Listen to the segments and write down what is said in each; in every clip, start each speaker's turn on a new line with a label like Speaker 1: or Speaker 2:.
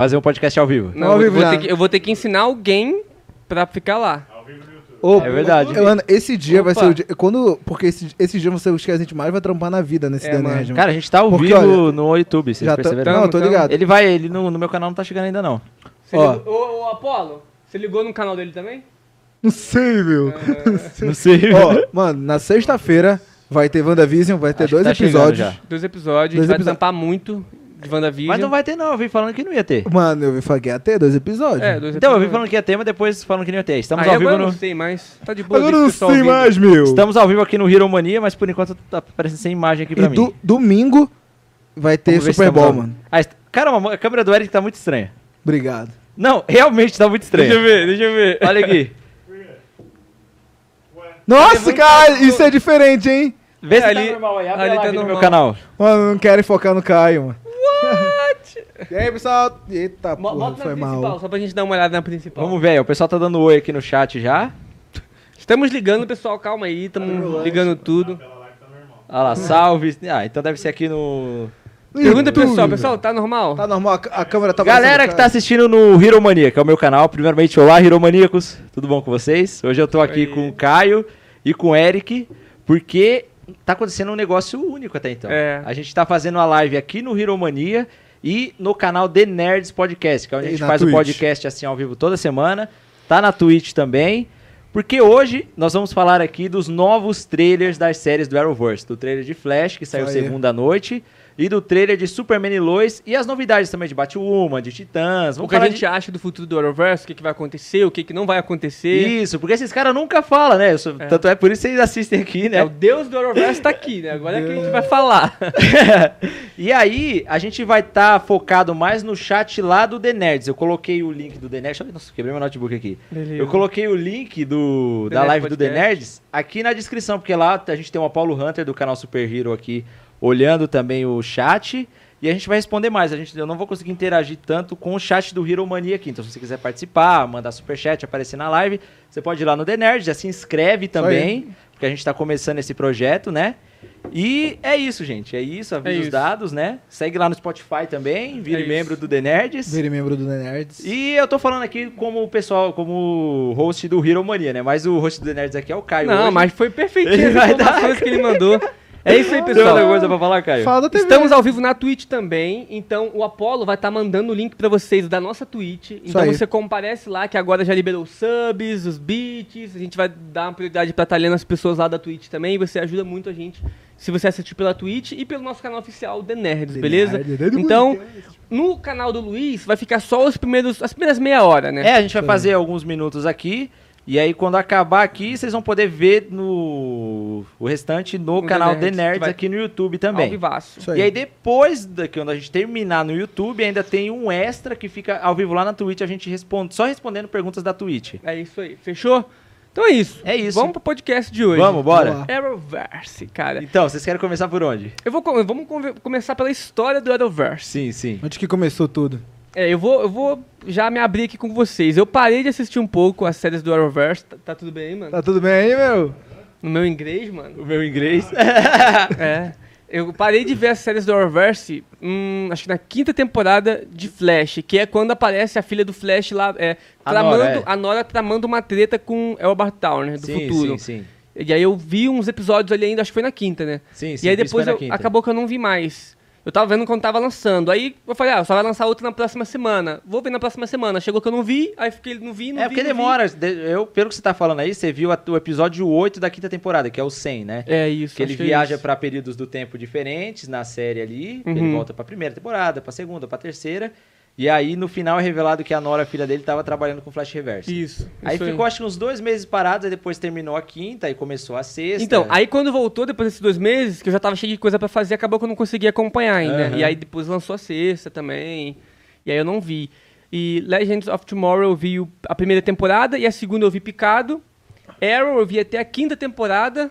Speaker 1: Fazer um podcast ao vivo.
Speaker 2: Não,
Speaker 3: Ao
Speaker 2: eu,
Speaker 3: vivo
Speaker 2: vou
Speaker 3: já.
Speaker 2: ter que, eu vou ter que ensinar alguém pra ficar lá.
Speaker 3: Ô,
Speaker 1: É verdade.
Speaker 3: eu- Ana, esse dia vai
Speaker 2: Opa.
Speaker 3: ser o dia. Quando, porque esse, esse dia você os que a gente mais vai trampar na vida nesse
Speaker 2: É,
Speaker 3: The
Speaker 2: mano.
Speaker 3: Nerd, mano.
Speaker 1: Cara, a gente tá ao
Speaker 3: Porque,
Speaker 1: vivo
Speaker 3: olha,
Speaker 1: no YouTube, vocês
Speaker 3: já tô,
Speaker 1: perceberam?
Speaker 3: não, eu tô
Speaker 2: Tamo,
Speaker 3: ligado.
Speaker 1: Ele vai, ele no, no meu canal não tá chegando ainda não.
Speaker 2: Você
Speaker 3: Ó.
Speaker 2: ligou- Ô, ô, Apolo, você ligou no canal dele também?
Speaker 3: Não sei, meu.
Speaker 1: É. Não sei.
Speaker 3: Ó, mano, na sexta-feira vai ter WandaVision, vai ter
Speaker 1: Acho que
Speaker 3: dois
Speaker 1: tá chegando
Speaker 3: episódios.
Speaker 1: já.
Speaker 2: Dois episódios,
Speaker 3: Dois
Speaker 2: a gente
Speaker 3: episódios.
Speaker 2: vai tampar muito de WandaVision.
Speaker 1: Mas não vai ter não, eu vim falando que não ia ter.
Speaker 3: Mano, eu vi falar que ia ter dois episódios.
Speaker 2: É,
Speaker 1: Então,
Speaker 2: dois
Speaker 1: eu
Speaker 3: tá
Speaker 2: episódios.
Speaker 1: vim falando que ia ter, mas depois falando que não ia ter. Estamos
Speaker 2: Aí
Speaker 1: ao vivo
Speaker 2: agora eu
Speaker 1: no...
Speaker 2: não sei mais. Tá de boa.
Speaker 3: Agora eu
Speaker 2: deixa o
Speaker 3: não
Speaker 2: pessoal
Speaker 3: sei
Speaker 2: ouvindo.
Speaker 3: mais, meu.
Speaker 1: Estamos ao vivo aqui no Hero Mania, mas por enquanto tá aparecendo sem imagem aqui pra
Speaker 3: E
Speaker 1: mim.
Speaker 3: do- domingo vai ter
Speaker 1: Vamos ver se
Speaker 3: Super
Speaker 1: estamos
Speaker 3: Bowl,
Speaker 1: ao-
Speaker 3: mano.
Speaker 1: Ah, est- Caramba, a câmera do Eric tá muito estranha.
Speaker 3: Obrigado.
Speaker 1: Não, realmente tá muito
Speaker 2: Deixa eu
Speaker 1: estranha.
Speaker 2: ver, deixa eu ver.
Speaker 1: Olha aqui. tá
Speaker 3: Nossa, cara, isso é diferente, hein?
Speaker 1: Vê se
Speaker 2: É, Ali-
Speaker 1: tá normal aí. Abre
Speaker 2: ali
Speaker 1: a
Speaker 2: tá
Speaker 1: live no meu
Speaker 2: normal.
Speaker 1: canal.
Speaker 3: Mano, não querem focar no Caio, mano. What? e aí, pessoal? Eita,
Speaker 2: Mo-
Speaker 3: porra,
Speaker 2: Bota na
Speaker 3: foi
Speaker 2: principal,
Speaker 3: mal.
Speaker 2: só pra gente dar uma olhada na principal.
Speaker 1: Vamos ver aí, o pessoal tá dando oi aqui no chat já.
Speaker 2: Estamos ligando, pessoal, calma aí, estamos ligando tudo.
Speaker 1: Olha
Speaker 3: Hum.
Speaker 1: lá, salve. Ah, então deve ser aqui no...
Speaker 2: Pergunta pro
Speaker 3: Ih,
Speaker 2: pessoal,
Speaker 3: tudo.
Speaker 2: pessoal, tá normal?
Speaker 3: Tá normal, a, c- a câmera tá
Speaker 1: Galera que tá
Speaker 3: passando,
Speaker 1: assistindo no Hero Mania, que é o meu canal. Primeiramente, olá, Hero Maníacos. Tudo bom com vocês? Hoje eu tô aqui
Speaker 2: Aí.
Speaker 1: com o Caio e com o Eric, porque tá acontecendo um negócio único até então.
Speaker 2: É.
Speaker 1: A gente tá fazendo a live aqui no Hero Mania e no canal The Nerds Podcast, que é onde a
Speaker 3: E
Speaker 1: gente
Speaker 3: na
Speaker 1: faz o
Speaker 3: Twitch.
Speaker 1: podcast assim ao vivo toda semana. Tá na Twitch também. Porque hoje nós vamos falar aqui dos novos trailers das séries do Arrowverse. Do trailer de Flash, que saiu
Speaker 3: Isso aí.
Speaker 1: segunda à noite, e do trailer de Superman e Lois, e as novidades também de Batwoman, de Titãs.
Speaker 2: O
Speaker 1: Vamos
Speaker 2: que a
Speaker 1: falar
Speaker 2: gente
Speaker 1: de...
Speaker 2: acha do futuro do Arrowverse, o que, que vai acontecer, o que, que não vai acontecer.
Speaker 1: Isso, porque esses caras nunca falam, né? Eu sou-
Speaker 2: É.
Speaker 1: Tanto é por isso que vocês assistem aqui, né?
Speaker 2: É, o deus do Arrowverse tá aqui, né? Agora é que a gente vai falar.
Speaker 1: e aí, a gente vai estar focado mais no chat lá do The Nerds. Eu coloquei o link do The Nerds. Olha, Nossa, quebrei meu notebook aqui. Eu coloquei o link do,
Speaker 2: The
Speaker 1: da
Speaker 2: Nerd
Speaker 1: live do The
Speaker 2: Podcast.
Speaker 1: Nerds aqui na descrição, porque lá a gente tem o Apollo Hunter do canal Super Hero aqui olhando também o chat. E a gente vai responder mais. A gente, eu não vou conseguir interagir tanto com o chat do Hero Mania aqui. Então, se você quiser participar, mandar superchat, aparecer na live, você pode ir lá no The Nerd, já se inscreve também, porque a gente está começando esse projeto, né? E é isso, gente. É isso, avisa
Speaker 2: É
Speaker 1: os
Speaker 2: isso.
Speaker 1: dados, né? Segue lá no Spotify também, vire
Speaker 2: É
Speaker 1: membro
Speaker 2: isso.
Speaker 1: do The Nerds.
Speaker 3: Vire membro do The Nerds.
Speaker 1: E eu tô falando aqui como o pessoal, como o host do Hero Mania, né? Mas o host do The Nerds aqui é o Caio.
Speaker 2: Não,
Speaker 1: hoje.
Speaker 2: mas foi perfeitinho
Speaker 1: Ele vai
Speaker 2: as
Speaker 1: dar.
Speaker 2: informações que ele mandou. É isso aí,
Speaker 1: Tem outra
Speaker 2: pessoal.
Speaker 1: coisa pra falar, Caio?
Speaker 3: Fala da TV.
Speaker 2: Estamos ao vivo na Twitch também, então o Apollo vai estar mandando o link pra vocês da nossa Twitch. Então
Speaker 3: aí.
Speaker 2: você comparece lá, que agora já liberou os subs, os beats, a gente vai dar uma prioridade pra estar lendo as pessoas lá da Twitch também, e você ajuda muito a gente se você assistir pela Twitch e pelo nosso canal oficial The Nerds,
Speaker 3: The
Speaker 2: beleza?
Speaker 3: Nerd, The Nerd
Speaker 2: então,
Speaker 3: Podcast.
Speaker 2: no canal do Luiz vai ficar só os primeiros, as primeiras meia hora, né?
Speaker 1: É, a gente vai fazer alguns minutos aqui. E aí, quando acabar aqui, vocês vão poder ver no o restante no
Speaker 2: No
Speaker 1: canal The
Speaker 2: The Nerds,
Speaker 1: Nerds
Speaker 2: que vai-
Speaker 1: aqui no YouTube
Speaker 2: Ao
Speaker 1: também.
Speaker 2: vivaço.
Speaker 3: Isso
Speaker 1: E aí, depois da, quando a gente terminar no YouTube, ainda tem um extra que fica ao vivo lá na Twitch, a gente responde, só respondendo perguntas da Twitch.
Speaker 2: É isso aí, fechou? Então é isso.
Speaker 1: É isso.
Speaker 2: Vamos pro podcast de hoje.
Speaker 1: Vamos,
Speaker 3: Vamos
Speaker 1: bora?
Speaker 2: Arrowverse, cara.
Speaker 1: Então, vocês querem começar por onde?
Speaker 2: Eu vou, com- vamos conver- começar pela história do Arrowverse.
Speaker 1: Sim, sim.
Speaker 3: Onde que começou tudo?
Speaker 2: É, eu vou, eu vou já me abrir aqui com vocês. Eu parei de assistir um pouco as séries do Arrowverse. Tá, tá tudo bem, mano?
Speaker 3: Tá tudo bem aí, meu?
Speaker 2: No meu inglês, mano.
Speaker 1: O meu inglês.
Speaker 2: é. Eu parei de ver as séries do Arrowverse, hum, acho que na quinta temporada de Flash, que é quando aparece a filha do Flash lá, é,
Speaker 1: A
Speaker 2: tramando,
Speaker 1: Nora, é.
Speaker 2: a Nora tramando uma treta com Elbert Towner é do futuro.
Speaker 1: Sim, sim.
Speaker 2: E aí eu vi uns episódios ali ainda, acho que foi na quinta, né?
Speaker 1: Sim,
Speaker 2: E aí depois eu- acabou que eu não vi mais. Eu tava vendo quando tava lançando. Aí eu falei, ah, só vai lançar outro na próxima semana. Vou ver na próxima semana. Chegou que eu não vi, aí fiquei, não vi, não
Speaker 1: É
Speaker 2: vi.
Speaker 1: porque
Speaker 2: não vi.
Speaker 1: demora. de- Eu, pelo que você tá falando aí, você viu a- o episódio 8 da quinta temporada, que é o 100, né?
Speaker 2: É isso.
Speaker 1: Que ele
Speaker 2: acho é
Speaker 1: viaja
Speaker 2: isso.
Speaker 1: pra períodos do tempo diferentes na série ali. Ele
Speaker 2: Uhum.
Speaker 1: volta pra primeira temporada, pra segunda, pra terceira. E aí no final é revelado que a Nora, filha dele, tava trabalhando com Flash Reverso.
Speaker 2: Isso.
Speaker 1: Aí
Speaker 2: isso
Speaker 1: ficou acho que uns dois meses parados, aí depois terminou a quinta e começou a sexta.
Speaker 2: Então, aí quando voltou, depois desses dois meses, que eu já tava cheio de coisa pra fazer, acabou que eu não consegui acompanhar ainda.
Speaker 1: Aham.
Speaker 2: E aí depois lançou a sexta também. E aí eu não vi. E Legends of Tomorrow eu vi o- a primeira temporada e a segunda eu vi picado. Arrow eu vi até a quinta temporada.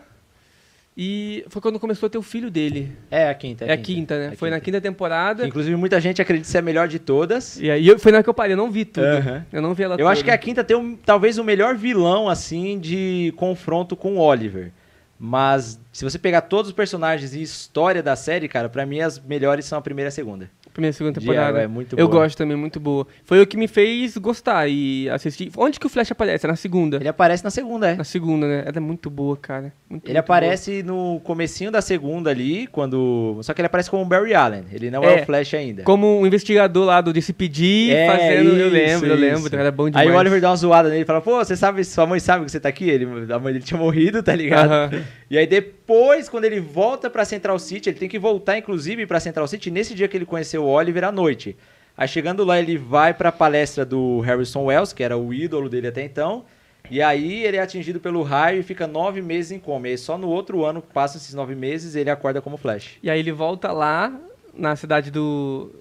Speaker 2: E foi quando começou a ter o filho dele.
Speaker 1: É a quinta.
Speaker 2: É a quinta, né?
Speaker 1: É a
Speaker 2: foi na quinta temporada.
Speaker 1: Inclusive, muita gente acredita ser a melhor de todas.
Speaker 2: E aí eu- foi na que eu parei, eu não vi tudo.
Speaker 1: Aham.
Speaker 2: Eu não vi ela
Speaker 1: Eu acho que
Speaker 2: toda.
Speaker 1: a quinta tem um- talvez o melhor vilão, assim, de confronto com o Oliver. Mas se você pegar todos os personagens e história da série, cara, pra mim as melhores são a primeira e a segunda.
Speaker 2: primeira e segunda
Speaker 1: Diablo,
Speaker 2: temporada.
Speaker 1: é muito
Speaker 2: Eu
Speaker 1: boa.
Speaker 2: gosto também, muito boa. Foi o que me fez gostar e assistir. Onde que o Flash aparece? É na segunda.
Speaker 1: Ele aparece na segunda, é.
Speaker 2: Na segunda, né? Ela é muito boa, cara. Muito,
Speaker 1: Ele
Speaker 2: muito
Speaker 1: aparece no comecinho da segunda ali, quando. Só que ele aparece como o Barry Allen. Ele não é,
Speaker 2: É.
Speaker 1: o Flash ainda.
Speaker 2: boa. Como um investigador lá do DCPD
Speaker 1: É,
Speaker 2: fazendo. eu
Speaker 1: isso,
Speaker 2: lembro, eu
Speaker 1: isso.
Speaker 2: lembro. Era bom demais.
Speaker 1: Aí o Oliver dá uma zoada nele e fala: Pô, você sabe, sua mãe sabe que você tá aqui? Ele, a mãe dele tinha morrido, tá ligado?
Speaker 2: Aham.
Speaker 1: E aí depois, quando ele volta pra Central City, ele tem que voltar, inclusive, pra Central City nesse dia que ele conheceu o Oliver à noite. Aí chegando lá, ele vai pra palestra do Harrison Wells, que era o ídolo dele até então. E aí ele é atingido pelo raio e fica nove meses em coma. E aí só no outro ano, passam esses nove meses, ele acorda como Flash.
Speaker 2: E aí ele volta lá na cidade do.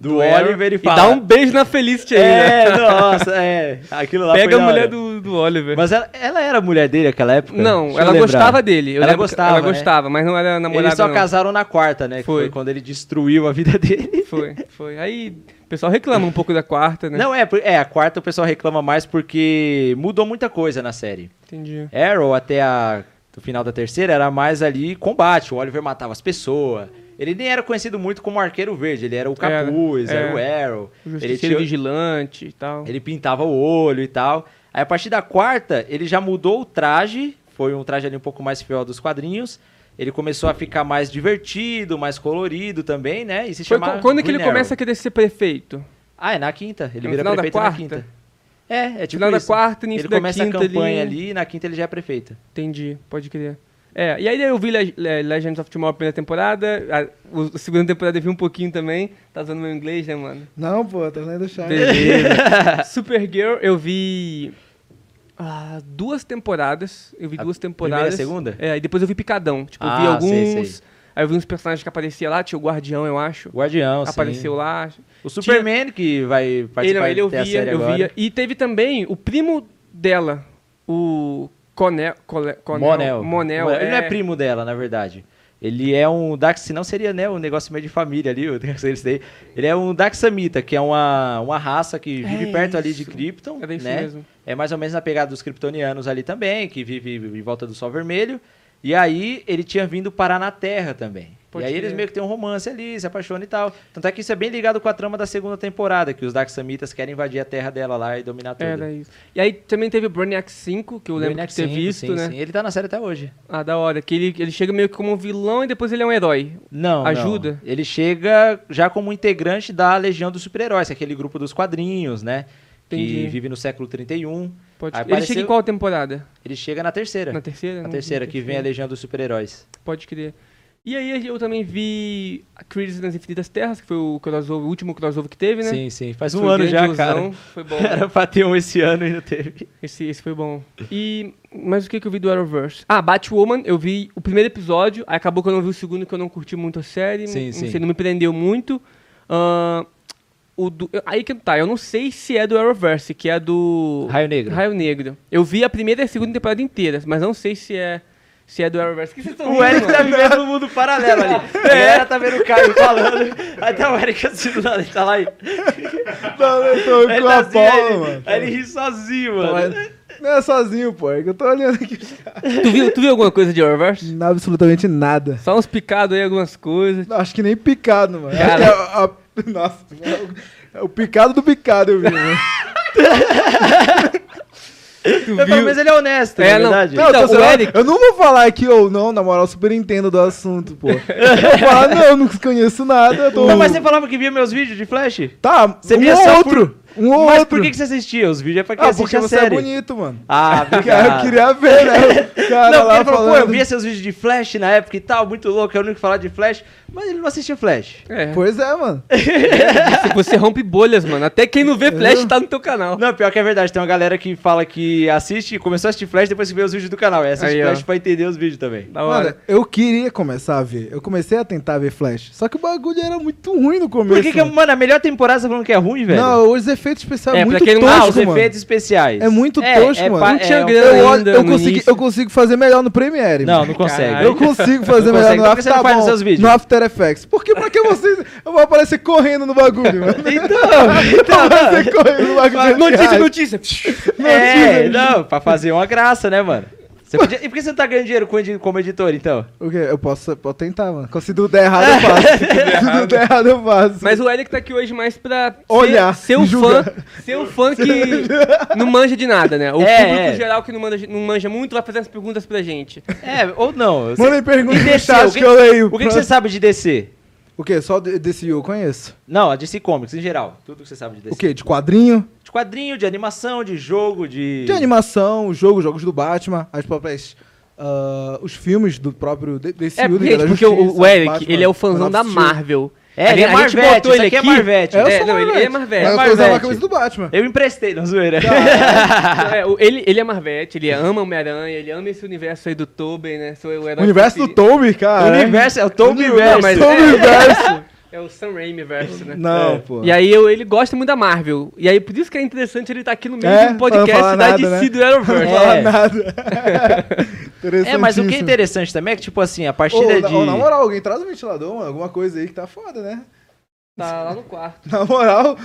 Speaker 1: Do, Oliver e fala...
Speaker 2: dá um beijo na Felicity aí, né?
Speaker 1: É, nossa, é. Aquilo lá
Speaker 2: Pega
Speaker 1: foi
Speaker 2: a
Speaker 1: da
Speaker 2: mulher
Speaker 1: hora.
Speaker 2: do, do Oliver.
Speaker 1: Mas ela, ela era mulher dele naquela época?
Speaker 2: não,
Speaker 1: Deixa eu
Speaker 2: ela
Speaker 1: lembrar.
Speaker 2: gostava dele. Eu
Speaker 1: Ela
Speaker 2: lembro que
Speaker 1: gostava,
Speaker 2: Ela
Speaker 1: né?
Speaker 2: gostava, mas não era namorada.
Speaker 1: Eles só
Speaker 2: não.
Speaker 1: casaram na quarta, né? Que
Speaker 2: Foi.
Speaker 1: foi quando ele destruiu a vida dele.
Speaker 2: Foi, foi. Aí o pessoal reclama um pouco da quarta, né?
Speaker 1: Não, é, por- é, a quarta o pessoal reclama mais porque mudou muita coisa na série.
Speaker 2: Entendi.
Speaker 1: Arrow até a, o final da terceira era mais ali combate. O Oliver matava as pessoas. Ele nem era conhecido muito como Arqueiro Verde, ele era o
Speaker 2: Era,
Speaker 1: Capuz, era, o Arrow.
Speaker 2: É, O
Speaker 1: Ele
Speaker 2: Justiceiro
Speaker 1: tinha,
Speaker 2: Vigilante e tal.
Speaker 1: Ele pintava o olho e tal. Aí a partir da quarta, ele já mudou o traje. Foi um traje ali um pouco mais fiel dos quadrinhos. Ele começou a ficar mais divertido, mais colorido também, né? E se
Speaker 2: Foi
Speaker 1: chamava
Speaker 2: co- quando que ele
Speaker 1: Green Arrow.
Speaker 2: começa a querer ser prefeito?
Speaker 1: Ah, é na quinta. Ele
Speaker 2: No
Speaker 1: vira
Speaker 2: final da
Speaker 1: prefeito na
Speaker 2: quarta?
Speaker 1: quinta. É, é tipo
Speaker 2: final da
Speaker 1: isso.
Speaker 2: quarta, início
Speaker 1: ele
Speaker 2: da
Speaker 1: começa
Speaker 2: quinta
Speaker 1: a campanha
Speaker 2: ali.
Speaker 1: ali... e na quinta ele já é prefeito.
Speaker 2: Entendi, pode crer. É, e aí eu vi Le- Le- Legends of Tomorrow a primeira temporada, a, o- a segunda temporada eu vi um pouquinho também. Tá usando meu inglês, né, mano?
Speaker 3: Não, pô, tá lendo o chat.
Speaker 2: Beleza. Supergirl, eu vi ah, duas temporadas. Eu vi
Speaker 1: A primeira
Speaker 2: duas
Speaker 1: e
Speaker 2: temporadas.
Speaker 1: segunda?
Speaker 2: É, e depois eu vi Picadão. Tipo, eu vi
Speaker 1: Ah,
Speaker 2: alguns.
Speaker 1: sei, sei.
Speaker 2: Aí eu vi uns personagens que apareciam lá, tinha o Guardião, eu acho.
Speaker 1: Guardião, sim.
Speaker 2: apareceu lá.
Speaker 1: O Superman que vai
Speaker 2: Ele,
Speaker 1: participar
Speaker 2: ele eu
Speaker 1: da
Speaker 2: via,
Speaker 1: série
Speaker 2: eu
Speaker 1: agora.
Speaker 2: via. E teve também o primo dela, o Conel. Cole- Conel
Speaker 1: Monel.
Speaker 2: Monel.
Speaker 1: Ele não é primo dela, na verdade. Ele é um Dax, se não seria, né, um negócio meio de família ali, eu tenho certeza daí. Ele é um Daxamita, que é uma, uma raça que vive
Speaker 2: É
Speaker 1: perto ali de
Speaker 2: isso.
Speaker 1: Krypton,
Speaker 2: Era isso
Speaker 1: né?
Speaker 2: mesmo.
Speaker 1: É mais ou menos na pegada dos kryptonianos ali também, que vive em volta do Sol Vermelho. E aí ele tinha vindo parar na Terra também.
Speaker 2: Pode
Speaker 1: e aí eles
Speaker 2: crer.
Speaker 1: meio que têm um romance ali, se apaixonam e tal. Tanto é que isso é bem ligado com a trama da segunda temporada, que os Daxamitas querem invadir a Terra dela lá e dominar tudo.
Speaker 2: Era isso. E aí também teve o Brainiac 5, que É, eu lembro
Speaker 1: Brainiac
Speaker 2: de ter
Speaker 1: 5,
Speaker 2: visto,
Speaker 1: sim,
Speaker 2: né?
Speaker 1: sim. Ele tá na série até hoje.
Speaker 2: Ah, da hora. Que ele, ele chega meio que como um vilão e depois ele é um herói.
Speaker 1: Não.
Speaker 2: Ajuda?
Speaker 1: não. Ele chega já como integrante da Legião dos Super-Heróis, que é aquele grupo dos quadrinhos, né?
Speaker 2: Entendi.
Speaker 1: Que vive no século 31.
Speaker 2: Pode...
Speaker 1: Aí
Speaker 2: Ele chega em
Speaker 1: apareceu-
Speaker 2: qual temporada?
Speaker 1: Ele chega na terceira.
Speaker 2: Na terceira?
Speaker 1: Na
Speaker 2: Não-
Speaker 1: terceira,
Speaker 2: na
Speaker 1: que vem a Legião dos Super-Heróis.
Speaker 2: Pode crer. E aí eu também vi a Crise nas Infinitas Terras, que foi o, crossover, o último crossover que teve, né?
Speaker 1: Sim, sim. Faz
Speaker 2: Foi
Speaker 1: um ano já,
Speaker 2: grandiosão,
Speaker 1: cara.
Speaker 2: Foi bom.
Speaker 1: Era pra ter um esse ano e não teve.
Speaker 2: Esse, esse foi bom. E. Mas o que, que eu vi do Arrowverse? Ah, Batwoman, eu vi o primeiro episódio, aí acabou que eu não vi o segundo, que eu não curti muito a série.
Speaker 1: Sim,
Speaker 2: não
Speaker 1: sim.
Speaker 2: sei, não me prendeu muito. Ahn, o do- eu- aí que tá, eu não sei se é do Arrowverse, que é do.
Speaker 1: Raio Negro.
Speaker 2: Raio Negro. Eu vi a primeira e a segunda temporada inteiras, mas não sei se é. Se é do Arrowverse. O que vocês estão
Speaker 1: O Eric tá
Speaker 2: mano?
Speaker 1: vivendo um mundo paralelo ali. A galera tá vendo o Caio falando. Até o Eric assim do lado, ele tá lá e.
Speaker 3: Não, eu tô
Speaker 1: Ele
Speaker 3: com
Speaker 1: tá
Speaker 3: a
Speaker 1: assim, aí
Speaker 3: bola,
Speaker 1: ele-
Speaker 3: mano.
Speaker 1: Aí ele ri sozinho,
Speaker 3: Tá
Speaker 1: mano.
Speaker 3: lá- Não é sozinho, pô. É que eu tô olhando aqui.
Speaker 2: tu, viu, tu viu alguma coisa de Arrowverse?
Speaker 3: Não, absolutamente nada.
Speaker 2: Só uns picados aí, algumas coisas.
Speaker 3: Não, acho que nem picado, mano.
Speaker 2: Cara.
Speaker 3: Acho que é a- a- Nossa, é o picado do picado eu vi, mano.
Speaker 2: Tu
Speaker 1: Mas pelo menos ele é honesto,
Speaker 2: É,
Speaker 1: na
Speaker 2: não.
Speaker 1: verdade.
Speaker 3: Não, eu,
Speaker 2: Então,
Speaker 3: tô
Speaker 2: o
Speaker 3: sendo-
Speaker 2: Eric-
Speaker 3: eu não vou falar aqui ou não, na moral, super entendo do assunto, pô. Eu vou falar, não, eu não conheço nada. eu Tô...
Speaker 1: Não, mas você falava que via meus vídeos de flash?
Speaker 3: Tá,
Speaker 1: Você
Speaker 3: um
Speaker 1: via
Speaker 3: ou
Speaker 1: só
Speaker 3: outro. Um ou
Speaker 1: Mas
Speaker 3: outro.
Speaker 1: por que, que você assistia os vídeos? É pra quem
Speaker 3: Ah,
Speaker 1: assiste
Speaker 3: porque
Speaker 1: a
Speaker 3: você
Speaker 1: série.
Speaker 3: é bonito, mano.
Speaker 1: Ah,
Speaker 3: Porque eu
Speaker 1: obrigado.
Speaker 3: queria ver, né? O cara
Speaker 1: Não, porque
Speaker 3: lá
Speaker 1: ele falou,
Speaker 3: falando.
Speaker 1: pô, eu via seus vídeos de Flash na época e tal, muito louco, é o único que falava de Flash, mas ele não assistia Flash.
Speaker 2: É.
Speaker 3: Pois é, mano.
Speaker 2: Você rompe bolhas, mano. Até quem não vê Flash tá no teu canal.
Speaker 1: Não, pior que é verdade, tem uma galera que fala que assiste, começou a assistir Flash depois que vê os vídeos do canal, é assiste
Speaker 2: Aí, ó.
Speaker 1: Flash pra entender os vídeos também.
Speaker 2: Da hora.
Speaker 3: Mano, eu queria começar a ver. Eu comecei a tentar ver Flash. Só que o bagulho era muito ruim no começo.
Speaker 1: Por que que,
Speaker 3: mano.
Speaker 1: mano, a melhor temporada você tá falando que é ruim, velho?
Speaker 3: Não, os efeitos especiais
Speaker 2: É,
Speaker 3: é,
Speaker 2: pra
Speaker 3: muito
Speaker 2: quem não-
Speaker 3: tosco,
Speaker 2: Ah,
Speaker 1: ah,
Speaker 2: tosco,
Speaker 1: os efeitos especiais.
Speaker 3: É muito tosco, mano.
Speaker 1: pa-
Speaker 2: Não tinha
Speaker 1: um-
Speaker 2: grana. ainda
Speaker 3: Eu, olho- eu
Speaker 2: no
Speaker 3: consegui,
Speaker 2: início.
Speaker 3: eu consigo fazer melhor no Premiere.
Speaker 1: Não,
Speaker 3: mano.
Speaker 1: não consegue.
Speaker 2: Caralho.
Speaker 3: Eu consigo fazer
Speaker 1: Não consegue.
Speaker 3: melhor no
Speaker 1: Por que
Speaker 3: After, tá
Speaker 1: você não faz nos seus vídeos?
Speaker 3: no After Effects. Porque pra que vocês... Eu vou aparecer correndo no bagulho, mano.
Speaker 1: Então,
Speaker 3: Eu vou aparecer correndo no bagulho.
Speaker 2: Notícia, notícia.
Speaker 1: é, não, pra fazer uma graça, né, mano? Você podia... E por que você não tá ganhando dinheiro com edi- como editor, então?
Speaker 3: O quê? Eu posso, posso tentar, mano. Se tudo der errado, eu faço. Se tudo der errado, eu faço.
Speaker 2: Mas o Eric tá aqui hoje mais pra ser-
Speaker 3: Olhar,
Speaker 2: ser, o
Speaker 3: julgar.
Speaker 2: fã, ser o fã que não manja de nada, né? O
Speaker 1: É,
Speaker 2: público
Speaker 1: é.
Speaker 2: geral que não manja, não manda muito vai fazer as perguntas pra gente.
Speaker 1: É, ou não. eu sei-
Speaker 3: Mandem pergunta
Speaker 1: E
Speaker 3: no
Speaker 1: DC,
Speaker 3: chat
Speaker 1: o que-
Speaker 3: que eu leio.
Speaker 1: O que, que você sabe de DC?
Speaker 3: O quê? Só de- desse eu conheço.
Speaker 1: Não, a DC Comics, em geral. Tudo que você sabe de DC.
Speaker 3: O quê? De quadrinho?
Speaker 1: De quadrinho, de animação, de jogo, de...
Speaker 3: De animação, jogo, jogos do Batman, as próprias... ah, os filmes do próprio D-
Speaker 2: É,
Speaker 3: DCU, da
Speaker 2: porque,
Speaker 3: Liga da
Speaker 2: gente, porque o,
Speaker 3: Justiça,
Speaker 2: o Eric,
Speaker 3: Batman,
Speaker 2: ele é o fãzão
Speaker 3: Man
Speaker 2: da
Speaker 3: of Steel.
Speaker 2: Marvel.
Speaker 1: É, ele é
Speaker 2: a gente
Speaker 1: Marvete,
Speaker 2: botou
Speaker 1: isso aqui é Marvete.
Speaker 3: É, eu
Speaker 2: É,
Speaker 3: sou
Speaker 2: não, ele- ele é Marvete.
Speaker 3: Mas eu usava a
Speaker 1: Marvete.
Speaker 3: camisa do Batman.
Speaker 1: Eu emprestei, não zoeira.
Speaker 2: É, o- ele, ele é Marvete, ele ama Homem-Aranha, ele ama esse universo aí do Tobey, né? Sou eu,
Speaker 3: O universo do Tommy,
Speaker 1: o
Speaker 3: cara.
Speaker 1: universo, é o Tom
Speaker 3: Não,
Speaker 1: Universo.
Speaker 2: mas-
Speaker 3: Tom
Speaker 2: É.
Speaker 3: Universo.
Speaker 2: É o Sam Raimi verso, né?
Speaker 1: É.
Speaker 3: Não, pô.
Speaker 2: E aí eu- ele gosta muito da Marvel. E aí por isso que é interessante ele estar aqui no
Speaker 3: É,
Speaker 2: meio do
Speaker 3: pra não falar
Speaker 2: podcast da
Speaker 3: nada,
Speaker 2: DC
Speaker 3: né?
Speaker 2: do Arrowverse.
Speaker 3: Não fala
Speaker 1: É.
Speaker 3: nada.
Speaker 1: É, mas o que é
Speaker 3: Interessantíssimo.
Speaker 1: interessante também é que, tipo assim, a partir
Speaker 3: Ô, na,
Speaker 1: de...
Speaker 3: ô, na moral, alguém traz um ventilador, mano, alguma coisa aí que tá foda, né?
Speaker 2: Tá lá no quarto.
Speaker 3: Na moral,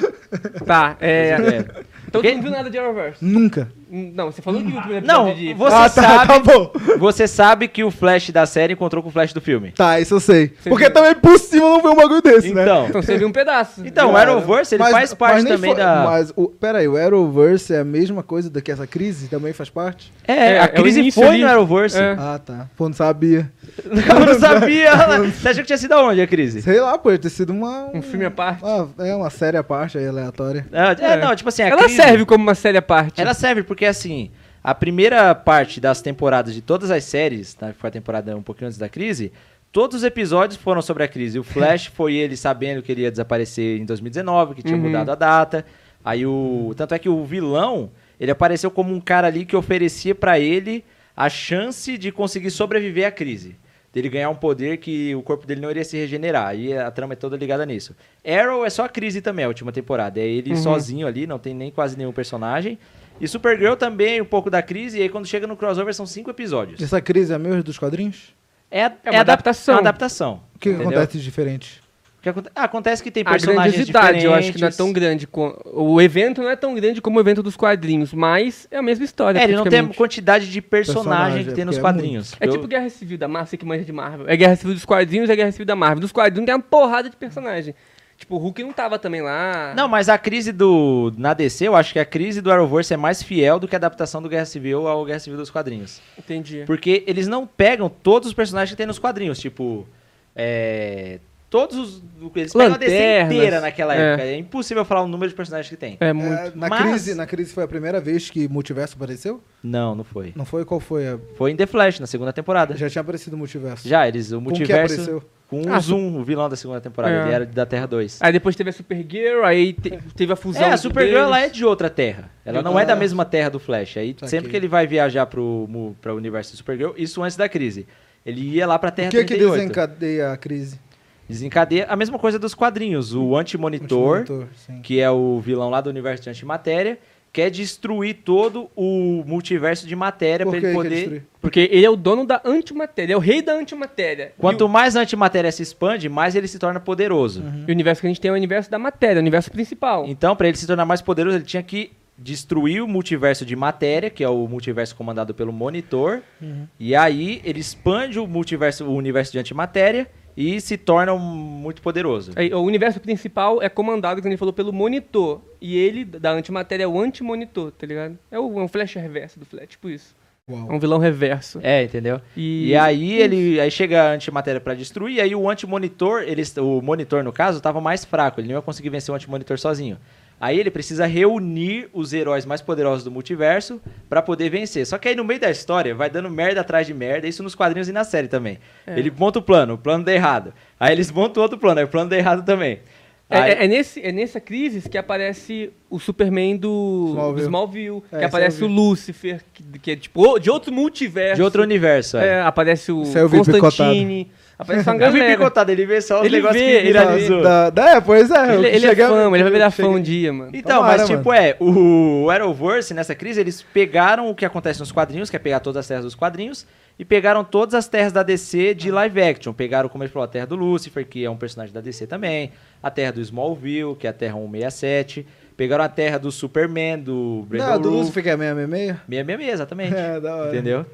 Speaker 2: Tá, é.
Speaker 1: É.
Speaker 2: Então
Speaker 1: Quem-
Speaker 2: tu não viu nada de Arrowverse?
Speaker 3: nunca.
Speaker 2: Hum, Não, você falou que viu o primeiro
Speaker 1: Não,
Speaker 2: episódio de...
Speaker 1: você
Speaker 3: ah, tá,
Speaker 1: sabe...
Speaker 3: tá bom.
Speaker 1: Você sabe que o Flash da série encontrou com o Flash do filme.
Speaker 3: Tá, isso eu sei. Porque
Speaker 2: viu?
Speaker 3: também é possível não ver um bagulho desse, né?
Speaker 1: Então,
Speaker 2: Então você viu um pedaço.
Speaker 1: então o
Speaker 3: Cara,
Speaker 1: Arrowverse, ele
Speaker 3: mas-
Speaker 1: faz
Speaker 3: mas
Speaker 1: parte
Speaker 3: nem
Speaker 1: também
Speaker 3: foi-
Speaker 1: da...
Speaker 3: Mas, o, pera aí, o Arrowverse é a mesma coisa do que essa crise? Também faz parte?
Speaker 1: É,
Speaker 2: É,
Speaker 1: a
Speaker 2: é o
Speaker 1: crise
Speaker 2: início
Speaker 1: foi
Speaker 2: ali.
Speaker 1: no Arrowverse.
Speaker 2: É.
Speaker 3: Ah, tá. Pô, não sabia.
Speaker 1: Eu não sabia. Você achou que tinha sido aonde a crise?
Speaker 3: Sei lá, pode ter sido uma...
Speaker 2: Um filme à parte.
Speaker 3: uma- é, uma série à parte aí, aleatória.
Speaker 1: Ah, É,
Speaker 2: É.
Speaker 1: não, tipo assim, a
Speaker 2: Ela
Speaker 1: crise-
Speaker 2: serve como uma série à parte.
Speaker 1: Ela serve porque, assim, a primeira parte das temporadas de todas as séries, né, que foi a temporada um pouquinho antes da crise, todos os episódios foram sobre a crise. O Flash foi ele sabendo que ele ia desaparecer em 2019, que tinha
Speaker 2: Uhum.
Speaker 1: mudado a data. Aí o... Tanto é que o vilão, ele apareceu como um cara ali que oferecia pra ele a chance de conseguir sobreviver à crise. Dele ganhar um poder que o corpo dele não iria se regenerar. Aí a trama é toda ligada nisso. Arrow é só a crise também, a última temporada. É ele sozinho ali, não tem nem quase nenhum personagem. E Supergirl também, um pouco da crise. E aí quando chega no crossover são cinco episódios.
Speaker 3: Essa crise é a mesma dos quadrinhos?
Speaker 1: É, a-
Speaker 2: É uma
Speaker 1: a adap-
Speaker 2: adaptação.
Speaker 1: É uma adaptação.
Speaker 3: O que, que
Speaker 1: entendeu?
Speaker 3: acontece de diferente?
Speaker 1: O que aconte- ah, acontece que tem
Speaker 2: A
Speaker 1: personagens
Speaker 2: grandiosidade,
Speaker 1: diferentes.
Speaker 2: eu acho que não é tão grande. co- O evento não é tão grande como o evento dos quadrinhos, mas é a mesma história.
Speaker 1: É, ele não tem a
Speaker 2: praticamente.
Speaker 1: quantidade de personagem,
Speaker 3: Personagem,
Speaker 1: que
Speaker 3: é,
Speaker 1: tem nos
Speaker 3: porque é
Speaker 1: quadrinhos.
Speaker 2: É
Speaker 1: Eu-
Speaker 2: tipo Guerra Civil da Marvel, você que manja de Marvel. É Guerra Civil dos quadrinhos, é Guerra Civil da Marvel. Dos quadrinhos tem uma porrada de personagem. Tipo, o Hulk não tava também lá.
Speaker 1: Não, mas a crise do. Na DC, eu acho que a crise do Arrowverse é mais fiel do que a adaptação do Guerra Civil ao Guerra Civil dos quadrinhos.
Speaker 2: Entendi.
Speaker 1: Porque eles não pegam todos os personagens que tem nos quadrinhos. Tipo. É. Todos os. Eles pegam a
Speaker 2: Lanternas.
Speaker 1: DC inteira naquela
Speaker 2: É.
Speaker 1: época. É impossível falar o número de personagens que tem.
Speaker 2: É muito.
Speaker 3: É, na,
Speaker 1: Mas-
Speaker 3: crise, na crise foi a primeira vez que multiverso apareceu?
Speaker 1: Não, não foi.
Speaker 3: Não foi? Qual foi? a-
Speaker 1: Foi em The Flash, na segunda temporada. Já,
Speaker 3: Já tinha aparecido o multiverso.
Speaker 1: eles. O
Speaker 3: Com que
Speaker 1: multiverso.
Speaker 3: apareceu?
Speaker 1: Com o
Speaker 2: Ah,
Speaker 1: Zoom, o vilão da segunda temporada.
Speaker 2: É.
Speaker 1: Ele era da Terra 2.
Speaker 2: Aí depois teve a Supergirl, aí te- teve a fusão.
Speaker 1: É, a
Speaker 2: dos
Speaker 1: Supergirl
Speaker 2: deles.
Speaker 1: ela é de outra terra. Ela não é da
Speaker 3: Ah.
Speaker 1: mesma terra do Flash. Aí
Speaker 3: Saquei.
Speaker 1: sempre que ele vai viajar pro, mu- pra universo do Supergirl, isso antes da crise. Ele ia lá pra Terra
Speaker 3: O que, que
Speaker 1: 38.
Speaker 3: desencadeia a crise?
Speaker 1: Desencadeia a mesma coisa dos quadrinhos. O Antimonitor,
Speaker 3: Antimonitor, sim.
Speaker 1: que é o vilão lá do universo de antimatéria, quer destruir todo o multiverso de matéria
Speaker 3: Por
Speaker 1: pra
Speaker 3: que
Speaker 1: ele
Speaker 3: que
Speaker 1: poder...
Speaker 3: destruiu?
Speaker 2: Porque ele é o dono da antimatéria, ele é o rei da antimatéria.
Speaker 1: Quanto mais a antimatéria se expande, mais ele se torna poderoso.
Speaker 2: E o, e o universo que a gente tem é o universo da matéria, o universo principal.
Speaker 1: Então, pra ele se tornar mais poderoso, ele tinha que destruir o multiverso de matéria, que é o multiverso comandado pelo monitor. E aí ele expande o multiverso, o universo de antimatéria e se torna um- muito poderoso.
Speaker 2: Aí, o universo principal é comandado, como ele falou, pelo monitor. E ele, da antimatéria, é o antimonitor, tá ligado? É o, é um flash reverso do Flash, tipo isso. É
Speaker 3: Uau.
Speaker 2: um vilão reverso.
Speaker 1: É, entendeu?
Speaker 2: E,
Speaker 1: E aí ele aí chega a antimatéria pra destruir, e aí o antimonitor, ele, o monitor no caso, tava mais fraco, ele não ia conseguir vencer o antimonitor sozinho. Aí ele precisa reunir os heróis mais poderosos do multiverso pra poder vencer. Só que aí no meio da história vai dando merda atrás de merda, isso nos quadrinhos e na série também.
Speaker 2: É.
Speaker 1: Ele monta o plano, o plano dá errado. Aí eles montam outro plano, aí o plano dá errado também.
Speaker 2: É,
Speaker 1: Aí-
Speaker 2: é- é nesse, é nessa crise que aparece o Superman do do
Speaker 3: Smallville.
Speaker 2: Smallville,
Speaker 3: É,
Speaker 2: que
Speaker 3: esse
Speaker 2: aparece o
Speaker 3: eu vi.
Speaker 2: Lucifer, que, que é tipo o- de outro multiverso.
Speaker 1: de outro universo, é.
Speaker 2: É, aparece o
Speaker 3: Esse eu vi
Speaker 2: Constantine, aparece uma
Speaker 1: Eu vi
Speaker 2: galera.
Speaker 1: picotado, ele vê só os
Speaker 2: Ele
Speaker 1: negócios
Speaker 2: vê,
Speaker 1: que
Speaker 2: ele
Speaker 1: viralizou.
Speaker 3: Da, da- é, pois é.
Speaker 2: Ele,
Speaker 3: eu
Speaker 2: ele
Speaker 3: cheguei-
Speaker 2: é fã, ele vai virar fã
Speaker 3: cheguei-
Speaker 2: um dia, mano.
Speaker 1: Então,
Speaker 3: Tomara,
Speaker 1: mas tipo, é, o Arrowverse, nessa crise, eles pegaram o que acontece nos quadrinhos, que é pegar todas as terras dos quadrinhos, e pegaram todas as terras da DC de live action. Pegaram, como ele falou, a terra do Lucifer, que é um personagem da DC também, a terra do Smallville, que é a terra 167, pegaram a terra do Superman, do
Speaker 3: Não,
Speaker 1: Brandon
Speaker 3: do
Speaker 1: Roof,
Speaker 3: Lucifer que é meia, meia, meia.
Speaker 1: 666, exatamente,
Speaker 3: É, da hora.
Speaker 1: entendeu?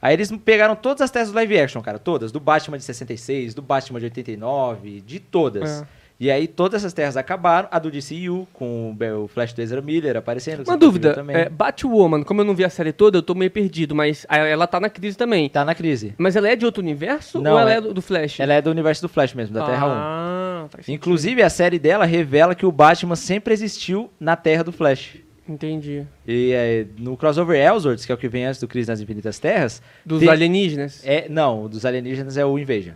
Speaker 1: Aí eles pegaram todas as telas do live action, cara, todas. Do Batman de 66, do Batman de 89, de todas.
Speaker 2: É.
Speaker 1: E aí todas essas terras acabaram. A do DCU, com o Be- o Flash do Ezra Miller aparecendo. que
Speaker 2: Uma
Speaker 1: você viu
Speaker 2: dúvida,
Speaker 1: também.
Speaker 2: é, Batwoman, como eu não vi a série toda, eu tô meio perdido, mas a- ela tá na crise também.
Speaker 1: Tá na crise.
Speaker 2: Mas ela é de outro universo
Speaker 1: Não,
Speaker 2: ou ela é,
Speaker 1: é-
Speaker 2: do do Flash?
Speaker 1: Ela é do universo do Flash mesmo, da Terra 1.
Speaker 2: Ah, faz sentido.
Speaker 1: Inclusive, a série dela revela que o Batman sempre existiu na Terra do Flash.
Speaker 2: Entendi.
Speaker 1: E é, no crossover Elseworlds, que é o que vem antes do Crise nas Infinitas Terras,
Speaker 2: Dos
Speaker 1: Tem-
Speaker 2: alienígenas?
Speaker 1: é não, o dos alienígenas é o Invasion.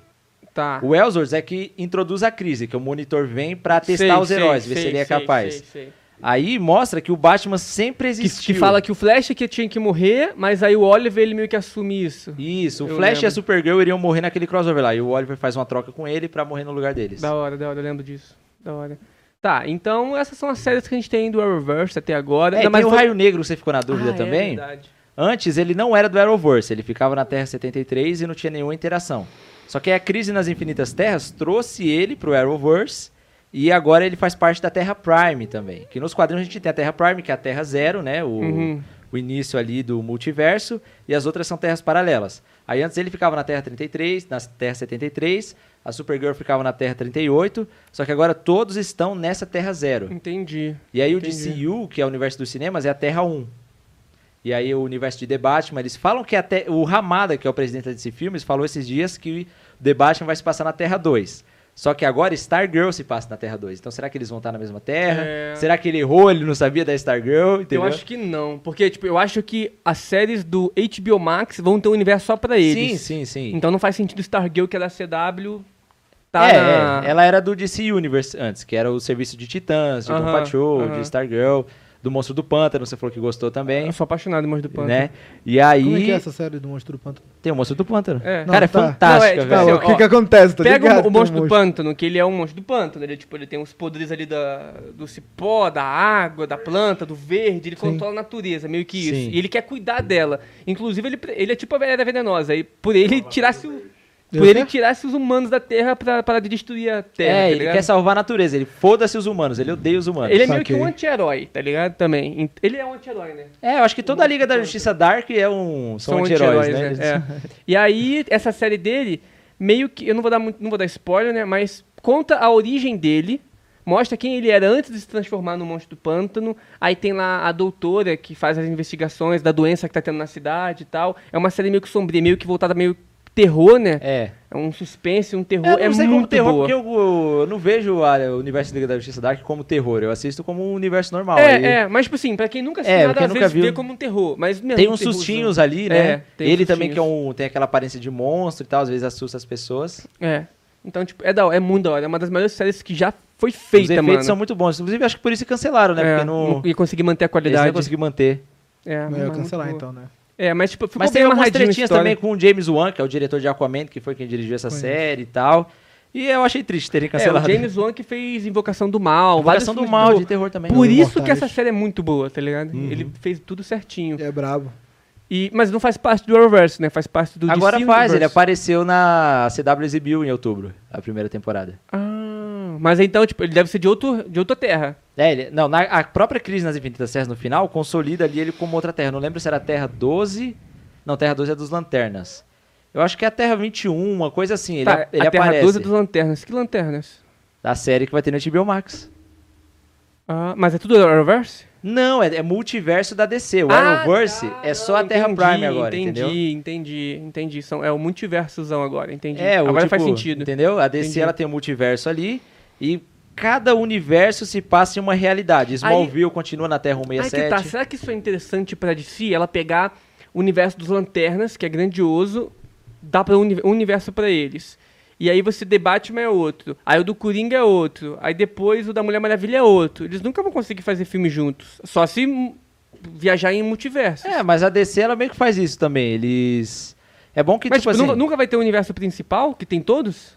Speaker 2: Tá.
Speaker 1: O Elseworlds é que introduz a crise, que o Monitor vem pra testar
Speaker 2: Sei,
Speaker 1: os
Speaker 2: sei,
Speaker 1: heróis, ver
Speaker 2: sei,
Speaker 1: se ele é
Speaker 2: sei,
Speaker 1: capaz.
Speaker 2: sei, sei.
Speaker 1: Aí mostra que o Batman sempre
Speaker 2: Que,
Speaker 1: existiu.
Speaker 2: que fala que o Flash é que tinha que morrer, mas aí o Oliver ele meio que assume isso.
Speaker 1: Isso, o
Speaker 2: Eu
Speaker 1: Flash e a
Speaker 2: lembro.
Speaker 1: Supergirl iriam morrer naquele crossover lá, e o Oliver faz uma troca com ele pra morrer no lugar deles.
Speaker 2: Da hora, da hora, eu lembro disso. Da hora. Tá, então essas são as séries que a gente tem do Arrowverse até
Speaker 1: É,
Speaker 2: agora. Ainda
Speaker 1: tem
Speaker 2: mais
Speaker 1: o
Speaker 2: foi-
Speaker 1: Raio Negro, você ficou na dúvida
Speaker 2: Ah, é
Speaker 1: também?
Speaker 2: verdade.
Speaker 1: Antes ele não era do Arrowverse, ele ficava na Terra 73 e não tinha nenhuma interação. Só que a crise nas Infinitas Terras trouxe ele pro Arrowverse e agora ele faz parte da Terra Prime também. Que nos quadrinhos a gente tem a Terra Prime, que é a Terra Zero, né? O,
Speaker 2: Uhum.
Speaker 1: o início ali do multiverso, e as outras são terras paralelas. Aí antes ele ficava na Terra 33, na Terra 73, a Supergirl ficava na Terra 38, só que agora todos estão nessa Terra Zero.
Speaker 2: Entendi.
Speaker 1: E aí
Speaker 2: Entendi.
Speaker 1: o DCU, que é o universo dos cinemas, é a Terra 1. E aí o universo de The Batman, eles falam que até o Ramada, que é o presidente desse filme, falou esses dias que The Batman vai se passar na Terra 2. Só que agora Stargirl se passa na Terra 2. Então será que eles vão estar na mesma terra?
Speaker 2: É.
Speaker 1: Será que ele errou, ele não sabia da Stargirl, entendeu?
Speaker 2: Eu acho que não, porque tipo, eu acho que as séries do HBO Max vão ter um universo só
Speaker 1: É
Speaker 2: pra eles.
Speaker 1: Sim, sim, sim.
Speaker 2: Então não faz sentido Stargirl, que é era CW, tá
Speaker 1: é,
Speaker 2: na...
Speaker 1: é, ela era do DC Universe antes, que era o serviço de Titãs, de Doom
Speaker 2: Aham,
Speaker 1: Patrol,
Speaker 2: aham.
Speaker 1: de Stargirl, do Monstro do Pântano, você falou que gostou também,
Speaker 2: Eu sou apaixonado em Monstro do Pântano.
Speaker 1: né? E aí...
Speaker 3: Como é que é essa série do Monstro do Pântano?
Speaker 1: Tem o Monstro do Pântano.
Speaker 2: É.
Speaker 1: Cara, é
Speaker 3: Não, tá.
Speaker 1: fantástica,
Speaker 2: Não, é, tipo,
Speaker 1: velho.
Speaker 2: assim,
Speaker 3: Não, o que
Speaker 2: ó,
Speaker 3: que acontece? Tá
Speaker 2: Pega
Speaker 3: ligado?
Speaker 2: o, o
Speaker 3: Tem um
Speaker 2: monstro do pântano, que ele é um monstro do pântano, ele, tipo, ele tem os poderes ali da, do cipó, da água, da planta, do verde, ele controla a natureza, meio que isso.
Speaker 1: Sim.
Speaker 2: E ele quer cuidar dela. Inclusive, ele, pre- ele é tipo a velha venenosa, e por ele tirasse o...
Speaker 3: Eu
Speaker 2: Por ele
Speaker 3: sei.
Speaker 2: tirasse os humanos da Terra pra parar de destruir a Terra.
Speaker 1: É,
Speaker 2: tá
Speaker 1: ele
Speaker 2: ligado?
Speaker 1: quer salvar a natureza. Ele foda-se os humanos. Ele odeia os humanos.
Speaker 2: Ele é meio que um
Speaker 3: Saquei.
Speaker 2: anti-herói, tá ligado? Também. Ent- Ele é um anti-herói, né?
Speaker 1: É, eu acho que toda a Liga da Justiça Dark é um... São, anti-heróis, né? Eles-
Speaker 2: É. E aí, essa série dele, meio que. Eu não vou dar muito. Não vou dar spoiler, né? Mas conta a origem dele. Mostra quem ele era antes de se transformar no monstro do pântano. Aí tem lá a doutora que faz as investigações da doença que tá tendo na cidade e tal. É uma série meio que sombria, meio que voltada meio terror, né? É,
Speaker 1: É.
Speaker 2: um suspense, um terror.
Speaker 1: Eu não
Speaker 2: é
Speaker 1: sei como
Speaker 2: muito
Speaker 1: terror,
Speaker 2: boa.
Speaker 1: porque eu, eu não vejo a- o universo da Liga da Justiça Dark como terror. Eu assisto como um universo normal.
Speaker 2: É,
Speaker 1: E
Speaker 2: é, mas tipo assim, pra quem nunca assistiu
Speaker 1: É,
Speaker 2: nada,
Speaker 1: quem
Speaker 2: às
Speaker 1: nunca
Speaker 2: vezes
Speaker 1: viu-
Speaker 2: vê como um terror. Mas não é
Speaker 1: Tem
Speaker 2: um
Speaker 1: uns
Speaker 2: terrorzão.
Speaker 1: sustinhos ali, né?
Speaker 2: É, tem uns
Speaker 1: ele também que é
Speaker 2: sustinhos.
Speaker 1: um, tem aquela aparência de monstro e tal, às vezes assusta as pessoas.
Speaker 2: É. Então, tipo, é, da, é muito da hora. É uma das melhores séries que já foi feita,
Speaker 1: Os efeitos
Speaker 2: mano.
Speaker 1: são muito bons. Inclusive, acho que por isso que cancelaram, né?
Speaker 2: É,
Speaker 1: Porque não,
Speaker 2: ia conseguir manter a
Speaker 1: eles não
Speaker 2: qualidade.
Speaker 1: conseguiram manter.
Speaker 2: É,
Speaker 3: Não,
Speaker 2: mas
Speaker 3: eu ia
Speaker 2: muito
Speaker 3: cancelar
Speaker 2: boa.
Speaker 3: então, né?
Speaker 2: É, mas tipo, ficou
Speaker 1: Mas
Speaker 2: bem
Speaker 1: tem umas
Speaker 2: amarradinho a
Speaker 1: tretinhas
Speaker 2: história.
Speaker 1: também com o James Wan, que é o diretor de Aquaman, que foi quem dirigiu essa série e tal. E eu achei triste terem
Speaker 2: É, o
Speaker 1: cancelado.
Speaker 2: James Wan que fez Invocação do Mal. vários
Speaker 1: Invocação do
Speaker 2: filmes
Speaker 1: Mal,
Speaker 2: terror. né?
Speaker 1: de terror também.
Speaker 2: Por
Speaker 3: Os
Speaker 2: isso que
Speaker 3: Imortais.
Speaker 2: essa série é muito boa, tá ligado?
Speaker 1: Uhum.
Speaker 2: Ele fez tudo certinho.
Speaker 3: É brabo.
Speaker 2: E, mas não faz parte do Arrowverse, né? Faz parte do
Speaker 1: Agora
Speaker 2: DC
Speaker 1: faz, ele
Speaker 2: Universe.
Speaker 1: apareceu na CW exibiu em outubro, a primeira temporada.
Speaker 2: Ah, mas então, tipo, ele deve ser de, outro, de outra terra.
Speaker 1: É, ele- não, na, a própria crise nas Infinitas Terras no final consolida ali ele como outra terra. Não lembro se era a Terra 12. Não, Terra 12 é dos Lanternas. Eu acho que é a Terra 21, uma coisa assim. Ele,
Speaker 2: tá,
Speaker 1: ele
Speaker 2: a Terra
Speaker 1: aparece.
Speaker 2: 12 dos Lanternas. Que Lanternas?
Speaker 1: Da série que vai ter no HBO Max.
Speaker 2: Ah, mas é tudo Arrowverse?
Speaker 1: Não, é, é multiverso da DC. O Arrowverse é só a Terra Prime agora,
Speaker 2: Ah, tá. entendi,
Speaker 1: entendeu?
Speaker 2: Entendi, entendi, entendi. São, é o multiversozão agora, entendi.
Speaker 1: É, o
Speaker 2: agora
Speaker 1: tipo,
Speaker 2: faz sentido.
Speaker 1: Entendeu? A DC
Speaker 2: Entendi.
Speaker 1: ela tem o multiverso ali e cada universo se passa em uma realidade. Smallville continua na Terra
Speaker 2: Aí que tá,
Speaker 1: 167.
Speaker 2: será que isso é interessante pra DC? Ela pegar o universo dos Lanternas, que é grandioso, dá pra uni- um universo pra eles. E aí você The Batman é outro, aí o do Coringa é outro, aí depois o da Mulher Maravilha é outro. Eles nunca vão conseguir fazer filmes juntos, só se hum, viajar em multiverso.
Speaker 1: É, mas a DC ela meio que faz isso também. Eles é bom que
Speaker 2: Mas
Speaker 1: tipo,
Speaker 2: tipo,
Speaker 1: assim,
Speaker 2: nunca- nunca vai ter o universo principal, que tem todos?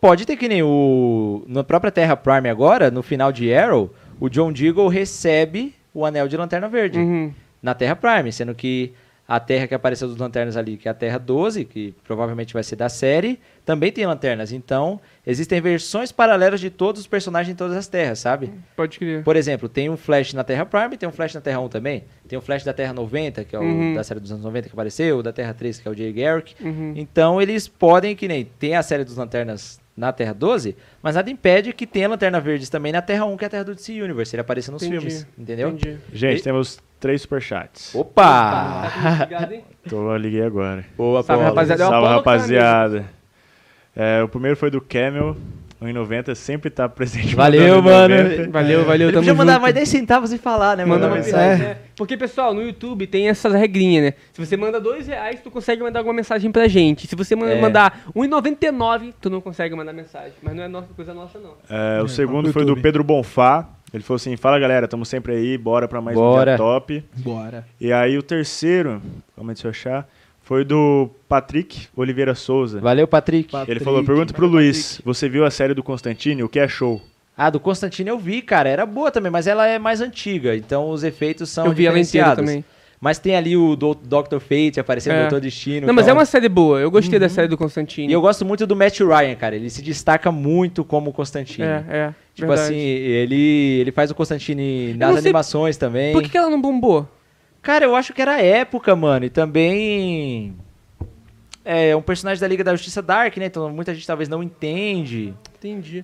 Speaker 1: pode ter que nem o na própria Terra Prime agora, no final de Arrow, o John Deagle recebe o anel de Lanterna Verde
Speaker 2: Uhum.
Speaker 1: na Terra Prime, sendo que A Terra que apareceu dos lanternas ali, que é a Terra 12, que provavelmente vai ser da série, também tem lanternas. Então, existem versões paralelas de todos os personagens em todas as terras, sabe?
Speaker 2: Pode crer.
Speaker 1: Por exemplo, tem um Flash na Terra Prime, tem um Flash na Terra 1 também. Tem um Flash da Terra 90, que é o
Speaker 2: Uhum.
Speaker 1: da série dos anos 90 que apareceu, da Terra 3, que é o Jay Garrick.
Speaker 2: Uhum.
Speaker 1: Então eles podem, que nem tem a série dos Lanternas na Terra 12, mas nada impede que tenha Lanterna Verdes também na Terra 1, que é a Terra do DC Universe. Ele apareça nos
Speaker 2: Entendi.
Speaker 1: filmes, entendeu?
Speaker 2: Entendi.
Speaker 4: Gente,
Speaker 1: E-
Speaker 4: temos três superchats.
Speaker 1: Opa!
Speaker 2: Obrigado, hein?
Speaker 4: Tô, eu liguei agora.
Speaker 1: Boa,
Speaker 2: Salve,
Speaker 1: Paulo.
Speaker 2: rapaziada. é o
Speaker 4: Salve,
Speaker 2: Apollo que tá na
Speaker 4: rapaziada. É, o primeiro foi do Camel. 1,90 sempre tá presente.
Speaker 1: Valeu,
Speaker 4: mandando
Speaker 1: mano.
Speaker 4: 1,90.
Speaker 2: Valeu, valeu.
Speaker 1: Ele
Speaker 2: tamo
Speaker 1: podia mandar
Speaker 2: junto.
Speaker 1: mais 10 centavos e falar, né?
Speaker 2: Manda
Speaker 1: Mandar
Speaker 2: uma
Speaker 4: É.
Speaker 2: mensagem, né? Porque, pessoal, no YouTube tem essas regrinhas, né? Se você manda dois reais, tu consegue mandar alguma mensagem pra gente. Se você man-
Speaker 1: É.
Speaker 2: mandar 1,99, tu não consegue mandar mensagem. Mas não é nossa, coisa nossa, não.
Speaker 4: É, o segundo
Speaker 3: no
Speaker 4: foi do
Speaker 3: YouTube.
Speaker 4: Pedro Bonfá. Ele falou assim: fala galera, tamo sempre aí, bora pra mais um
Speaker 1: Bora.
Speaker 4: dia top.
Speaker 3: Bora.
Speaker 4: E aí o terceiro, calma aí, deixa eu achar, foi do Patrick Oliveira Souza.
Speaker 1: Valeu, Patrick.
Speaker 3: Pat-
Speaker 4: Ele falou:
Speaker 3: Patrick.
Speaker 4: pergunta pro Luiz, você viu a série do Constantine? O que é achou?
Speaker 1: Ah, do Constantino eu vi, cara. Era boa também, mas ela é mais antiga. Então os efeitos são
Speaker 2: Eu vi ela inteira
Speaker 1: diferenciados.
Speaker 2: também.
Speaker 1: Mas tem ali o do Dr. Fate aparecendo,
Speaker 2: É.
Speaker 1: o Dr. Destino.
Speaker 2: Não, mas é
Speaker 1: então-
Speaker 2: uma série boa. Eu gostei da série do Constantino.
Speaker 1: E Uhum. eu gosto muito do Matt Ryan, cara. Ele se destaca muito como
Speaker 2: É,
Speaker 1: Constantino.
Speaker 2: é.
Speaker 1: Tipo
Speaker 2: verdade.
Speaker 1: assim, ele, ele faz o Constantine nas
Speaker 2: não sei-
Speaker 1: animações também.
Speaker 2: Por que, que ela não bombou?
Speaker 1: Cara, eu acho que era a época, mano. E também. É um personagem da Liga da Justiça Dark, né? Então muita gente talvez não entende.
Speaker 2: Entendi.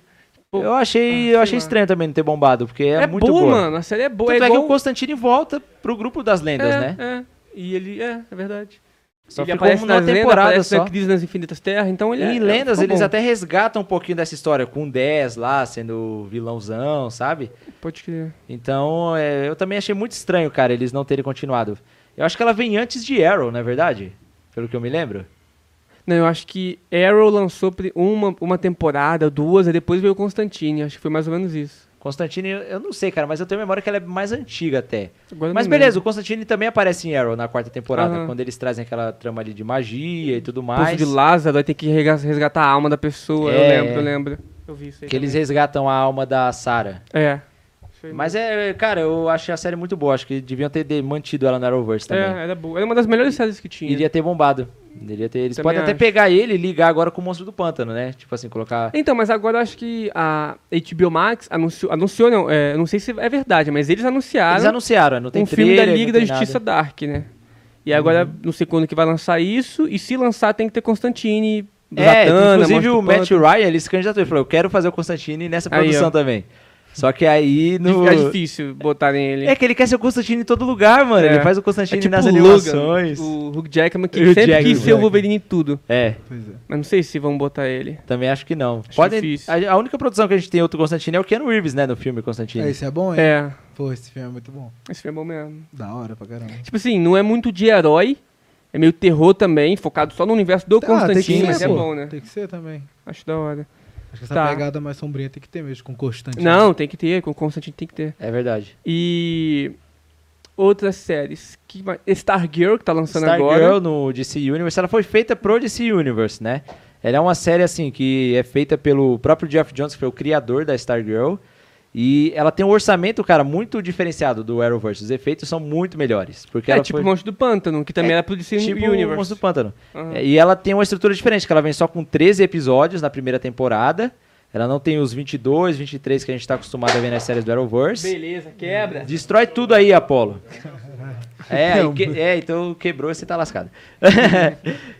Speaker 2: Pô, ah,
Speaker 1: Eu achei,
Speaker 2: sei
Speaker 1: eu achei
Speaker 2: lá.
Speaker 1: estranho também não ter bombado, porque é,
Speaker 2: É,
Speaker 1: muito
Speaker 2: boa,
Speaker 1: boa.
Speaker 2: mano. A série é boa.
Speaker 1: Tanto é,
Speaker 2: é
Speaker 1: que o
Speaker 2: igual...
Speaker 1: Constantine volta pro grupo das lendas,
Speaker 2: é,
Speaker 1: né?
Speaker 2: é. E ele... É, é verdade.
Speaker 1: Só
Speaker 2: ele
Speaker 1: ficou
Speaker 2: aparece
Speaker 1: uma
Speaker 2: nas lendas,
Speaker 1: temporada
Speaker 2: aparece
Speaker 1: só.
Speaker 2: na Crise nas Infinitas Terras, então ele é-
Speaker 1: Em lendas,
Speaker 2: ficou
Speaker 1: eles
Speaker 2: bom.
Speaker 1: até resgatam um pouquinho dessa história, com o 10 lá, sendo vilãozão, sabe?
Speaker 2: Pode crer.
Speaker 1: Então, é, eu também achei muito estranho, cara, eles não terem continuado. Eu acho que ela vem antes de Arrow, não é verdade? Pelo que eu me lembro.
Speaker 2: Não, eu acho que Arrow lançou pri- uma, uma temporada, duas, e depois veio Constantine. Acho que foi mais ou menos isso.
Speaker 1: Constantine, eu- eu não sei, cara, mas eu tenho memória que ela é mais antiga até.
Speaker 2: Agora eu
Speaker 1: Mas
Speaker 2: não
Speaker 1: beleza,
Speaker 2: lembro.
Speaker 1: o Constantine também aparece em Arrow na quarta temporada,
Speaker 2: Aham.
Speaker 1: quando eles trazem aquela trama ali de magia e tudo
Speaker 2: Poço
Speaker 1: mais.
Speaker 2: de Lázaro, vai ter que rega- resgatar a alma da pessoa. eu
Speaker 1: É,
Speaker 2: lembro,
Speaker 1: é.
Speaker 2: eu lembro. Eu vi isso aí.
Speaker 1: Que eles resgatam a alma da Sarah.
Speaker 2: também. É. Isso aí
Speaker 1: Mas é, cara, eu achei a série muito boa, acho que deviam ter de- mantido ela na Arrowverse
Speaker 2: mesmo.
Speaker 1: também.
Speaker 2: É, era boa. Era uma das melhores séries que tinha.
Speaker 1: Tá Iria ter bombado. Iria ter, eles
Speaker 2: Também
Speaker 1: podem até
Speaker 2: acho.
Speaker 1: pegar ele e ligar agora com o Monstro do Pântano, né? Tipo assim, colocar...
Speaker 2: Então, mas agora eu acho que a HBO Max anunciou, anunciou não, é, eu não sei se é verdade, mas eles anunciaram,
Speaker 1: Eles anunciaram, né? não tem
Speaker 2: um filme da
Speaker 1: trailer,
Speaker 2: Liga
Speaker 1: não
Speaker 2: da
Speaker 1: tem
Speaker 2: Justiça
Speaker 1: nada. Uhum.
Speaker 2: Dark, né? E agora não sei quando que vai lançar isso, e se lançar tem que ter Constantine,
Speaker 1: É,
Speaker 2: Zatanna,
Speaker 1: inclusive
Speaker 2: Monstro
Speaker 1: o
Speaker 2: né, do
Speaker 1: Matt
Speaker 2: Pântano.
Speaker 1: Ryan, ele se candidatou. Ele falou, eu quero fazer o Constantine nessa
Speaker 2: Aí,
Speaker 1: produção
Speaker 2: ó.
Speaker 1: também. Só que aí no...
Speaker 2: É difícil botarem ele.
Speaker 1: É que ele quer ser o Constantine em todo lugar, mano.
Speaker 2: É.
Speaker 1: Ele faz o Constantine
Speaker 2: É tipo
Speaker 1: nas
Speaker 2: o
Speaker 1: animações.
Speaker 2: Logan, o Hugh Jackman, que
Speaker 1: O Hugh
Speaker 2: sempre
Speaker 1: Jackman.
Speaker 2: quis ser o Wolverine em tudo.
Speaker 1: É,
Speaker 3: Pois é.
Speaker 2: Mas não sei se vão botar ele.
Speaker 1: também acho que não.
Speaker 2: Acho
Speaker 1: Podem-
Speaker 2: difícil.
Speaker 1: a, a única produção que a gente tem outro Constantine é o Keanu Reeves, né? No filme Constantine.
Speaker 3: É, esse é bom, hein?
Speaker 2: É,
Speaker 3: Pô, esse filme é muito bom.
Speaker 2: esse filme é bom mesmo.
Speaker 3: Da hora pra caramba. Ah,
Speaker 2: Tipo assim, não é muito de herói, é meio terror também, focado só no universo
Speaker 1: Ah,
Speaker 2: do
Speaker 3: Tá, tem
Speaker 2: Constantine,
Speaker 3: que
Speaker 2: mas
Speaker 3: ser,
Speaker 2: é
Speaker 3: pô.
Speaker 2: bom, né?
Speaker 3: Tem que ser também.
Speaker 2: Acho da hora.
Speaker 3: Acho que essa
Speaker 2: Tá.
Speaker 3: pegada mais sombria tem que ter mesmo, com né? Constantino.
Speaker 2: Não, tem que ter, com o Constantine tem que ter.
Speaker 1: É verdade.
Speaker 2: E outras séries. Que mais? Stargirl, que tá lançando agora.
Speaker 1: Stargirl no DC Universe, ela foi feita pro DC Universe, né? Ela é uma série, assim, que é feita pelo próprio Jeff Jones, que foi o criador da Stargirl. E ela tem um orçamento, cara, muito diferenciado do Arrowverse. Os efeitos são muito melhores. Porque
Speaker 2: é
Speaker 1: ela
Speaker 2: tipo
Speaker 1: foi...
Speaker 2: o Monstro do Pântano, que também
Speaker 1: É,
Speaker 2: era pro DC
Speaker 1: tipo o
Speaker 2: Universe.
Speaker 1: Monstro do Pântano.
Speaker 2: Aham.
Speaker 1: É, E ela tem uma estrutura diferente, que ela vem só com 13 episódios na primeira temporada. Ela não tem os 22, 23 que a gente tá acostumado a ver nas séries do Arrowverse.
Speaker 2: Beleza, quebra.
Speaker 1: Destrói tudo aí, Apolo. É, aí que- é, então quebrou e você tá lascado.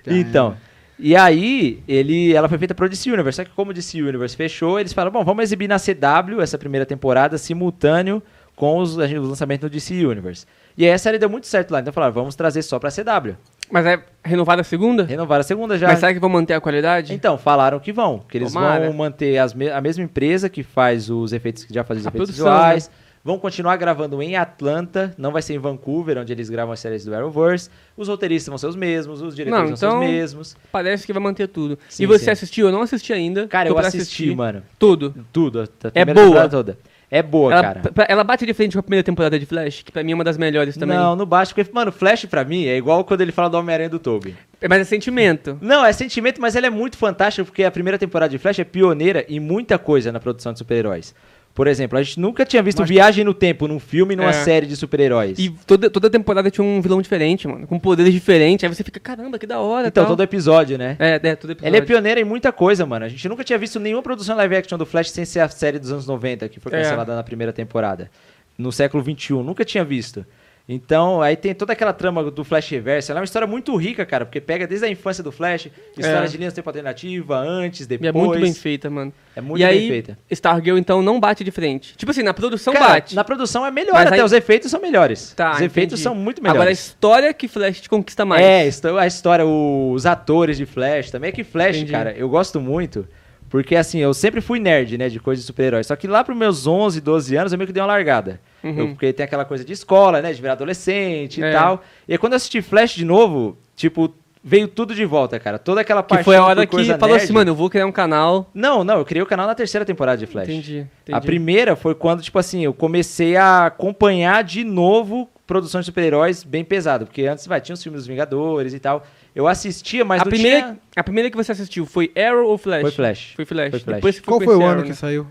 Speaker 1: então. E aí, ele, ela foi feita pro DC Universe. Só que como o DC Universe fechou, eles falaram, bom, vamos exibir na CW essa primeira temporada simultâneo com os, a gente- os lançamentos do DC Universe. E aí a série deu muito certo lá. Então falaram, vamos trazer só pra CW.
Speaker 2: Mas é renovada a segunda?
Speaker 1: Renovaram a segunda já.
Speaker 2: Mas será que vão manter a qualidade?
Speaker 1: Então, falaram que vão, que eles
Speaker 2: Tomara.
Speaker 1: vão manter as me- a mesma empresa que faz os efeitos, que já faz os
Speaker 2: A
Speaker 1: efeitos
Speaker 2: produção, né?
Speaker 1: visuais, vão continuar gravando em Atlanta, não vai ser em Vancouver, onde eles gravam as séries do Arrowverse, os roteiristas vão ser os mesmos, os diretores
Speaker 2: Não,
Speaker 1: vão ser os
Speaker 2: então-
Speaker 1: mesmos.
Speaker 2: Parece que vai manter tudo.
Speaker 1: Sim,
Speaker 2: e você
Speaker 1: sim.
Speaker 2: assistiu? Eu não assisti ainda.
Speaker 1: Cara,
Speaker 2: tô
Speaker 1: eu
Speaker 2: pra
Speaker 1: assisti,
Speaker 2: assistir.
Speaker 1: mano,
Speaker 2: Tudo.
Speaker 1: tudo, a a
Speaker 2: É
Speaker 1: primeira
Speaker 2: boa.
Speaker 1: temporada toda. É boa,
Speaker 2: ela,
Speaker 1: cara.
Speaker 2: pra- ela bate de frente com a primeira temporada de Flash, que pra mim é uma das melhores também.
Speaker 1: Não, não baixa, porque, mano, Flash pra mim é igual quando ele fala do Homem-Aranha do Tobey.
Speaker 2: É, Mas é sentimento.
Speaker 1: Não, é sentimento, mas ela é muito fantástica porque a primeira temporada de Flash é pioneira em muita coisa na produção de super-heróis. Por exemplo, a gente nunca tinha visto
Speaker 2: Mas-
Speaker 1: Viagem no Tempo num filme, numa
Speaker 2: É.
Speaker 1: série de super-heróis.
Speaker 2: E toda, toda temporada tinha um vilão diferente, mano. Com poderes diferentes. Aí você fica, caramba, que da hora.
Speaker 1: Então,
Speaker 2: tal.
Speaker 1: todo episódio, né?
Speaker 2: É, é, todo episódio.
Speaker 1: Ela é pioneira em muita coisa, mano. A gente nunca tinha visto nenhuma produção live action do Flash sem ser a série dos anos 90, que foi
Speaker 2: É.
Speaker 1: cancelada na primeira temporada. No século XXI, nunca tinha visto. Então, aí tem toda aquela trama do Flash Reverso. Ela é uma história muito rica, cara, porque pega desde a infância do Flash, história
Speaker 2: É.
Speaker 1: de linhas de tempo alternativa, antes,
Speaker 2: E
Speaker 1: depois.
Speaker 2: é muito bem feita, mano.
Speaker 1: É muito
Speaker 2: e
Speaker 1: bem
Speaker 2: aí,
Speaker 1: feita.
Speaker 2: Stargirl, então, não bate de frente. Tipo assim, na produção
Speaker 1: Cara,
Speaker 2: bate.
Speaker 1: Na produção é melhor,
Speaker 2: Mas
Speaker 1: até
Speaker 2: aí-
Speaker 1: os efeitos são melhores.
Speaker 2: Tá,
Speaker 1: os efeitos
Speaker 2: entendi.
Speaker 1: são muito
Speaker 2: Agora, a
Speaker 1: melhores.
Speaker 2: história que Flash te conquista mais.
Speaker 1: É, esto- a história, o- os atores de Flash também. É que Flash,
Speaker 2: Entendi.
Speaker 1: cara, eu gosto muito. Porque, assim, eu sempre fui nerd, né, de coisa de super-herói. Só que lá pros meus 11, 12 anos, eu meio que dei uma largada.
Speaker 2: Uhum.
Speaker 1: Eu- porque tem aquela coisa de escola, né, de virar adolescente
Speaker 2: É.
Speaker 1: e tal. E aí, quando eu assisti Flash de novo, tipo, veio tudo de volta, cara. Toda aquela
Speaker 2: que
Speaker 1: parte
Speaker 2: foi a hora que falou assim, mano, eu vou criar um canal.
Speaker 1: Não, não, eu criei o canal na terceira temporada de Flash.
Speaker 2: Entendi, entendi.
Speaker 1: A primeira foi quando, tipo assim, eu comecei a acompanhar de novo produções de super-heróis bem pesado. Porque antes, vai, tinha os filmes dos Vingadores e tal. Eu assistia, mas
Speaker 2: a
Speaker 1: não
Speaker 2: primeira,
Speaker 1: tinha...
Speaker 2: a primeira que você assistiu foi Arrow ou Flash?
Speaker 1: Foi Flash.
Speaker 2: Foi Flash.
Speaker 1: Foi Flash.
Speaker 2: Depois que
Speaker 3: Qual
Speaker 2: foi
Speaker 3: foi o
Speaker 2: conhecer
Speaker 3: ano
Speaker 2: Arrow,
Speaker 3: que
Speaker 2: né?
Speaker 3: saiu?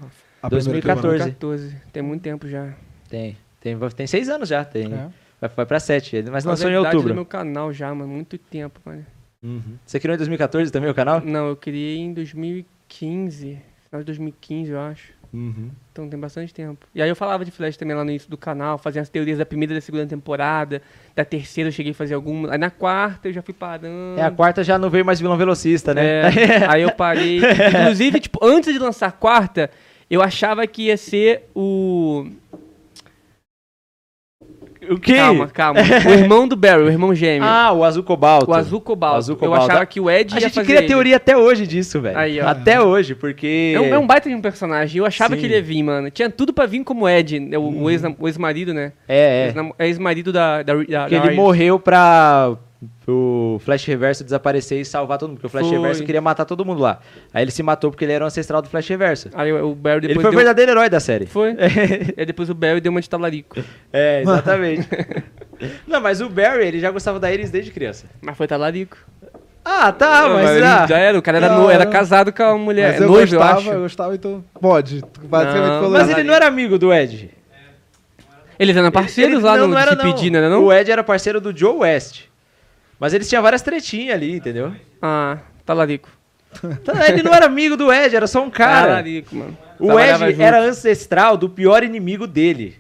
Speaker 3: a primeira
Speaker 1: 2014.
Speaker 2: 14. Tem muito tempo já.
Speaker 1: Tem, tem, tem seis anos já, tem.
Speaker 3: É.
Speaker 1: Vai, vai pra sete, ele- mas
Speaker 2: Quase
Speaker 1: lançou
Speaker 2: a
Speaker 1: em
Speaker 2: idade
Speaker 1: outubro.
Speaker 2: do meu canal já, mano. Muito tempo, mano.
Speaker 1: Você criou em 2014 também o canal?
Speaker 2: Não, eu criei em 2015. Final de 2015, eu acho. Então tem bastante tempo. E aí eu falava de Flash também lá no início do canal, fazia as teorias da primeira e da segunda temporada, da terceira eu cheguei a fazer alguma. Aí na quarta eu já fui parando.
Speaker 1: É, a quarta já não veio mais vilão velocista, né?
Speaker 2: É, aí eu parei. Inclusive, tipo, antes de lançar a quarta, eu achava que ia ser o.
Speaker 1: O quê?
Speaker 2: Calma, calma. O irmão do Barry, o irmão gêmeo.
Speaker 1: Ah, o Azul Cobalto.
Speaker 2: o azul cobalto.
Speaker 1: O Azul
Speaker 2: Eu
Speaker 1: Cobalto.
Speaker 2: achava que o Ed
Speaker 1: A
Speaker 2: ia
Speaker 1: gente
Speaker 2: fazer
Speaker 1: cria
Speaker 2: ele.
Speaker 1: teoria até hoje disso,
Speaker 2: Aí, ó.
Speaker 1: velho. Até hoje, porque...
Speaker 2: É um, é um baita de um personagem. Eu
Speaker 1: Sim.
Speaker 2: achava
Speaker 1: Uhum.
Speaker 2: que ele ia vir, mano. Tinha tudo pra vir como Ed, né, o, o ex- o ex-marido, né?
Speaker 1: É, é.
Speaker 2: Ex-nam- Ex-marido da, da, da
Speaker 1: Porque
Speaker 2: da
Speaker 1: ele
Speaker 2: Iris.
Speaker 1: morreu pra o Flash Reverso desaparecer e salvar todo mundo. Porque o Flash
Speaker 2: Foi.
Speaker 1: Reverso queria matar todo mundo lá. Aí ele se matou porque ele era o ancestral do Flash Reverso.
Speaker 2: Aí o o Barry depois
Speaker 1: ele foi o
Speaker 2: deu...
Speaker 1: verdadeiro herói da série.
Speaker 2: Foi. Aí depois o Barry deu uma de talarico.
Speaker 1: É, exatamente. Não, mas o Barry, ele já gostava da Iris desde criança.
Speaker 2: Mas foi talarico.
Speaker 1: Ah, tá, mas... ah,
Speaker 2: Já é era, o cara era,
Speaker 3: Não,
Speaker 2: no- era
Speaker 3: eu-
Speaker 2: casado com a mulher.
Speaker 3: Mas eu
Speaker 2: é noivo, eu
Speaker 3: gostava,
Speaker 2: acho.
Speaker 3: eu, gostava, então. Pode. Tu Basicamente
Speaker 2: Não,
Speaker 3: falou
Speaker 1: mas
Speaker 3: isso.
Speaker 1: ele não é era amigo do Ed.
Speaker 2: Eles eram parceiros
Speaker 1: Ele-
Speaker 2: tá lá no
Speaker 1: era,
Speaker 2: Despedida, né? Não?
Speaker 1: O Ed era parceiro do Joe West. Mas eles tinham várias tretinhas ali, entendeu?
Speaker 2: Ah, talarico.
Speaker 1: Então, ele não era amigo do Ed, era só um cara.
Speaker 2: talarico, Tá mano.
Speaker 1: O
Speaker 2: Trabalhava
Speaker 1: Ed
Speaker 2: junto.
Speaker 1: era ancestral do pior inimigo dele.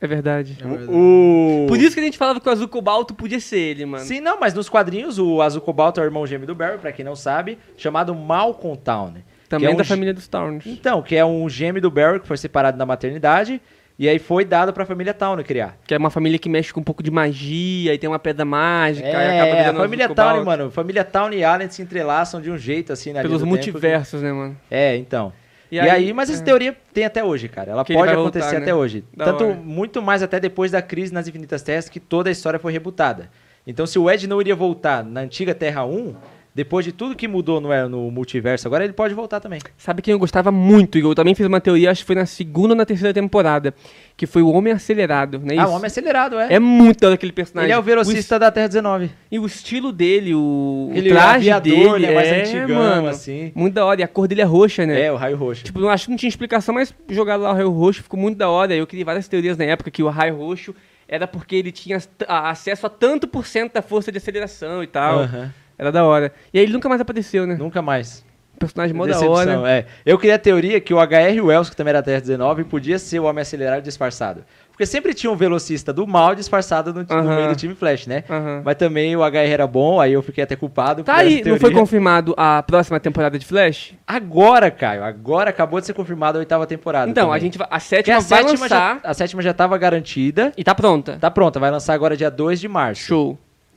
Speaker 2: É verdade.
Speaker 1: O...
Speaker 2: Por isso que a gente falava que o Azul Cobalto podia ser ele, mano.
Speaker 1: Sim, não, mas nos quadrinhos, o Azul Cobalto é o irmão gêmeo do Barry, pra quem não sabe, chamado Malcolm Town.
Speaker 2: Também
Speaker 1: que é um
Speaker 2: da
Speaker 1: gê-
Speaker 2: família dos Towns.
Speaker 1: Então, que é um gêmeo do Barry que foi separado da maternidade e aí foi dado pra família Town criar.
Speaker 2: Que é uma família que mexe com um pouco de magia e tem uma pedra mágica. e acaba
Speaker 1: É,
Speaker 2: virando
Speaker 1: a
Speaker 2: Azul
Speaker 1: família
Speaker 2: Cobalto.
Speaker 1: Town, mano, família Town e Allen se entrelaçam de um jeito assim na linha
Speaker 2: Pelos
Speaker 1: do tempo que-
Speaker 2: multiversos, né, mano?
Speaker 1: É, então.
Speaker 2: E
Speaker 1: E,
Speaker 2: aí-
Speaker 1: aí, mas essa
Speaker 2: é.
Speaker 1: teoria tem até hoje, cara. Ela
Speaker 2: Que ele
Speaker 1: pode
Speaker 2: vai
Speaker 1: acontecer
Speaker 2: voltar, né?
Speaker 1: até hoje.
Speaker 2: Da
Speaker 1: Tanto
Speaker 2: hora.
Speaker 1: muito mais até depois da crise nas Infinitas Terras que toda a história foi rebutada. Então, se o Ed não iria voltar na antiga Terra 1, depois de tudo que mudou no, no multiverso, agora ele pode voltar também.
Speaker 2: Sabe quem eu gostava muito? E eu também fiz uma teoria, acho que foi na segunda ou na terceira temporada. Que foi o Homem Acelerado, né?
Speaker 1: Ah, o homem acelerado, é.
Speaker 2: É muito da hora aquele personagem.
Speaker 1: ele é o velocista da Terra 19.
Speaker 2: E o estilo dele, o, o
Speaker 1: Ele é
Speaker 2: traje
Speaker 1: aviador,
Speaker 2: dele,
Speaker 1: né, mais
Speaker 2: é,
Speaker 1: antigão,
Speaker 2: mano,
Speaker 1: assim.
Speaker 2: Muito da hora. E a cor dele é roxa, né?
Speaker 1: É, o raio roxo.
Speaker 2: Tipo, não, acho que não tinha explicação, mas jogaram lá o raio roxo, ficou muito da hora. Eu criei várias teorias na época que o raio roxo era porque ele tinha t- a- acesso a tanto por cento da força de aceleração e tal.
Speaker 1: Aham.
Speaker 2: Era da hora. E aí ele nunca mais apareceu, né?
Speaker 1: Nunca mais.
Speaker 2: Um personagem mó da
Speaker 1: Decepção,
Speaker 2: hora.
Speaker 1: é. Eu queria a teoria que o HR Wells, que também era da Terra 19, podia ser o homem acelerado disfarçado. Porque sempre tinha um velocista do mal disfarçado no, no
Speaker 2: Aham.
Speaker 1: meio do time Flash, né?
Speaker 2: Aham.
Speaker 1: Mas também o HR era bom, aí eu fiquei até culpado.
Speaker 2: Tá
Speaker 1: por essa
Speaker 2: aí, não
Speaker 1: teoria.
Speaker 2: foi confirmado a próxima temporada de Flash?
Speaker 1: Agora, Caio, agora acabou de ser confirmada a oitava temporada.
Speaker 2: Então,
Speaker 1: também.
Speaker 2: a gente vai, a
Speaker 1: Porque
Speaker 2: sétima
Speaker 1: a
Speaker 2: vai
Speaker 1: sétima, já,
Speaker 2: lançar
Speaker 1: a sétima já tava garantida.
Speaker 2: e tá pronta.
Speaker 1: Tá pronta, vai lançar agora dia 2 de março.
Speaker 2: Show.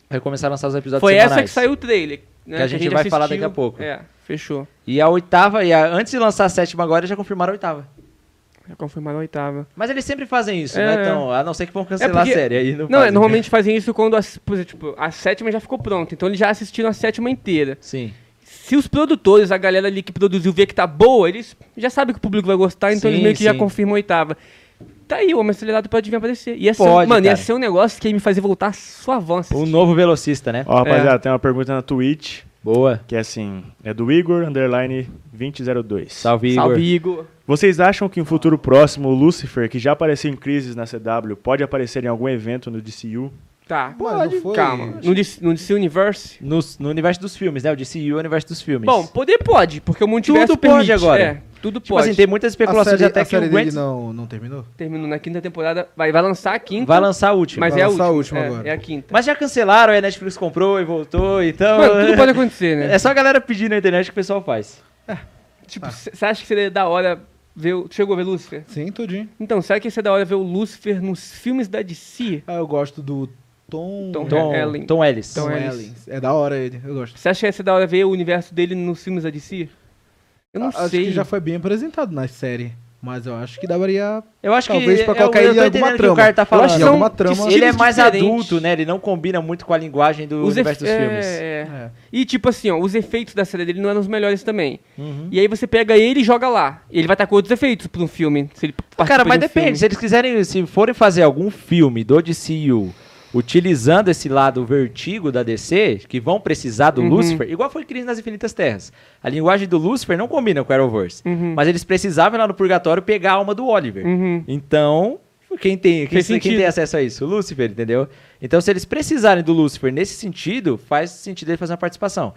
Speaker 1: Vai começar a lançar os episódios
Speaker 2: Foi essa que
Speaker 1: semanais.
Speaker 2: saiu o trailer. né,
Speaker 1: Que a gente vai falar
Speaker 2: assistiu.
Speaker 1: daqui a pouco.
Speaker 2: É, fechou.
Speaker 1: E a oitava, e a- antes de lançar a sétima agora, já confirmaram a oitava.
Speaker 2: Já confirmaram a oitava.
Speaker 1: Mas eles sempre fazem isso,
Speaker 2: É,
Speaker 1: né? Então, a não ser que vão cancelar
Speaker 2: porque-
Speaker 1: a série. Aí não,
Speaker 2: Não, é,
Speaker 1: fazem. né?
Speaker 2: normalmente fazem isso quando as, por exemplo, tipo, a sétima já ficou pronta, então eles já assistiram a sétima inteira.
Speaker 1: Sim.
Speaker 2: Se os produtores, a galera ali que produziu ver que tá boa, eles já sabem que o público vai gostar, então
Speaker 1: Sim,
Speaker 2: eles meio que já
Speaker 1: sim.
Speaker 2: confirmam a oitava. Tá aí, o Homem Acelerado pode vir aparecer. E esse é
Speaker 1: Pode,
Speaker 2: mano, ia
Speaker 1: cara.
Speaker 2: ser um negócio que ia me fazer voltar sua voz.
Speaker 1: Um novo velocista, né?
Speaker 4: Ó, rapaziada, tem uma pergunta na Twitch.
Speaker 1: Boa.
Speaker 4: Que é assim, é do Igor, underline 2002.
Speaker 1: Salve, Igor.
Speaker 2: Salve, Igor.
Speaker 4: Vocês acham que em um futuro próximo o Lucifer, que já apareceu em crises na CW, pode aparecer em algum evento no DCU?
Speaker 2: Tá,
Speaker 3: Mano, não foi-
Speaker 2: calma. No DC, no DC Universe?
Speaker 1: No, no universo dos filmes, né? O DCU é o universo dos filmes.
Speaker 2: Bom, poder pode, porque o multiverso
Speaker 1: Tudo pode
Speaker 2: permite.
Speaker 1: agora.
Speaker 2: É, tudo
Speaker 1: tipo
Speaker 2: pode.
Speaker 1: assim, tem muitas
Speaker 3: A
Speaker 1: especulações
Speaker 3: série,
Speaker 1: até
Speaker 3: a
Speaker 1: que o
Speaker 3: série
Speaker 1: Grant
Speaker 3: dele não, não terminou?
Speaker 2: Terminou na quinta temporada, vai, vai lançar a quinta.
Speaker 1: vai lançar a última. Mas,
Speaker 2: Mas
Speaker 3: Vai
Speaker 2: é a
Speaker 3: lançar
Speaker 2: última.
Speaker 3: a última
Speaker 2: é,
Speaker 3: agora.
Speaker 2: é a quinta.
Speaker 1: já cancelaram, aí a Netflix comprou e voltou, então...
Speaker 2: Mano, tudo pode acontecer, né?
Speaker 1: É só a galera pedir na internet que o pessoal faz.
Speaker 2: Tipo, você acha que seria da hora ver. o- Chegou a ver Lúcifer?
Speaker 3: Sim, todinho.
Speaker 2: Então, será que seria da hora ver o Lúcifer nos filmes da DC?
Speaker 3: Ah, eu gosto do Tom...
Speaker 2: Tom-
Speaker 1: Tom,
Speaker 2: Ellen.
Speaker 1: Tom Ellis.
Speaker 2: Tom
Speaker 3: É, Tom
Speaker 2: Ellis.
Speaker 3: Ellis. É da hora ele, eu gosto.
Speaker 2: Você acha que ia ser da hora ver o universo dele nos filmes da DC? Eu não
Speaker 3: Ah, Acho
Speaker 2: sei.
Speaker 3: que já foi bem apresentado na série. Mas eu acho que daria.
Speaker 1: Eu acho
Speaker 3: Talvez
Speaker 1: que
Speaker 3: pra
Speaker 1: é o-
Speaker 3: colocar
Speaker 1: eu
Speaker 3: ele
Speaker 1: tô
Speaker 3: em alguma
Speaker 1: entendendo o que o
Speaker 3: trama.
Speaker 1: cara tá
Speaker 3: Eu
Speaker 1: falando.
Speaker 3: acho que
Speaker 2: São
Speaker 3: alguma trama.
Speaker 2: estilos
Speaker 1: Ele é mais
Speaker 2: diferentes.
Speaker 1: adulto, né? Ele não combina muito com a linguagem do
Speaker 2: Os
Speaker 1: universo dos
Speaker 2: efe-
Speaker 1: filmes.
Speaker 2: é, é.
Speaker 3: É.
Speaker 2: E tipo assim, ó, os efeitos da série dele não eram os melhores também.
Speaker 1: Uhum.
Speaker 2: E aí você pega ele e joga lá. E ele vai estar com outros efeitos pro um filme. Se ele participa
Speaker 1: Cara,
Speaker 2: de
Speaker 1: mas
Speaker 2: um
Speaker 1: depende. Se
Speaker 2: filme.
Speaker 1: eles quiserem, se forem fazer algum filme do DCU utilizando esse lado vertigo da DC, que vão precisar do
Speaker 2: Uhum.
Speaker 1: Lucifer, igual foi Crise nas Infinitas Terras. A linguagem do Lucifer não combina com o Arrowverse.
Speaker 2: Uhum.
Speaker 1: Mas eles precisavam ir lá no Purgatório pegar a alma do Oliver.
Speaker 2: Uhum.
Speaker 1: Então, quem tem, quem,
Speaker 2: Fez
Speaker 1: quem
Speaker 2: sentido.
Speaker 1: tem acesso a isso? O Lúcifer, entendeu? Então, se eles precisarem do Lúcifer nesse sentido, faz sentido ele fazer uma participação.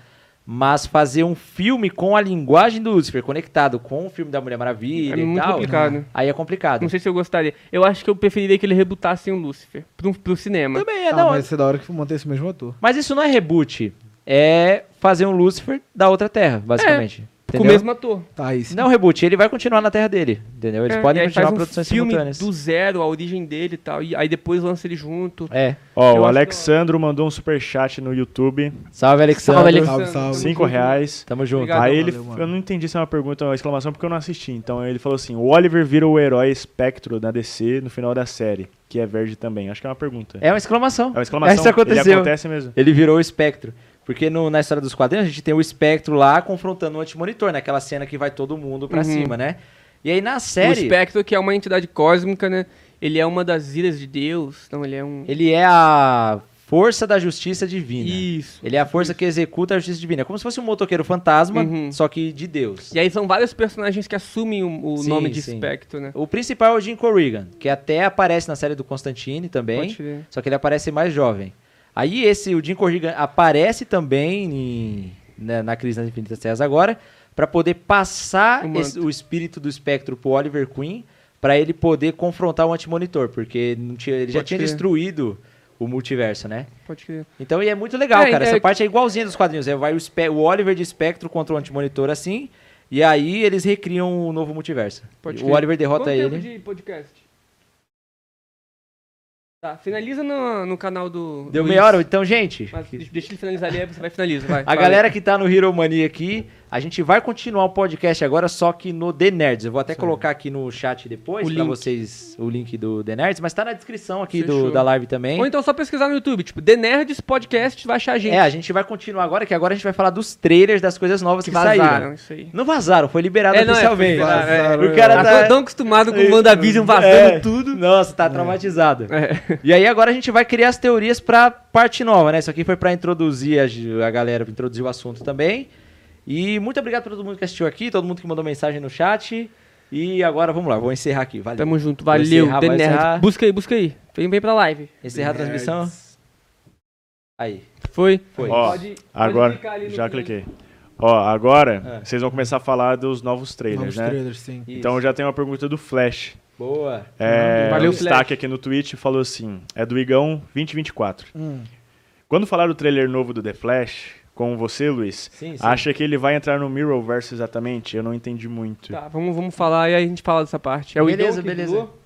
Speaker 1: Mas fazer um filme com a linguagem do Lúcifer conectado com o filme da Mulher Maravilha
Speaker 2: É
Speaker 1: e
Speaker 2: muito
Speaker 1: tal,
Speaker 2: complicado.
Speaker 1: aí é complicado.
Speaker 2: Não sei se eu gostaria. Eu acho que eu preferiria que ele rebutasse o Lúcifer pro, pro cinema.
Speaker 1: Também é,
Speaker 3: Ah,
Speaker 1: não.
Speaker 3: mas
Speaker 1: Mas...
Speaker 3: isso é da hora que manter esse mesmo ator.
Speaker 1: isso não é reboot. É fazer um Lúcifer da outra terra, basicamente.
Speaker 2: É. Com o
Speaker 1: entendeu?
Speaker 2: mesmo ator.
Speaker 3: Tá, isso.
Speaker 1: Não é um reboot, ele vai continuar na terra dele, entendeu? Eles
Speaker 2: É, e
Speaker 1: podem
Speaker 2: aí
Speaker 1: continuar
Speaker 2: faz um
Speaker 1: produções
Speaker 2: filme
Speaker 1: simultâneas.
Speaker 2: do zero, a origem dele e tal. E aí depois lança ele junto.
Speaker 1: É.
Speaker 4: Ó,
Speaker 2: Eu
Speaker 4: o
Speaker 2: acho
Speaker 4: Alexandro mandou um superchat no YouTube,
Speaker 1: Salve, Alexandre.
Speaker 2: Salve, Alex-
Speaker 3: Salve,
Speaker 2: Alexandre.
Speaker 3: salve.
Speaker 4: cinco reais.
Speaker 1: Tamo junto.
Speaker 2: Obrigado.
Speaker 4: Aí ele,
Speaker 3: valeu, mano.
Speaker 4: eu não entendi se é uma pergunta ou uma exclamação, porque eu não assisti. Então ele falou assim, o Oliver vira o herói espectro da DC no final da série, que é verde também. Acho que é uma pergunta.
Speaker 1: É uma exclamação.
Speaker 4: É uma exclamação,
Speaker 1: Isso aconteceu.
Speaker 4: ele acontece mesmo.
Speaker 1: Ele virou o espectro. Porque no- na história dos quadrinhos a gente tem o espectro lá confrontando o antimonitor, naquela cena que vai todo mundo pra
Speaker 2: Uhum.
Speaker 1: cima, né? E aí na
Speaker 2: O
Speaker 1: série,
Speaker 2: Espectro, que é uma entidade cósmica, né? Ele é uma das iras de Deus. Não, ele é um...
Speaker 1: ele é a força da justiça divina.
Speaker 2: Isso.
Speaker 1: Ele é a força que executa a justiça divina. É como se fosse um motoqueiro fantasma,
Speaker 2: Uhum.
Speaker 1: só que de Deus.
Speaker 2: E aí são vários personagens que assumem o, o
Speaker 1: Sim,
Speaker 2: nome de
Speaker 1: sim.
Speaker 2: Espectro, né?
Speaker 1: O principal é o Jim Corrigan, que até aparece na série do Constantine também.
Speaker 2: Pode ver.
Speaker 1: Só que ele aparece mais jovem. Aí esse, o Jim Corrigan aparece também em- né, na Crise nas Infinitas Terras agora, pra poder passar
Speaker 2: O
Speaker 1: esse- o,
Speaker 2: manto.
Speaker 1: espírito do espectro pro Oliver Queen, pra ele poder confrontar o Antimonitor, porque não tinha- ele já
Speaker 2: Pode
Speaker 1: tinha
Speaker 2: crer.
Speaker 1: destruído o multiverso, né?
Speaker 2: Pode crer.
Speaker 1: Então, e é muito legal,
Speaker 2: É,
Speaker 1: cara.
Speaker 2: então,
Speaker 1: Essa
Speaker 2: é-
Speaker 1: parte é igualzinha dos quadrinhos. É, vai o, espe- o Oliver de espectro contra o Antimonitor assim, e aí eles recriam o novo multiverso.
Speaker 2: Pode
Speaker 1: o
Speaker 2: crer.
Speaker 1: Oliver derrota
Speaker 2: Quanto
Speaker 1: ele.
Speaker 2: tempo de podcast? Tá, finaliza no, no canal do...
Speaker 1: Deu
Speaker 2: do
Speaker 1: meia
Speaker 2: Luiz.
Speaker 1: hora? Então, gente...
Speaker 2: Mas deixa deixa ele finalizar ali, aí você vai finalizar, vai.
Speaker 1: A galera que tá no Hero Mania aqui, a gente vai continuar o podcast agora, só que no The Nerds. Eu vou até colocar aqui no chat depois
Speaker 2: O
Speaker 1: pra
Speaker 2: link.
Speaker 1: vocês o link do The Nerds, mas tá na descrição aqui
Speaker 2: Fechou.
Speaker 1: do, da live também.
Speaker 2: Ou então só pesquisar no YouTube, tipo, The Nerds Podcast, vai achar a gente.
Speaker 1: É, a gente vai continuar agora, que agora a gente vai falar dos trailers das coisas novas que, saíram.
Speaker 2: vazaram isso aí.
Speaker 1: Não vazaram, foi liberado
Speaker 2: É, não, é,
Speaker 1: oficialmente.
Speaker 2: foi liberado,
Speaker 3: é.
Speaker 1: O cara
Speaker 2: Agora
Speaker 1: tá...
Speaker 2: tão acostumado com o WandaVision vazando
Speaker 1: É.
Speaker 2: tudo.
Speaker 1: Nossa, tá traumatizado.
Speaker 2: É.
Speaker 1: E aí agora a gente vai criar as teorias pra parte nova, né? Isso aqui foi pra introduzir a, a galera, introduzir o assunto também. E muito obrigado pra todo mundo que assistiu aqui, todo mundo que mandou mensagem no chat. E agora vamos lá, vou encerrar aqui. Valeu.
Speaker 2: Tamo junto,
Speaker 1: Vai
Speaker 2: valeu,
Speaker 1: encerrar,
Speaker 2: The
Speaker 1: vai encerrar.
Speaker 2: Nerds. Busca aí, busca aí. Vem bem pra live.
Speaker 1: Encerrar a transmissão. Aí.
Speaker 2: Foi?
Speaker 1: Foi.
Speaker 4: Ó,
Speaker 2: Pode- pode
Speaker 4: Agora,
Speaker 2: clicar ali no
Speaker 4: já
Speaker 2: play.
Speaker 4: cliquei. Ó, agora
Speaker 1: É.
Speaker 4: vocês vão começar a falar dos novos trailers,
Speaker 3: Novos
Speaker 4: né?
Speaker 3: trailers, sim.
Speaker 1: Isso.
Speaker 4: Então já tem uma pergunta do Flash.
Speaker 1: Boa.
Speaker 4: É,
Speaker 2: Valeu,
Speaker 4: o destaque
Speaker 2: Flash.
Speaker 4: aqui no Twitch falou assim: é do Igão 2024.
Speaker 3: Hum.
Speaker 4: Quando falar do trailer novo do The Flash, com você, Luiz,
Speaker 1: Sim, sim.
Speaker 4: acha que ele vai entrar no Mirrorverse exatamente? Eu não entendi muito.
Speaker 2: Tá, vamos, vamos falar e aí a gente fala dessa parte. É o
Speaker 1: Beleza,
Speaker 2: Igão que
Speaker 1: beleza.
Speaker 2: doou?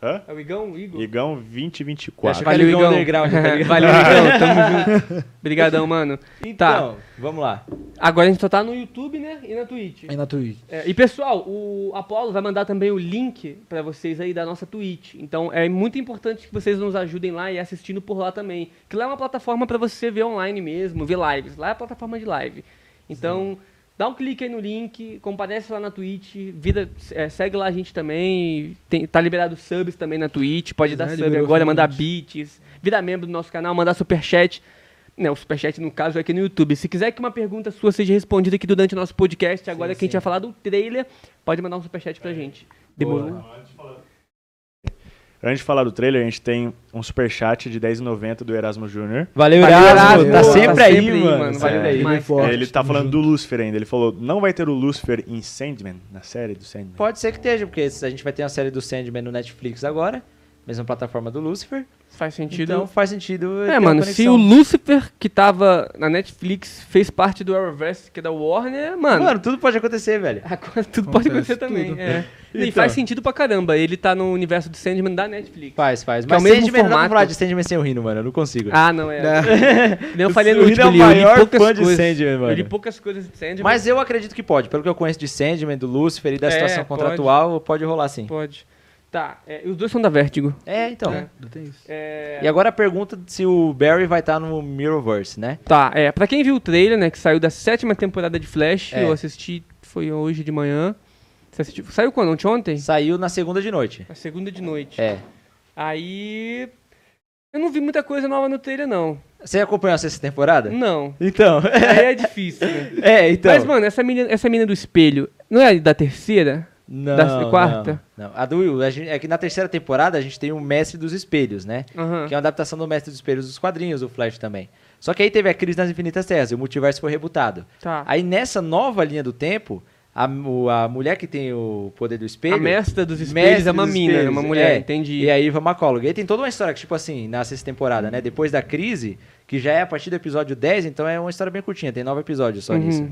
Speaker 4: Hã?
Speaker 2: É o Igão? O Igor?
Speaker 4: Igão
Speaker 1: Eu acho
Speaker 4: 2024.
Speaker 1: que era
Speaker 2: Valeu,
Speaker 1: o Igão
Speaker 2: Igão.
Speaker 1: Underground, tá ligado?
Speaker 2: Valeu, Igão. Tamo junto. Obrigadão, mano. Tá,
Speaker 1: Então, vamos lá.
Speaker 2: Agora a gente só tá no YouTube, né? E na Twitch.
Speaker 3: E na Twitch.
Speaker 2: É, e pessoal, o Apollo vai mandar também o link pra vocês aí da nossa Twitch. Então é muito importante que vocês nos ajudem lá e assistindo por lá também. Que lá é uma plataforma pra você ver online mesmo, ver lives. Lá é a plataforma de live. Então dá um clique aí no link, comparece lá na Twitch, vira, é, segue lá a gente também. Tem- tá liberado subs também na Twitch, pode
Speaker 3: Pois
Speaker 2: dar
Speaker 3: é,
Speaker 2: sub
Speaker 3: liberou
Speaker 2: agora, mandar
Speaker 3: finalmente.
Speaker 2: beats, virar membro do nosso canal, mandar superchat. Né, o superchat, no caso, é aqui no YouTube. Se quiser que uma pergunta sua seja respondida aqui durante o nosso podcast, agora que a gente vai falar do trailer, pode mandar um superchat pra gente. Demorou?
Speaker 4: Antes de falar do trailer, a gente tem um superchat de 10,90 do Erasmo Júnior.
Speaker 1: Valeu,
Speaker 2: Valeu,
Speaker 1: Erasmo.
Speaker 2: Erasmo.
Speaker 1: Tá
Speaker 2: Boa,
Speaker 1: sempre
Speaker 2: tá
Speaker 1: aí,
Speaker 2: sempre aí,
Speaker 1: mano. É,
Speaker 2: mano.
Speaker 1: Valeu
Speaker 4: Valeu
Speaker 1: aí.
Speaker 2: demais. É.
Speaker 3: forte,
Speaker 4: Ele tá
Speaker 3: tamo
Speaker 4: falando
Speaker 3: junto.
Speaker 4: do Lucifer ainda. Ele falou, não vai ter o Lucifer em Sandman, na série do Sandman.
Speaker 1: Pode ser que esteja, porque a gente vai ter a série do Sandman no Netflix agora, mesma plataforma do Lucifer.
Speaker 2: Faz sentido.
Speaker 1: Então faz sentido. ter
Speaker 2: é,
Speaker 1: uma
Speaker 2: mano, se
Speaker 1: conexão.
Speaker 2: o Lucifer, que tava na Netflix, fez parte do Arrowverse, que é da Warner, mano,
Speaker 1: Mano, tudo pode acontecer, velho.
Speaker 2: agora tudo pode
Speaker 3: Acontece
Speaker 2: acontecer também.
Speaker 3: tudo.
Speaker 2: é. E
Speaker 1: Então.
Speaker 2: faz sentido pra caramba. Ele tá no universo do Sandman da Netflix.
Speaker 1: Faz, faz.
Speaker 2: Que é o
Speaker 1: Mas
Speaker 2: mesmo
Speaker 1: Sandman, não dá pra
Speaker 2: formato.
Speaker 1: falar de Sandman sem o Rino, mano. Eu não consigo.
Speaker 2: Ah, não, é. Nem eu
Speaker 1: O
Speaker 2: falei no
Speaker 1: Silvino
Speaker 2: último,
Speaker 1: é o
Speaker 2: li, eu li
Speaker 1: maior
Speaker 2: poucas
Speaker 1: fã de
Speaker 2: coisas.
Speaker 1: Sandman,
Speaker 2: Eu li
Speaker 1: mano.
Speaker 2: poucas coisas de Sandman.
Speaker 1: Mas eu acredito que pode. Pelo que eu conheço de Sandman, do Lucifer e da
Speaker 2: É,
Speaker 1: situação
Speaker 2: pode.
Speaker 1: contratual, pode, rolar sim.
Speaker 2: Pode. Tá, é, e os dois são da Vertigo.
Speaker 1: É, então.
Speaker 2: É.
Speaker 3: Tem isso.
Speaker 2: É,
Speaker 1: E agora a pergunta se o Barry vai estar no Mirrorverse, né?
Speaker 2: Tá, é, pra quem viu o trailer, né, que saiu da sétima temporada de Flash,
Speaker 1: É.
Speaker 2: eu assisti, foi hoje de manhã. Você assistiu? Saiu quando? Ontem? Ontem?
Speaker 1: Saiu na segunda de noite.
Speaker 2: Na segunda de noite.
Speaker 1: É.
Speaker 2: Aí... Eu não vi muita coisa nova no trailer, não.
Speaker 1: Você acompanhou a sexta temporada?
Speaker 2: Não.
Speaker 1: Então.
Speaker 2: Aí é difícil, né?
Speaker 1: é, então.
Speaker 2: Mas, mano, essa menina, essa menina do espelho, não é da terceira?
Speaker 1: Não,
Speaker 2: da quarta?
Speaker 1: Não, não. A do Will, a gente- é que na terceira temporada a gente tem o Mestre dos Espelhos, né?
Speaker 2: Aham.
Speaker 1: Que é uma adaptação do Mestre dos Espelhos dos quadrinhos, o Flash também. Só que aí teve a crise nas Infinitas Terras e o multiverso foi rebutado.
Speaker 2: Tá.
Speaker 1: Aí nessa nova linha do tempo, a, o- a mulher que tem o poder do espelho.
Speaker 2: A mestra dos espelhos
Speaker 1: Mestre
Speaker 2: é uma
Speaker 1: dos
Speaker 2: mina, é uma
Speaker 1: espelhos,
Speaker 2: mulher,
Speaker 1: é.
Speaker 2: entendi.
Speaker 1: E a Iva McCollum. E aí tem toda uma história que, tipo assim, na sexta temporada, né? Depois da crise, que já é a partir do episódio 10, então é uma história bem curtinha, tem nove episódios só
Speaker 2: Uhum.
Speaker 1: nisso.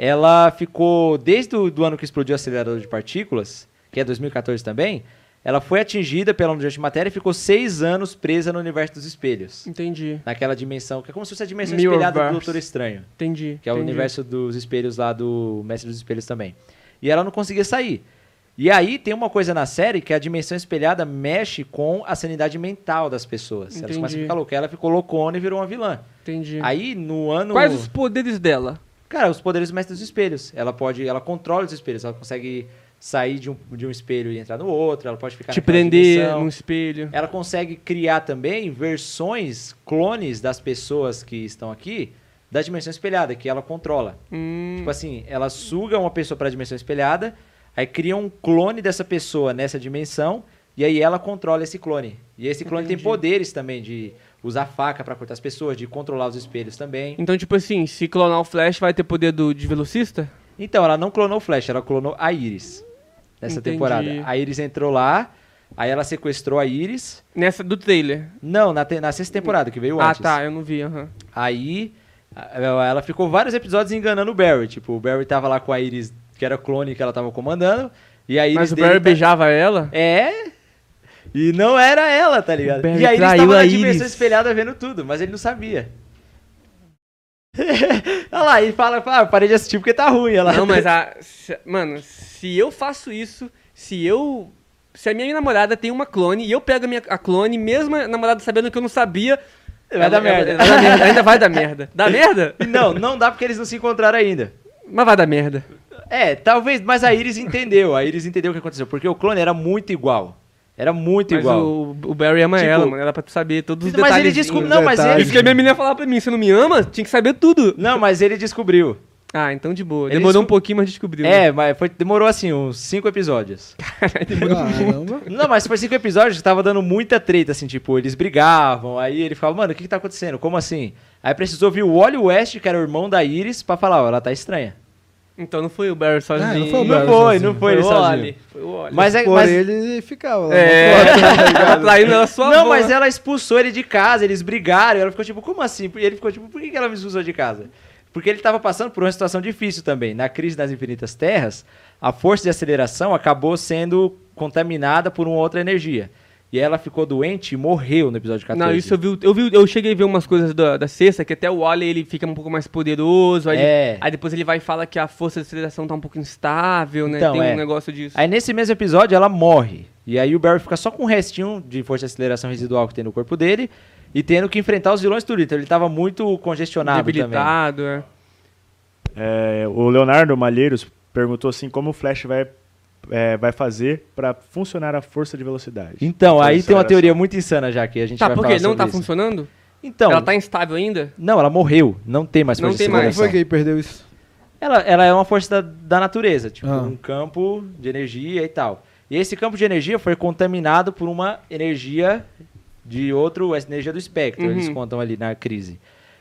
Speaker 1: Ela ficou, desde o do ano que explodiu o acelerador de partículas, que é 2014 também, ela foi atingida pela onde de matéria e ficou seis anos presa no universo dos espelhos.
Speaker 2: Uhum. Entendi,
Speaker 1: Naquela dimensão, que é como se fosse a dimensão
Speaker 2: Mirrorverse.
Speaker 1: espelhada do Doutor Estranho.
Speaker 2: entendi.
Speaker 1: Que é o
Speaker 2: entendi.
Speaker 1: universo dos espelhos lá do Mestre dos Espelhos também. E ela não conseguia sair. E aí tem uma coisa na série que a dimensão espelhada mexe com a sanidade mental das pessoas. Elas
Speaker 2: Entendi.
Speaker 1: começam a ficar loucas. Ela ficou loucona e virou uma vilã.
Speaker 2: Entendi.
Speaker 1: Aí no ano.
Speaker 2: Quais os poderes dela?
Speaker 1: Cara, os poderes do Mestre dos Espelhos. Ela pode. Ela controla os espelhos. Ela consegue sair de um, de um espelho e entrar no outro. Ela pode ficar
Speaker 2: Te
Speaker 1: naquela
Speaker 2: prender
Speaker 1: dimensão.
Speaker 2: num espelho.
Speaker 1: Ela consegue criar também versões clones das pessoas que estão aqui da dimensão espelhada, que ela controla.
Speaker 2: Hum,
Speaker 1: Tipo assim, ela suga uma pessoa pra dimensão espelhada, aí cria um clone dessa pessoa nessa dimensão, e aí ela controla esse clone. E esse clone
Speaker 2: Entendi.
Speaker 1: tem poderes também de usar faca pra cortar as pessoas, de controlar os espelhos também.
Speaker 2: Então, tipo assim, se clonar o Flash, vai ter poder do, de velocista?
Speaker 1: Então, ela não clonou o Flash, ela clonou a Iris nessa
Speaker 2: Entendi.
Speaker 1: temporada. A Iris entrou lá, aí ela sequestrou a Iris.
Speaker 2: Nessa do trailer.
Speaker 1: Não, na, te- na sexta temporada, que veio
Speaker 2: ah,
Speaker 1: antes.
Speaker 2: tá, eu não vi, aham.
Speaker 1: Aí a- ela ficou vários episódios enganando o Barry. Tipo, o Barry tava lá com a Iris, que era clone que ela tava comandando. E a Iris
Speaker 2: Mas o
Speaker 1: dele
Speaker 2: Barry
Speaker 1: tá-
Speaker 2: beijava ela?
Speaker 1: É. E não era ela, tá ligado?
Speaker 2: O Barry
Speaker 1: E aí ele
Speaker 2: traiu
Speaker 1: estava na
Speaker 2: a
Speaker 1: dimensão
Speaker 2: Iris.
Speaker 1: espelhada vendo tudo, mas ele não sabia. Olha lá, e fala, fala, "Ah, parei de assistir porque tá ruim. Ela...
Speaker 2: Não, mas a. se- mano, se eu faço isso, se eu. Se a minha namorada tem uma clone e eu pego a minha a clone, mesmo a namorada sabendo que eu não sabia.
Speaker 1: Vai dar merda.
Speaker 2: vai dar merda, Ainda vai dar merda. Dá merda?
Speaker 1: E não, não dá porque eles não se encontraram ainda.
Speaker 2: Mas vai dar merda.
Speaker 1: É, talvez, mas a Iris entendeu, a Iris entendeu o que aconteceu, porque o clone era muito igual. Era muito
Speaker 2: Mas
Speaker 1: igual.
Speaker 2: o, um o Barry ama
Speaker 1: Tipo-
Speaker 2: ela, mano. Era pra tu saber todos os detalhes.
Speaker 1: Mas ele descobriu. Não, mas
Speaker 3: detalhes.
Speaker 2: É, Isso que
Speaker 1: ele.
Speaker 2: a minha menina falava pra mim, você não me ama? Tinha que saber tudo.
Speaker 1: Não, mas ele descobriu.
Speaker 2: Ah, então de boa.
Speaker 1: Ele
Speaker 2: Demorou um
Speaker 1: descob-
Speaker 2: pouquinho, mas descobriu.
Speaker 1: É, mas foi- demorou assim, uns cinco episódios.
Speaker 3: Caramba.
Speaker 1: Não, mas por cinco episódios que tava dando muita treta, assim, tipo, eles brigavam, aí ele ficava, mano, o que que tá acontecendo? Como assim? Aí precisou vir o Wally West, que era o irmão da Iris, pra falar, ó, ela tá estranha.
Speaker 2: Então não foi o Barry sozinho.
Speaker 3: não foi o
Speaker 1: Não
Speaker 3: Barry
Speaker 1: foi,
Speaker 3: sozinho.
Speaker 1: não foi ele
Speaker 2: o Oli.
Speaker 1: sozinho.
Speaker 2: Foi o Oli.
Speaker 1: Mas é,
Speaker 3: Por
Speaker 1: mas...
Speaker 3: ele ficava lá.
Speaker 2: É, ela traindo ela sua
Speaker 1: Não,
Speaker 2: avó.
Speaker 1: mas é- ela expulsou ele de casa, eles brigaram, ela ficou tipo, como assim? E ele ficou tipo, por que que ela me expulsou de casa? Porque ele tava passando por uma situação difícil também. Na crise das infinitas terras, a força de aceleração acabou sendo contaminada por uma outra energia. E ela ficou doente e morreu no episódio 14.
Speaker 2: Não, isso eu vi, eu vi, eu cheguei a ver umas coisas da, da sexta, que até o Wally ele fica um pouco mais poderoso, aí,
Speaker 1: É.
Speaker 2: aí depois ele vai e fala que a força de aceleração tá um pouco instável, né?
Speaker 1: Então,
Speaker 2: Tem um
Speaker 1: é.
Speaker 2: negócio disso.
Speaker 1: Aí nesse mesmo episódio ela morre. E aí o Barry fica só com o restinho de força de aceleração residual que tem no corpo dele e tendo que enfrentar os vilões tudo. Então ele tava muito congestionado também.
Speaker 2: debilitado, é.
Speaker 4: É, o Leonardo Malheiros perguntou assim, como o Flash vai, é, vai fazer pra funcionar a força de velocidade.
Speaker 1: Então, aí tem uma
Speaker 4: Aceleração.
Speaker 1: teoria muito insana já que a gente
Speaker 2: Tá,
Speaker 1: vai
Speaker 2: porque
Speaker 1: falar
Speaker 2: ele não
Speaker 1: sobre
Speaker 2: tá
Speaker 1: isso.
Speaker 2: funcionando?
Speaker 1: Então,
Speaker 2: Ela tá instável ainda?
Speaker 1: não, ela morreu. Não tem mais
Speaker 2: Não
Speaker 1: força
Speaker 2: tem
Speaker 1: de
Speaker 2: mais.
Speaker 3: Como
Speaker 1: segregação.
Speaker 3: foi que ele perdeu isso?
Speaker 1: Ela, ela é uma força da, da natureza, tipo,
Speaker 3: Ah.
Speaker 1: um campo de energia e tal. E esse campo de energia foi contaminado por uma energia de outro, essa energia do espectro,
Speaker 2: Uhum.
Speaker 1: eles contam ali na crise.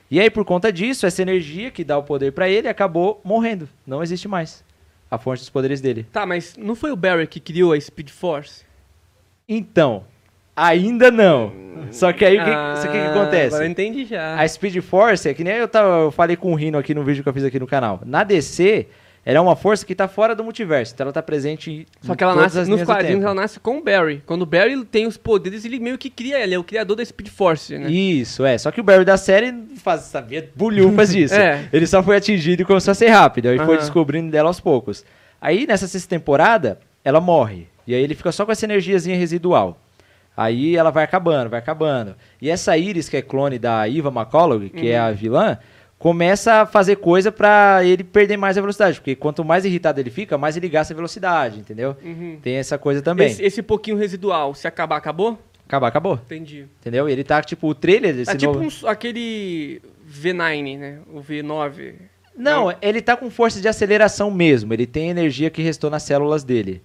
Speaker 1: E aí, por conta disso, essa energia que dá o poder pra ele acabou morrendo. Não existe mais a fonte dos poderes dele.
Speaker 2: Tá, mas não foi o Barry que criou a Speed Force?
Speaker 1: Então, ainda não. Só que aí, o que, só que, que
Speaker 2: Ah,
Speaker 1: acontece?
Speaker 2: Agora eu entendi já.
Speaker 1: A Speed Force, é que nem eu, tava, eu falei com o Rino aqui no vídeo que eu fiz aqui no canal. Na DC, ela é uma força que tá fora do multiverso. Então ela tá presente em
Speaker 2: Só que ela
Speaker 1: todas
Speaker 2: nasce,
Speaker 1: as
Speaker 2: nos
Speaker 1: linhas do
Speaker 2: quadrinhos
Speaker 1: tempo.
Speaker 2: ela nasce com o Barry. Quando o Barry tem os poderes, ele meio que cria, ele é o criador da Speed Force, né?
Speaker 1: Isso, é. Só que o Barry da série faz, sabia bulhufas disso.
Speaker 2: É.
Speaker 1: Ele só foi atingido e começou a ser rápido. Aí foi
Speaker 2: Aham.
Speaker 1: descobrindo dela aos poucos. Aí, nessa sexta temporada, ela morre. E aí ele fica só com essa energiazinha residual. Aí ela vai acabando, vai acabando. E essa Iris, que é clone da Iva McCullough, que
Speaker 2: Uhum.
Speaker 1: é a vilã, começa a fazer coisa pra ele perder mais a velocidade. Porque quanto mais irritado ele fica, mais ele gasta velocidade, entendeu?
Speaker 2: Uhum.
Speaker 1: Tem essa coisa também.
Speaker 2: Esse, esse pouquinho residual, se acabar, acabou?
Speaker 1: Acabar, acabou.
Speaker 2: Entendi.
Speaker 1: Entendeu? E ele tá, tipo, o trailer desse
Speaker 2: É tipo
Speaker 1: novo...
Speaker 2: um- aquele V9, né? O V9.
Speaker 1: Não, ele tá com força de aceleração mesmo. Ele tem energia que restou nas células dele.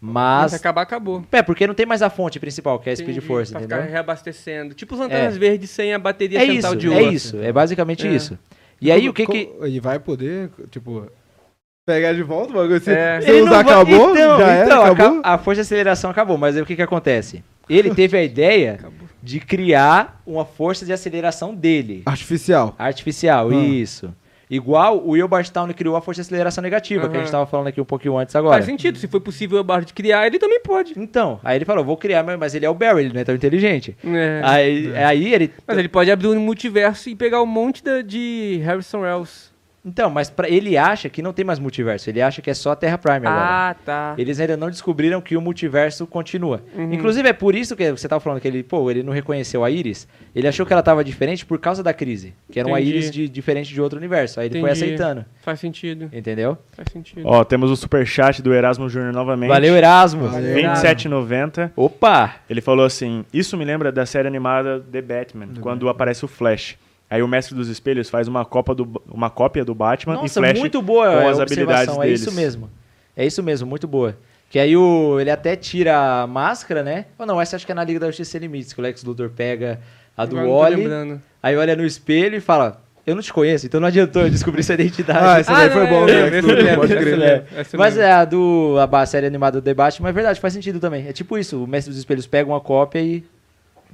Speaker 2: Mas
Speaker 1: Mas.
Speaker 2: se acabar, acabou.
Speaker 1: É, porque não tem mais a fonte principal, que é a Speed
Speaker 2: Entendi,
Speaker 1: Force,
Speaker 2: pra
Speaker 1: entendeu?
Speaker 2: ficar reabastecendo. Tipo os lanternas
Speaker 1: É.
Speaker 2: verdes sem a bateria
Speaker 1: É
Speaker 2: central
Speaker 1: isso,
Speaker 2: de
Speaker 1: é
Speaker 2: ouro.
Speaker 1: isso. É basicamente
Speaker 2: É.
Speaker 1: isso. E aí, o que
Speaker 3: Como-
Speaker 1: que.
Speaker 3: Ele vai poder, tipo, pegar de volta o bagulho? Se,
Speaker 2: É.
Speaker 3: se usar,
Speaker 1: vai-
Speaker 3: acabou?
Speaker 1: Então,
Speaker 3: já era,
Speaker 1: então, aca-
Speaker 3: acabou?
Speaker 1: A, força de aceleração acabou, mas aí o que que acontece? Ele teve a ideia
Speaker 2: Acabou.
Speaker 1: de criar uma força de aceleração dele.
Speaker 3: Artificial.
Speaker 1: Artificial,
Speaker 3: Ah.
Speaker 1: isso. Igual o Elbart Town criou a força de aceleração negativa, que a gente
Speaker 2: Aham.
Speaker 1: tava falando aqui um pouquinho antes agora.
Speaker 2: Faz sentido. Se foi possível o Barro de criar, ele também pode.
Speaker 1: Então, aí ele falou, vou criar, mas- mas ele é o Barry, ele não é tão inteligente.
Speaker 2: É.
Speaker 1: Aí, aí ele.
Speaker 2: Mas ele pode abrir um multiverso e pegar um monte da- de Harrison Wells.
Speaker 1: Então, mas pra, ele acha que não tem mais multiverso. Ele acha que é só a Terra Prime agora.
Speaker 2: Ah, tá.
Speaker 1: Eles ainda não descobriram que o multiverso continua.
Speaker 2: Uhum.
Speaker 1: Inclusive, é por isso que você tava falando que ele, pô, ele não reconheceu a Iris. Ele achou que ela tava diferente por causa da crise. Que era uma
Speaker 2: Entendi.
Speaker 1: Iris de- diferente de outro universo. Aí ele foi
Speaker 2: Entendi.
Speaker 1: aceitando.
Speaker 2: Faz sentido.
Speaker 1: Entendeu?
Speaker 2: Faz sentido.
Speaker 4: Ó, temos o superchat do Erasmo Júnior novamente.
Speaker 1: Valeu, Erasmo.
Speaker 3: Valeu.
Speaker 4: 27,90.
Speaker 1: Opa!
Speaker 4: Ele falou assim: Isso me lembra da série animada The Batman, quando aparece o Flash. Aí o Mestre dos Espelhos faz uma, copa do, uma cópia do Batman
Speaker 1: Nossa,
Speaker 4: e Flash
Speaker 1: muito boa
Speaker 4: com
Speaker 1: a
Speaker 4: as habilidades
Speaker 1: observação.
Speaker 4: deles.
Speaker 1: É isso mesmo. É isso mesmo, muito boa. Que aí o, ele até tira a máscara, né? Ou não, essa acho que é na Liga da Justiça Sem Limites, que o Lex Luthor pega a do
Speaker 2: Agora não tô
Speaker 1: Wally,
Speaker 2: lembrando.
Speaker 1: aí olha no espelho e fala, eu não te conheço, então não adiantou eu descobrir sua
Speaker 3: Ah,
Speaker 1: identidade.
Speaker 3: essa daí
Speaker 2: não,
Speaker 3: foi
Speaker 2: é,
Speaker 3: bom,
Speaker 2: é,
Speaker 3: né?
Speaker 2: esse eu lembro, esse
Speaker 3: Pode
Speaker 2: eu
Speaker 3: crer.
Speaker 2: lembro. é, essa
Speaker 1: mas
Speaker 2: mesmo.
Speaker 1: é a do a ba- série animada do debate, mas é verdade, faz sentido também. É tipo isso, o Mestre dos Espelhos pega uma cópia e...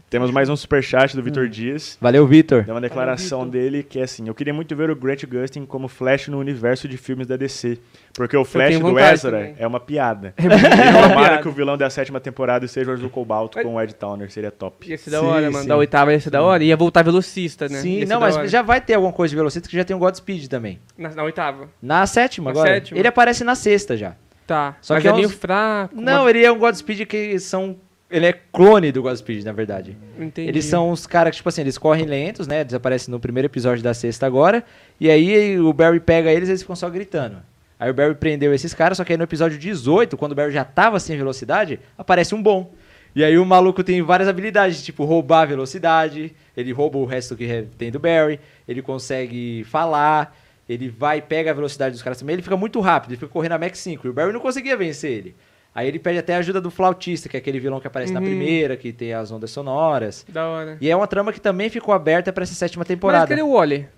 Speaker 4: Temos mais um superchat do Vitor Dias.
Speaker 1: Valeu, Vitor.
Speaker 4: Dá uma declaração dele que é assim: Eu queria muito ver o Grant Gustin como Flash no universo de filmes da DC. Porque o Flash
Speaker 2: tenho
Speaker 4: do
Speaker 2: vontade
Speaker 4: Ezra
Speaker 2: também. É
Speaker 4: é uma piada. E tomara
Speaker 2: piada.
Speaker 4: que o vilão da sétima temporada seja o Azul Cobalto com o Ed Towner, seria top.
Speaker 2: Ia ser da
Speaker 3: Sim,
Speaker 2: hora, mano.
Speaker 3: sim.
Speaker 2: Da oitava ia ser da hora. Ia voltar velocista, né?
Speaker 1: Sim,
Speaker 2: Ia ser
Speaker 1: não,
Speaker 2: da
Speaker 1: mas
Speaker 2: hora.
Speaker 1: já vai ter alguma coisa de velocista que já tem o Godspeed também.
Speaker 2: Na, na oitava.
Speaker 1: Na sétima
Speaker 2: Na
Speaker 1: agora.
Speaker 2: sétima.
Speaker 1: Ele aparece na sexta já.
Speaker 2: Tá.
Speaker 1: Só
Speaker 2: mas
Speaker 1: que
Speaker 2: é
Speaker 1: é uns-
Speaker 2: meio fraco.
Speaker 1: Não, ele é um Godspeed que são. Ele é clone do Godspeed, na verdade.
Speaker 2: mas... entendi.
Speaker 1: Eles são os caras que, tipo assim, eles correm lentos, né? Desaparecem no primeiro episódio da sexta agora. E aí o Barry pega eles e eles ficam só gritando. Aí o Barry prendeu esses caras, só que aí no episódio 18, quando o Barry já tava sem velocidade, aparece um bom. E aí o maluco tem várias habilidades, tipo roubar a velocidade, ele rouba o resto que re- tem do Barry, ele consegue falar, ele vai e pega a velocidade dos caras também, ele fica muito rápido, ele fica correndo a Max 5, e o Barry não conseguia vencer ele. Aí ele pede até a ajuda do flautista, que é aquele vilão que aparece na
Speaker 2: Uhum.
Speaker 1: primeira, que tem as ondas sonoras.
Speaker 2: Da hora.
Speaker 1: E é uma trama que também ficou aberta pra essa sétima
Speaker 2: Mas é
Speaker 1: temporada.
Speaker 2: cadê o Wally?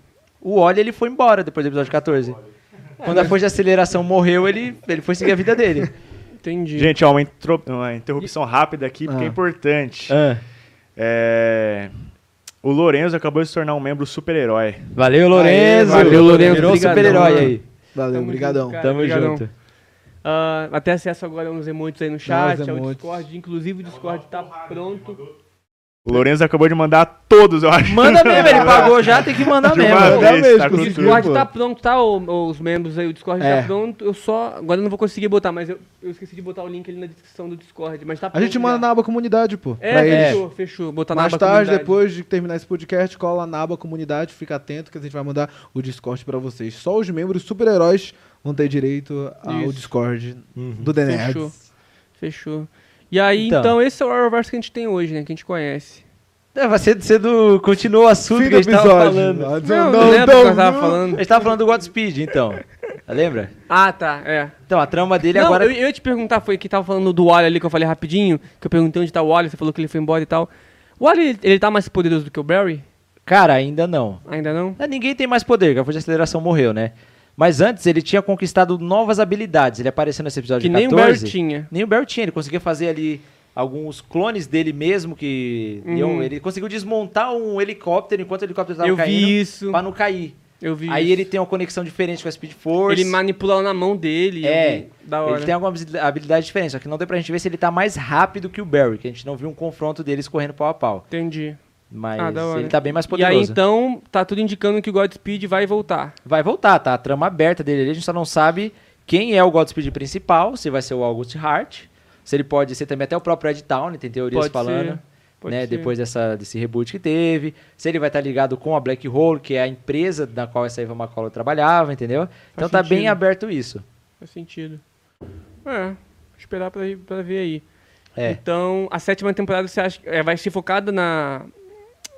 Speaker 1: O Oli ele foi embora depois do episódio 14. Quando
Speaker 2: É.
Speaker 1: a força de aceleração morreu, ele, ele foi seguir a vida dele.
Speaker 2: Entendi.
Speaker 4: Gente, ó, uma, intro- uma interrupção rápida aqui, porque
Speaker 3: Ah.
Speaker 4: é importante. É, O Lorenzo acabou de se tornar um membro super-herói.
Speaker 1: Valeu, Lorenzo.
Speaker 2: valeu, Lorenzo,
Speaker 1: Virou um
Speaker 2: brigadão,
Speaker 1: super-herói
Speaker 2: mano.
Speaker 1: aí.
Speaker 3: Valeu,
Speaker 2: Tamo
Speaker 3: brigadão.
Speaker 2: junto, cara.
Speaker 1: Tamo
Speaker 2: brigadão.
Speaker 1: junto.
Speaker 2: Ah, até acesso agora uns emotes aí no
Speaker 3: Ah, os
Speaker 2: chat, ao
Speaker 3: emotes.
Speaker 2: Discord. Inclusive o Discord tá pronto.
Speaker 4: O Lorenzo acabou de mandar todos, eu acho.
Speaker 1: Manda mesmo, ele pagou já, tem que mandar
Speaker 4: De uma
Speaker 1: mesmo.
Speaker 3: Dá
Speaker 4: vez,
Speaker 3: mesmo,
Speaker 4: tá com
Speaker 2: O
Speaker 3: conseguiu.
Speaker 4: tudo.
Speaker 2: Discord
Speaker 3: pô.
Speaker 2: tá pronto, tá? ô- ô, Os membros aí, o Discord
Speaker 3: É.
Speaker 2: tá pronto. Eu só. Agora eu não vou conseguir botar, mas eu, eu esqueci de botar o link ali na descrição do Discord. Mas tá
Speaker 3: A
Speaker 2: pronto.
Speaker 3: gente manda
Speaker 2: já.
Speaker 3: na aba comunidade, pô.
Speaker 2: É,
Speaker 3: pra eles.
Speaker 2: fechou, fechou. Botar na
Speaker 3: Mais
Speaker 2: aba
Speaker 3: tarde,
Speaker 2: comunidade.
Speaker 3: depois de terminar esse podcast, cola na aba comunidade, fica atento que a gente vai mandar o Discord pra vocês. Só os membros super-heróis vão ter direito ao
Speaker 2: Isso.
Speaker 3: Discord do The
Speaker 2: Fechou.
Speaker 3: Nerds.
Speaker 2: Fechou. E aí,
Speaker 1: Então.
Speaker 2: então, esse é o Arrowverse que a gente tem hoje, né? Que a gente conhece.
Speaker 1: É, vai ser, ser do. Continua o assunto
Speaker 3: Fim
Speaker 1: que
Speaker 3: do
Speaker 1: a gente tava
Speaker 3: episódio.
Speaker 1: falando.
Speaker 3: Ah,
Speaker 2: Não,
Speaker 3: não,
Speaker 2: não lembro o que
Speaker 3: não,
Speaker 2: eu tava
Speaker 3: não.
Speaker 1: A
Speaker 2: falando.
Speaker 1: gente tava falando do Godspeed, então. Lembra?
Speaker 2: Ah, tá, é.
Speaker 1: Então, a trama dele
Speaker 2: não,
Speaker 1: agora.
Speaker 2: eu, eu ia te perguntar, foi que tava falando do Wally ali que eu falei rapidinho, que eu perguntei onde tá o Wally, você falou que ele foi embora e tal. O Wally, ele, ele tá mais poderoso do que o Barry?
Speaker 1: Cara, ainda não.
Speaker 2: Ainda não?
Speaker 1: Ah, Ninguém tem mais poder, que a força de aceleração morreu, né? Mas antes ele tinha conquistado novas habilidades. Ele apareceu nesse episódio
Speaker 2: Que
Speaker 1: tá de
Speaker 2: nem o
Speaker 1: 14.
Speaker 2: Barry tinha.
Speaker 1: Nem o Barry tinha. Ele conseguia fazer ali alguns clones dele mesmo que iam-
Speaker 2: Uhum.
Speaker 1: ele conseguiu desmontar um helicóptero enquanto o helicóptero estava
Speaker 2: Eu
Speaker 1: caindo
Speaker 2: vi isso.
Speaker 1: pra não cair.
Speaker 2: Eu vi.
Speaker 1: Aí
Speaker 2: isso.
Speaker 1: ele tem uma conexão diferente com a Speed Force.
Speaker 2: Ele manipula na mão dele.
Speaker 1: É,
Speaker 2: eu vi. da hora.
Speaker 1: Ele tem alguma habili- habilidade diferente, só que não deu pra gente ver se ele tá mais rápido que o Barry, que a gente não viu um confronto deles correndo pau a pau.
Speaker 2: Entendi.
Speaker 1: Mas
Speaker 2: Ah, da hora.
Speaker 1: ele tá bem mais
Speaker 2: E aí
Speaker 1: poderoso.
Speaker 2: então, tá tudo indicando que o Godspeed vai voltar.
Speaker 1: Vai voltar, tá? A trama aberta dele ali, a gente só não sabe quem é o Godspeed principal, se vai ser o August Hart, se ele pode ser também até o próprio Ed Town, tem teorias
Speaker 2: Pode
Speaker 1: falando.
Speaker 2: ser, pode
Speaker 1: né,
Speaker 2: ser.
Speaker 1: Depois dessa, desse reboot que teve, se ele vai estar ligado com a Black Hole, que é a empresa na qual essa Eva McCall trabalhava, entendeu? então tá bem
Speaker 2: sentido.
Speaker 1: aberto isso.
Speaker 2: Faz sentido. É, esperar pra, pra ver aí.
Speaker 1: É.
Speaker 2: Então, a sétima temporada você acha que é, vai ser focada na.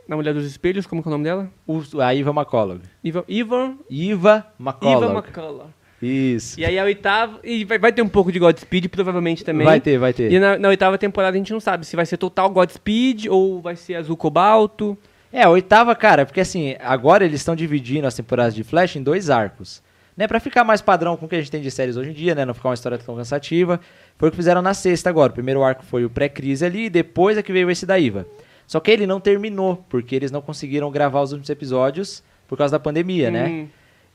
Speaker 2: Na Mulher dos Espelhos, como que é o nome dela?
Speaker 1: O- a Eva McCullough.
Speaker 2: Iva. Iva.
Speaker 1: Iva McCullough.
Speaker 2: Iva McCullough.
Speaker 1: Isso.
Speaker 2: E aí a oitava. E vai, vai ter um pouco de Godspeed, provavelmente também.
Speaker 1: Vai ter, vai ter.
Speaker 2: E na, na oitava temporada a gente não sabe se vai ser total Godspeed ou vai ser azul cobalto.
Speaker 1: É, a oitava, cara, porque assim, agora eles estão dividindo as temporadas de Flash em dois arcos. Né, pra ficar mais padrão com o que a gente tem de séries hoje em dia, né? Não ficar uma história tão cansativa. Foi o que fizeram na sexta agora. O primeiro arco foi o pré-crise ali, e depois é que veio esse da Iva. Só que ele não terminou, porque eles não conseguiram gravar os últimos episódios por causa da pandemia, né?
Speaker 2: Hum.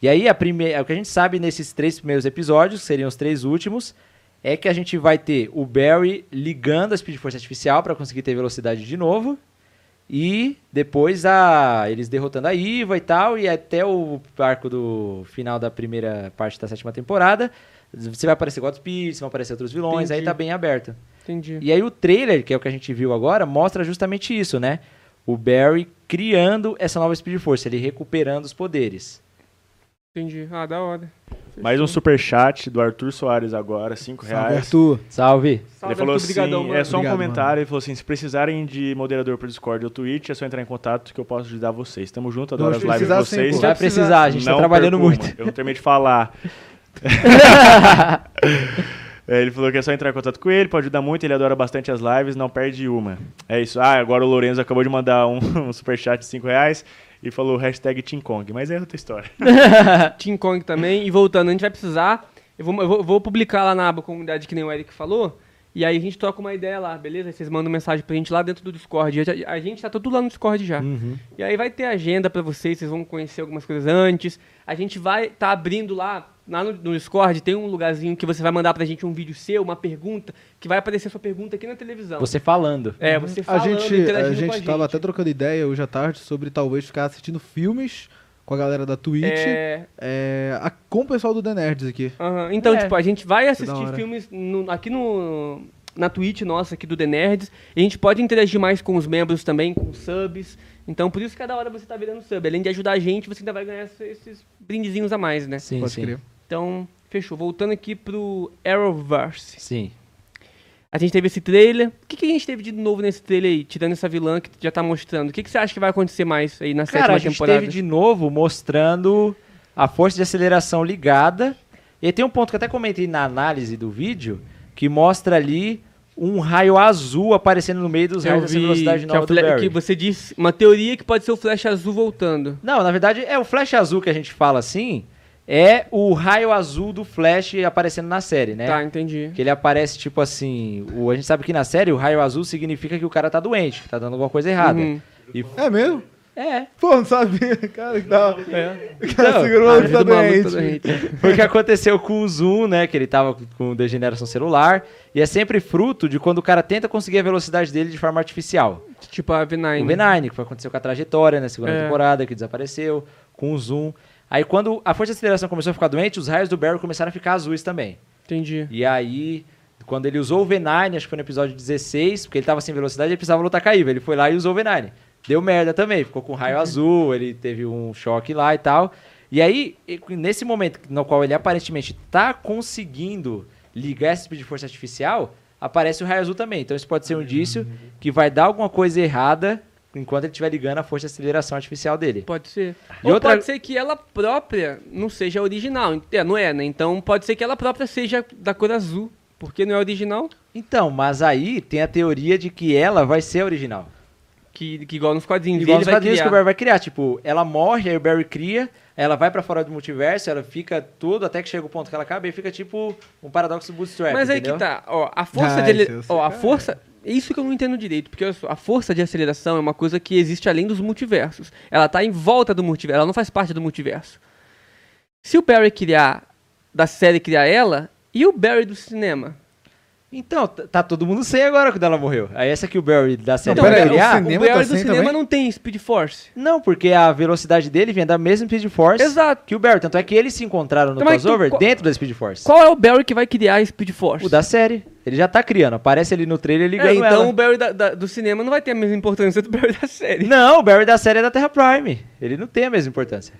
Speaker 1: E aí, a prime... é, o que a gente sabe nesses três primeiros episódios, que seriam os três últimos, é que a gente vai ter o Barry ligando a Speed Force Artificial para conseguir ter velocidade de novo. E depois a... eles derrotando a Iva e tal. E até o arco do final da primeira parte da sétima temporada. Você vai aparecer Godspeed, vão aparecer outros vilões, aí
Speaker 2: Entendi.
Speaker 1: tá bem aberto.
Speaker 2: Entendi.
Speaker 1: E aí o trailer, que é o que a gente viu agora, mostra justamente isso, né? O Barry criando essa nova Speed Force, ele recuperando os poderes.
Speaker 2: Entendi. Ah, da hora.
Speaker 4: Mais um superchat do Arthur Soares agora, 5
Speaker 3: Salve,
Speaker 4: reais.
Speaker 3: Arthur.
Speaker 1: Salve!
Speaker 4: Ele falou assim, é só um
Speaker 3: Obrigado,
Speaker 4: comentário,
Speaker 3: mano.
Speaker 4: ele falou assim, se precisarem de moderador pro Discord ou Twitch, é só entrar em contato que eu posso ajudar vocês. Tamo junto, adoro
Speaker 3: Não,
Speaker 4: as
Speaker 3: se
Speaker 4: lives de
Speaker 3: precisar, sim,
Speaker 4: vocês.
Speaker 3: pô.
Speaker 1: Vai precisar, a gente tá
Speaker 4: Não
Speaker 1: trabalhando
Speaker 4: perco
Speaker 1: muito.
Speaker 4: uma. Eu não terminei de falar. É, ele falou que é só entrar em contato com ele, pode ajudar muito, ele adora bastante as lives, não perde uma. É isso. Ah, agora o Lourenço acabou de mandar um, um superchat de 5 reais e falou hashtag Team Kong, mas é outra história.
Speaker 2: Team Kong também. E voltando, a gente vai precisar. Eu vou, eu vou- eu vou publicar lá na aba comunidade que nem o Eric falou. E aí a gente troca uma ideia lá, beleza? Aí Vocês mandam mensagem pra gente lá dentro do Discord. Eu já- A gente tá todo lá no Discord já.
Speaker 4: Uhum.
Speaker 2: E aí vai ter agenda pra vocês, vocês vão conhecer algumas coisas antes. A gente vai tá abrindo lá, lá no, no Discord, tem um lugarzinho que você vai mandar pra gente um vídeo seu, uma pergunta, que vai aparecer a sua pergunta aqui na televisão.
Speaker 1: Você falando.
Speaker 2: É, você
Speaker 3: A
Speaker 2: falando,
Speaker 3: gente,
Speaker 2: interagindo
Speaker 3: a
Speaker 2: com
Speaker 3: gente tava até trocando ideia hoje à tarde sobre talvez ficar assistindo filmes com a galera da Twitch.
Speaker 2: É,
Speaker 3: é, a- com o pessoal do The Nerds aqui.
Speaker 2: Aham, Então,
Speaker 1: É.
Speaker 2: tipo, a gente vai
Speaker 3: da
Speaker 2: assistir
Speaker 3: hora.
Speaker 2: filmes no- aqui no, na Twitch nossa, aqui do The Nerds. E a gente pode interagir mais com os membros também, com os subs. Então, por isso que cada hora você tá virando sub. Além de ajudar a gente, você ainda vai ganhar esses, esses brindezinhos a mais, né?
Speaker 1: Sim,
Speaker 3: Pode
Speaker 1: sim.
Speaker 3: crer.
Speaker 2: Então, fechou. Voltando aqui pro Arrowverse.
Speaker 1: Sim.
Speaker 2: A gente teve esse trailer. O que, que a gente teve de novo nesse trailer aí? Tirando essa vilã que já tá mostrando. O que, que você acha que vai acontecer mais aí na
Speaker 1: Cara,
Speaker 2: sétima
Speaker 1: a gente
Speaker 2: temporada?
Speaker 1: teve de novo mostrando a força de aceleração ligada. E tem um ponto que eu até comentei na análise do vídeo, que mostra ali um raio azul aparecendo no meio dos
Speaker 2: Eu
Speaker 1: raios dessa
Speaker 2: vi
Speaker 1: velocidade
Speaker 2: que, é
Speaker 1: nova
Speaker 2: o
Speaker 1: do
Speaker 2: Fle-
Speaker 1: Barry.
Speaker 2: que você disse uma teoria que pode ser o Flash Azul voltando.
Speaker 1: Não, na verdade, é o flash azul que a gente fala assim, é o raio azul do Flash aparecendo na série, né?
Speaker 2: Tá, entendi.
Speaker 1: Que ele aparece tipo assim, o, a gente sabe que na série o raio azul significa que o cara tá doente, que tá dando alguma coisa errada.
Speaker 2: Uhum.
Speaker 1: E
Speaker 3: É mesmo?
Speaker 1: é,
Speaker 3: Pô, não sabia, cara. Que da hora.
Speaker 2: É.
Speaker 1: Então,
Speaker 3: O cara
Speaker 1: Não,
Speaker 3: segurou
Speaker 2: a
Speaker 3: o
Speaker 2: vida
Speaker 3: tá
Speaker 2: do maluco tá
Speaker 3: doente.
Speaker 2: doente.
Speaker 1: Foi o que aconteceu com o Zoom, né? Que ele tava com degeneração celular. E é sempre fruto de quando o cara tenta conseguir a velocidade dele de forma artificial.
Speaker 2: Tipo a
Speaker 1: O
Speaker 2: V9.
Speaker 1: Benign, que foi aconteceu com a trajetória na segunda
Speaker 2: É.
Speaker 1: temporada, que desapareceu, com o Zoom. Aí quando a força de aceleração começou a ficar doente, os raios do Barry começaram a ficar azuis também.
Speaker 2: Entendi.
Speaker 1: E aí, quando ele usou o V9, acho que foi no episódio 16, porque ele tava sem velocidade, ele precisava lutar com a Iva. Ele foi lá e usou o V9. Deu merda também, ficou com um raio azul, ele teve um choque lá e tal. E aí, e- nesse momento no qual ele aparentemente tá conseguindo ligar esse tipo de força artificial, aparece o raio azul também. Então isso pode ser um indício que vai dar alguma coisa errada enquanto ele estiver ligando a força de aceleração artificial dele.
Speaker 2: Pode ser.
Speaker 1: E
Speaker 2: Ou
Speaker 1: outra-
Speaker 2: pode ser que ela própria não seja original. É, não é, né? Então pode ser que ela própria seja da cor azul. Porque não é original,
Speaker 1: Então, mas aí tem a teoria de que ela vai ser a original.
Speaker 2: que, que igual nos quadrinhos.
Speaker 1: Igual
Speaker 2: ele
Speaker 1: nos
Speaker 2: vai
Speaker 1: quadrinhos que o
Speaker 2: criar.
Speaker 1: Barry vai criar. Tipo, ela morre, aí o Barry cria, ela vai pra fora do multiverso, ela fica tudo, até que chega o ponto que ela acaba e fica tipo um paradoxo bootstrap.
Speaker 2: Mas aí
Speaker 1: entendeu?
Speaker 2: que tá, ó, a força
Speaker 3: Ah,
Speaker 2: de ele-
Speaker 3: isso eu sei,
Speaker 2: ó, a
Speaker 3: cara.
Speaker 2: força, é isso que eu não entendo direito, porque olha só, a força de aceleração é uma coisa que existe além dos multiversos. Ela tá em volta do multiverso, ela não faz parte do multiverso. Se o Barry criar da série criar ela, e o Barry do cinema?
Speaker 1: Então, t- tá todo mundo sem agora quando ela morreu. Aí essa que o Barry da série
Speaker 3: Então,
Speaker 1: vai
Speaker 3: peraí,
Speaker 1: criar-
Speaker 3: o
Speaker 2: O
Speaker 3: cinema tá
Speaker 2: Barry do
Speaker 3: sem
Speaker 2: cinema
Speaker 3: também?
Speaker 2: não tem Speed Force.
Speaker 1: Não, porque a velocidade dele vem da mesma Speed Force
Speaker 2: Exato.
Speaker 1: que o Barry. Tanto é que eles se encontraram no
Speaker 2: Então, mas
Speaker 1: crossover
Speaker 2: tu- qual-
Speaker 1: dentro da Speed Force.
Speaker 2: Qual é o Barry que vai criar a Speed Force?
Speaker 1: O da série. Ele já tá criando. Aparece ali no trailer né? ligando
Speaker 2: é, então
Speaker 1: ela.
Speaker 2: o Barry da- da- do cinema não vai ter a mesma importância do Barry da série.
Speaker 1: Não, o Barry da série é da Terra Prime. Ele não tem a mesma importância.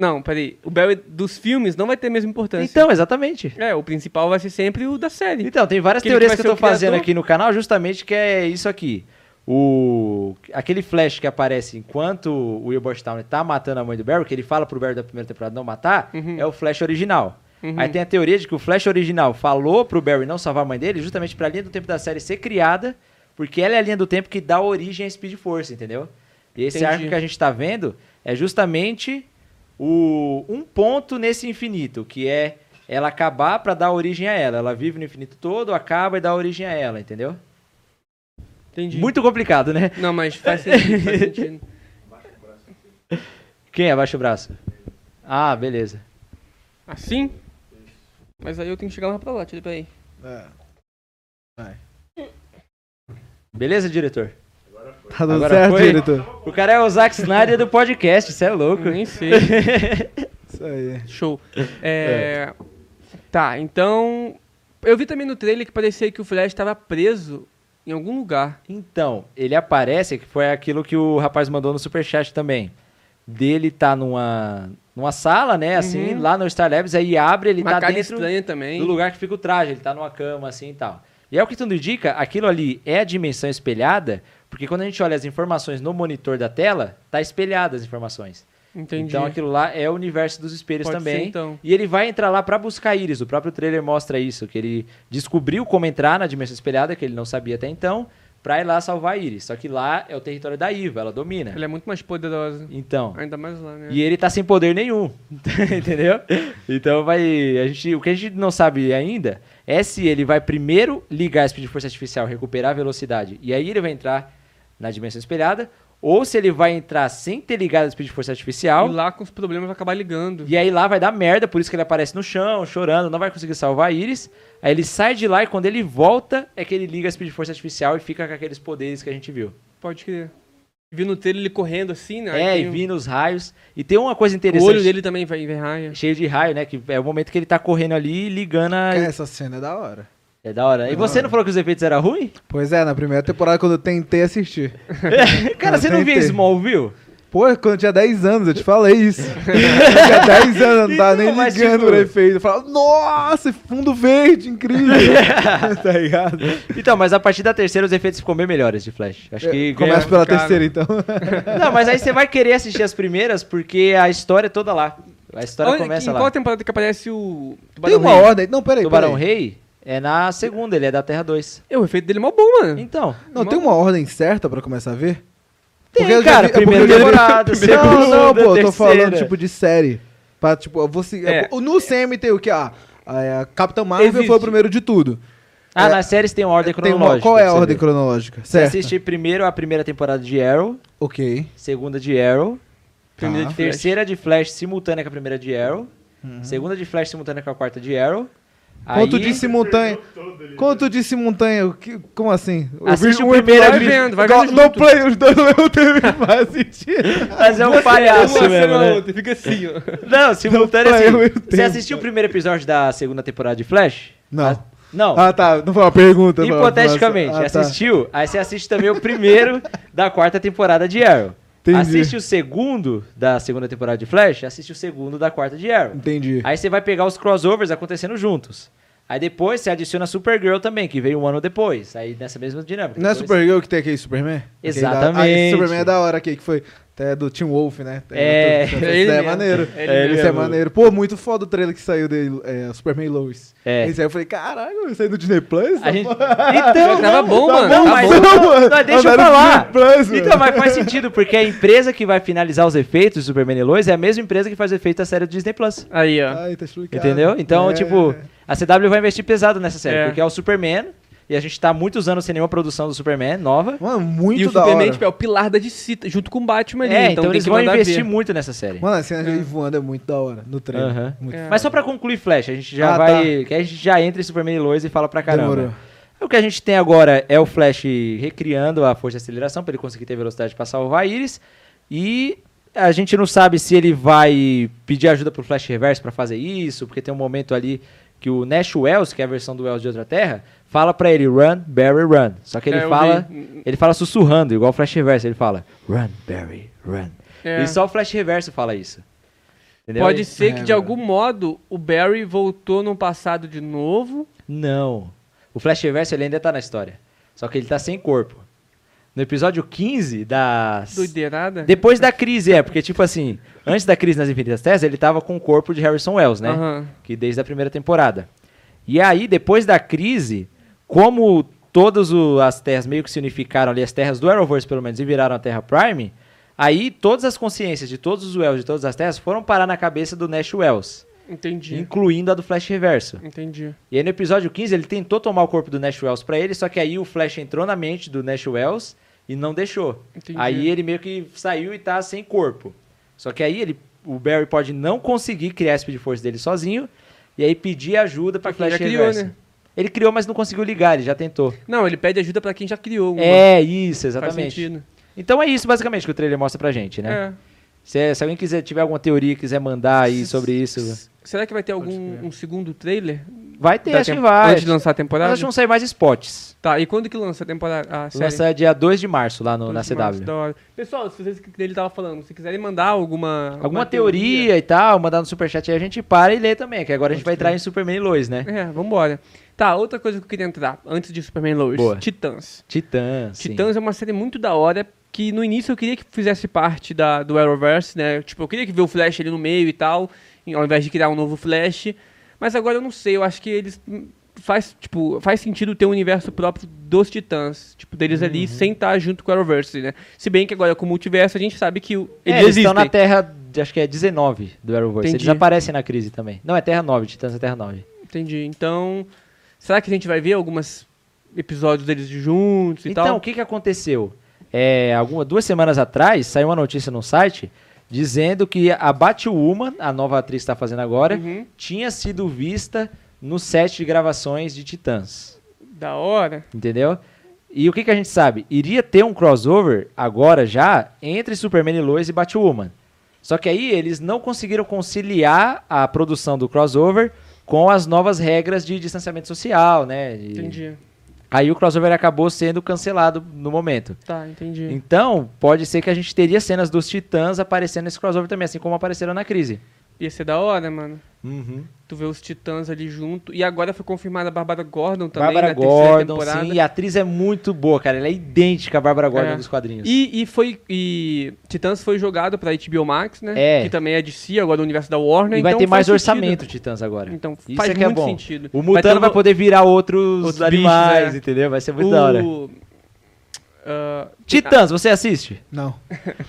Speaker 2: Não, peraí. O Barry dos filmes não vai ter a mesma importância.
Speaker 1: Então, exatamente.
Speaker 2: É, o principal vai ser sempre o da série.
Speaker 1: Então, tem várias
Speaker 2: Que ele
Speaker 1: teorias
Speaker 2: vai
Speaker 1: que eu
Speaker 2: ser
Speaker 1: tô
Speaker 2: o criador.
Speaker 1: fazendo aqui no canal, justamente que é isso aqui. O... Aquele flash que aparece enquanto o Will Town tá matando a mãe do Barry, que ele fala pro Barry da primeira temporada não matar,
Speaker 2: Uhum.
Speaker 1: é o flash original.
Speaker 2: Uhum.
Speaker 1: Aí tem a teoria de que o flash original falou pro Barry não salvar a mãe dele, justamente pra linha do tempo da série ser criada, porque ela é a linha do tempo que dá origem à Speed Force, entendeu? E esse
Speaker 2: Entendi.
Speaker 1: arco que a gente tá vendo é justamente o um ponto nesse infinito, que é ela acabar pra dar origem a ela. Ela vive no infinito todo, acaba e dá origem a ela, entendeu?
Speaker 2: Entendi.
Speaker 1: Então, Muito complicado, né?
Speaker 2: Não, mas faz sentido, faz sentido.
Speaker 1: Quem abaixa o braço? Ah, beleza.
Speaker 2: Assim? Mas aí eu tenho que chegar lá pra lá, tira pra aí.
Speaker 3: É.
Speaker 1: Beleza, diretor?
Speaker 3: Tá dando
Speaker 1: Agora
Speaker 3: certo,
Speaker 1: foi?
Speaker 3: diretor?
Speaker 1: O cara é o Zack Snyder do podcast, isso é louco.
Speaker 2: Nem sei.
Speaker 3: Isso aí.
Speaker 2: Show. É... Tá, então... Eu vi também no trailer que parecia que o Flash tava preso em algum lugar.
Speaker 1: Então, ele aparece, que foi aquilo que o rapaz mandou no superchat também. Dele tá numa, numa sala, né,
Speaker 3: Uhum.
Speaker 1: assim, lá no Star Labs, aí abre, ele
Speaker 2: Uma
Speaker 1: tá
Speaker 2: cara
Speaker 1: dentro
Speaker 2: estranha também.
Speaker 1: do lugar que fica o traje, ele tá numa cama, assim, e tal. E é o que tudo indica, aquilo ali é a dimensão espelhada, porque quando a gente olha as informações no monitor da tela, tá espelhada as informações.
Speaker 2: Entendi.
Speaker 1: Então aquilo lá é o universo dos espelhos
Speaker 2: Pode
Speaker 1: também.
Speaker 2: ser, então.
Speaker 1: E ele vai entrar lá pra buscar Iris. O próprio trailer mostra isso, que ele descobriu como entrar na dimensão espelhada, que ele não sabia até então, pra ir lá salvar a Iris. Só que lá é o território da Iva, ela domina.
Speaker 2: Ela é muito mais poderosa.
Speaker 1: Então.
Speaker 2: Ainda mais lá, né?
Speaker 1: E ele tá sem poder nenhum, entendeu? Então vai, a gente, o que a gente não sabe ainda é se ele vai primeiro ligar a Speed Force Artificial, recuperar a velocidade, e aí ele vai entrar na dimensão espelhada, ou se ele vai entrar sem ter ligado a Speed Force Artificial,
Speaker 2: E lá com os problemas vai acabar ligando.
Speaker 1: e aí lá vai dar merda, por isso que ele aparece no chão, chorando, não vai conseguir salvar a Iris. Aí ele sai de lá e quando ele volta é que ele liga a Speed Force Artificial e fica com aqueles poderes que a gente viu.
Speaker 2: Pode crer. Vi no trailer ele correndo assim, né?
Speaker 1: é,
Speaker 2: Aí
Speaker 1: e
Speaker 2: tem
Speaker 1: vindo os raios. E tem uma coisa
Speaker 2: o
Speaker 1: interessante.
Speaker 2: olho dele também vai vai raia.
Speaker 1: Cheio de raio, né? Que é o momento que ele tá correndo ali e ligando a.
Speaker 3: Cara, essa cena é da hora.
Speaker 1: É da hora. E
Speaker 3: da
Speaker 1: você não
Speaker 3: hora.
Speaker 1: falou que os efeitos eram ruins?
Speaker 3: Pois é, na primeira temporada, quando eu tentei assistir.
Speaker 1: Cara,
Speaker 3: Não,
Speaker 1: você não
Speaker 3: tentei.
Speaker 1: via Smallville?
Speaker 3: Pô, quando eu tinha 10 anos, eu te falei isso. Eu tinha 10 anos, eu não tava
Speaker 1: Então,
Speaker 3: nem
Speaker 1: mas,
Speaker 3: ligando
Speaker 1: tipo-
Speaker 3: pra efeito. Eu falava, nossa, fundo verde, incrível. tá ligado?
Speaker 1: Então, mas a partir da terceira os efeitos ficam bem melhores de Flash. Acho que ganha-
Speaker 3: É, Começa pela
Speaker 2: cara.
Speaker 3: terceira, então.
Speaker 1: Não, mas aí você vai querer assistir as primeiras porque a história é toda lá. A história
Speaker 2: Olha,
Speaker 1: começa
Speaker 2: em
Speaker 1: lá.
Speaker 2: qual temporada que aparece o
Speaker 3: Tem
Speaker 2: Tubarão
Speaker 3: uma
Speaker 2: Rei?
Speaker 3: ordem. Não, peraí.
Speaker 1: Tubarão
Speaker 3: peraí.
Speaker 1: Rei é na segunda, ele é da Terra 2.
Speaker 2: É, o efeito dele é mó bom, mano.
Speaker 1: Então.
Speaker 3: Não, tem uma ordem certa pra começar a ver?
Speaker 1: Tem,
Speaker 3: eu já
Speaker 1: cara,
Speaker 3: é porque
Speaker 1: primeira
Speaker 3: eu já vi-
Speaker 1: temporada,
Speaker 3: Não, não,
Speaker 1: segunda,
Speaker 3: pô, eu
Speaker 1: terceira.
Speaker 3: tô falando tipo de série. Pra, tipo, você.
Speaker 2: É.
Speaker 3: No CMT, o que? Ah, a Capitão Marvel
Speaker 2: Existe.
Speaker 3: foi o primeiro de tudo.
Speaker 1: Ah,
Speaker 3: É,
Speaker 1: nas séries tem uma ordem
Speaker 3: Tem
Speaker 1: cronológica.
Speaker 3: uma, qual é
Speaker 1: pra
Speaker 3: a
Speaker 1: você
Speaker 3: ordem
Speaker 1: ver.
Speaker 3: cronológica?
Speaker 1: Você
Speaker 3: Certo.
Speaker 1: assiste primeiro a primeira temporada de Arrow,
Speaker 3: Ok.
Speaker 1: segunda de Arrow,
Speaker 2: Primeira
Speaker 3: Tá.
Speaker 2: de Flash.
Speaker 1: terceira de Flash simultânea com a primeira de Arrow, segunda de Flash simultânea com a quarta de Arrow.
Speaker 3: Uhum. Quanto
Speaker 1: aí,
Speaker 3: disse montanha. Quanto disse montanha? o que- Como assim?
Speaker 1: Assiste
Speaker 3: vi
Speaker 1: o primeiro,
Speaker 3: episódio-
Speaker 2: vai vendo, vai vendo
Speaker 3: No
Speaker 2: junto.
Speaker 3: play, os dois eu teve pra assistir.
Speaker 1: Mas é um palhaço
Speaker 2: Uma
Speaker 1: mesmo,
Speaker 2: cena
Speaker 1: né?
Speaker 2: outra, fica assim, ó.
Speaker 1: Não, simultânea
Speaker 3: Não,
Speaker 1: assim.
Speaker 3: ao mesmo
Speaker 1: Você
Speaker 3: tempo.
Speaker 1: assistiu o primeiro episódio da segunda temporada de Flash?
Speaker 3: Não.
Speaker 1: Ah, não.
Speaker 3: Ah, tá. Não foi uma pergunta. não,
Speaker 1: Hipoteticamente,
Speaker 3: nossa. Ah, tá.
Speaker 1: assistiu? Aí você assiste também o primeiro da quarta temporada de Arrow.
Speaker 3: Entendi.
Speaker 1: Assiste o segundo da segunda temporada de Flash, assiste o segundo da quarta de Arrow.
Speaker 3: Entendi.
Speaker 1: Aí você vai pegar os crossovers acontecendo juntos. Aí depois você adiciona a Supergirl também, que veio um ano depois. Aí nessa mesma dinâmica. Então,
Speaker 3: Não é
Speaker 1: Depois-
Speaker 3: Supergirl que tem aquele Superman?
Speaker 1: Exatamente.
Speaker 3: Aquele da- ah, esse Superman é da hora aqui, que foi até do Team Wolf, né? Tem
Speaker 1: É,
Speaker 3: outro-
Speaker 2: ele
Speaker 3: esse daí é
Speaker 2: mesmo.
Speaker 3: maneiro.
Speaker 2: Ele
Speaker 3: esse é
Speaker 4: mesmo.
Speaker 3: maneiro. Pô, muito foda o trailer que saiu dele, é, Superman e Lois.
Speaker 1: É.
Speaker 3: Esse aí eu falei, caralho, isso aí é do Disney Plus?
Speaker 1: A gente...
Speaker 3: Tá
Speaker 1: Então,
Speaker 2: Tava
Speaker 1: não,
Speaker 2: bom,
Speaker 1: tá
Speaker 2: mano, tá
Speaker 1: mas não,
Speaker 2: bom.
Speaker 1: não, deixa eu
Speaker 3: Mandaram
Speaker 1: falar.
Speaker 3: Tá Disney Plus, mano.
Speaker 1: Então, mas faz sentido, porque a empresa que vai finalizar os efeitos do Superman e Lois é a mesma empresa que faz o efeito da série do Disney Plus.
Speaker 2: Aí, ó.
Speaker 3: Ai, tá explicado.
Speaker 1: Entendeu? Então,
Speaker 3: É,
Speaker 1: tipo, a CW vai investir pesado nessa série,
Speaker 2: É.
Speaker 1: porque é o Superman, e a gente tá há muitos anos sem nenhuma produção do Superman nova.
Speaker 3: Mano, muito
Speaker 2: E o
Speaker 3: da
Speaker 2: Superman
Speaker 3: hora.
Speaker 2: tipo, é o pilar da DC, tá junto com o Batman ali.
Speaker 1: É,
Speaker 2: então,
Speaker 1: então,
Speaker 2: tem
Speaker 1: eles
Speaker 2: que
Speaker 1: vão
Speaker 2: mandar
Speaker 1: investir
Speaker 2: ver.
Speaker 1: muito nessa série.
Speaker 3: Mano, a cena dele voando é muito da hora no trailer.
Speaker 1: Aham.
Speaker 3: Muito
Speaker 2: É.
Speaker 1: Mas só pra concluir, Flash, a gente já
Speaker 3: Ah,
Speaker 1: vai. Que a gente já entra em Superman e Lois e fala pra caramba.
Speaker 3: Demorou.
Speaker 1: O que a gente tem agora é o Flash recriando a força de aceleração pra ele conseguir ter velocidade pra salvar a Iris. E a gente não sabe se ele vai pedir ajuda pro Flash Reverso pra fazer isso, porque tem um momento ali que o Nash Wells, que é a versão do Wells de outra Terra, fala pra ele Run, Barry, Run. Só que ele
Speaker 2: É, eu
Speaker 1: fala,
Speaker 2: vi.
Speaker 1: ele fala sussurrando, igual o Flash Reverso, ele fala Run, Barry, Run.
Speaker 2: É.
Speaker 1: E só o Flash Reverso fala isso. Entendeu?
Speaker 2: Pode
Speaker 1: E-
Speaker 2: ser que,
Speaker 3: É,
Speaker 2: de
Speaker 3: mano.
Speaker 2: algum modo, o Barry voltou no passado de novo.
Speaker 1: Não. O Flash Reverso ele ainda tá na história. Só que ele tá sem corpo. No episódio 15 da.
Speaker 2: Doideirada.
Speaker 1: Depois da crise, é, porque tipo assim, antes da crise nas Infinitas Terras, ele tava com o corpo de Harrison Wells, né?
Speaker 2: Aham.
Speaker 1: Que desde a primeira temporada. E aí, depois da crise, como todas o- as terras meio que se unificaram ali, as terras do Arrowverse pelo menos, e viraram a Terra Prime, aí todas as consciências de todos os Wells de todas as terras foram parar na cabeça do Nash Wells,
Speaker 2: Entendi.
Speaker 1: incluindo a do Flash Reverso.
Speaker 2: Entendi.
Speaker 1: E aí no episódio 15 ele tentou tomar o corpo do Nash Wells pra ele, só que aí o Flash entrou na mente do Nash Wells e não deixou.
Speaker 2: Entendi.
Speaker 1: Aí ele meio que saiu e tá sem corpo. Só que aí ele, o Barry pode não conseguir criar esse de força dele sozinho e aí pedir ajuda pra
Speaker 2: Só que ele
Speaker 1: Flash
Speaker 2: já criou,
Speaker 1: Reverso.
Speaker 2: né?
Speaker 1: Ele criou, mas não conseguiu ligar, ele já tentou.
Speaker 2: Não, ele pede ajuda pra quem já criou. uma.
Speaker 1: É, isso,
Speaker 2: Faz
Speaker 1: exatamente.
Speaker 2: sentido.
Speaker 1: Então é isso basicamente que o trailer mostra pra gente, né?
Speaker 2: É.
Speaker 1: Se, se alguém quiser tiver alguma teoria, quiser mandar aí
Speaker 2: S-
Speaker 1: sobre isso,
Speaker 2: S- Será que vai ter algum
Speaker 3: escrever.
Speaker 2: um segundo trailer?
Speaker 1: vai ter,
Speaker 2: Da
Speaker 1: acho que
Speaker 2: tem-
Speaker 1: vai.
Speaker 2: Antes de lançar a
Speaker 1: Mas
Speaker 2: temporada?
Speaker 1: acho que vão sair mais spots.
Speaker 2: Tá, e quando que lança a temporada? A série?
Speaker 1: Lança dia 2 de março lá no, na
Speaker 2: Dois de março, então,
Speaker 1: CW.
Speaker 2: da hora. Pessoal, se vocês que ele tava falando, se quiserem mandar alguma
Speaker 1: Alguma, teoria, e tal, mandar no superchat aí a gente para e lê também, que agora a gente vai entrar em Superman e Lois, né?
Speaker 2: É, vambora. Tá, outra coisa que eu queria entrar, antes de Superman Lois,
Speaker 1: Boa.
Speaker 2: Titãs.
Speaker 1: Titãs. sim.
Speaker 2: Titãs é uma série muito da hora, que no início eu queria que fizesse parte da, do Arrowverse, né? Tipo, eu queria que ver o Flash ali no meio e tal, em- ao invés de criar um novo Flash. Mas agora eu não sei, eu acho que eles... hum, Faz, tipo, faz sentido ter um universo próprio dos Titãs, tipo, deles ali, sem estar junto com o Arrowverse, né? Se bem que agora com o multiverso a gente sabe que o-
Speaker 1: É,
Speaker 2: eles,
Speaker 1: eles
Speaker 2: existem.
Speaker 1: estão na Terra, de- acho que é 19 do Arrowverse.
Speaker 2: Entendi.
Speaker 1: Eles aparecem na crise também. Não, é Terra 9, Titãs é Terra 9.
Speaker 2: Entendi. Então, será que a gente vai ver alguns episódios deles juntos e
Speaker 1: então,
Speaker 2: tal?
Speaker 1: o que, que aconteceu? É, alguma, duas semanas atrás, saiu uma notícia no site dizendo que a Batwoman, a nova atriz que está fazendo agora,
Speaker 2: Uhum.
Speaker 1: tinha sido vista no set de gravações de Titãs.
Speaker 2: Da hora.
Speaker 1: Entendeu? E o que, que a gente sabe? Iria ter um crossover agora já entre Superman e Lois e Batwoman. Só que aí eles não conseguiram conciliar a produção do crossover com as novas regras de distanciamento social, né? E
Speaker 2: Entendi.
Speaker 1: Aí o crossover acabou sendo cancelado no momento.
Speaker 2: Tá, entendi.
Speaker 1: Então, pode ser que a gente teria cenas dos Titãs aparecendo nesse crossover também, assim como apareceram na crise.
Speaker 2: Ia ser da hora, mano. Tu vê os titãs ali junto. E agora foi confirmada a Bárbara Gordon também
Speaker 1: Bárbara
Speaker 2: na terceira
Speaker 1: Gordon,
Speaker 2: temporada.
Speaker 1: sim, e a atriz é muito boa, cara. Ela é idêntica à Bárbara Gordon
Speaker 2: É.
Speaker 1: dos quadrinhos.
Speaker 2: E, e foi. E Titãs foi jogado pra HBO Max, né?
Speaker 1: É.
Speaker 2: Que também é de si, agora do universo da Warner.
Speaker 1: E vai
Speaker 2: então
Speaker 1: ter mais
Speaker 2: faz sentido.
Speaker 1: orçamento, Titãs, agora.
Speaker 2: Então
Speaker 1: Isso
Speaker 2: faz
Speaker 1: é que é
Speaker 2: muito
Speaker 1: bom.
Speaker 2: sentido.
Speaker 1: O
Speaker 2: Vai ter
Speaker 1: Mutano vai,
Speaker 2: um-
Speaker 1: poder virar outros,
Speaker 2: outros
Speaker 1: animais,
Speaker 2: bichos, é.
Speaker 1: entendeu? Vai ser muito
Speaker 2: o-
Speaker 1: da hora.
Speaker 2: ah,
Speaker 1: Titãs, você assiste?
Speaker 3: Não.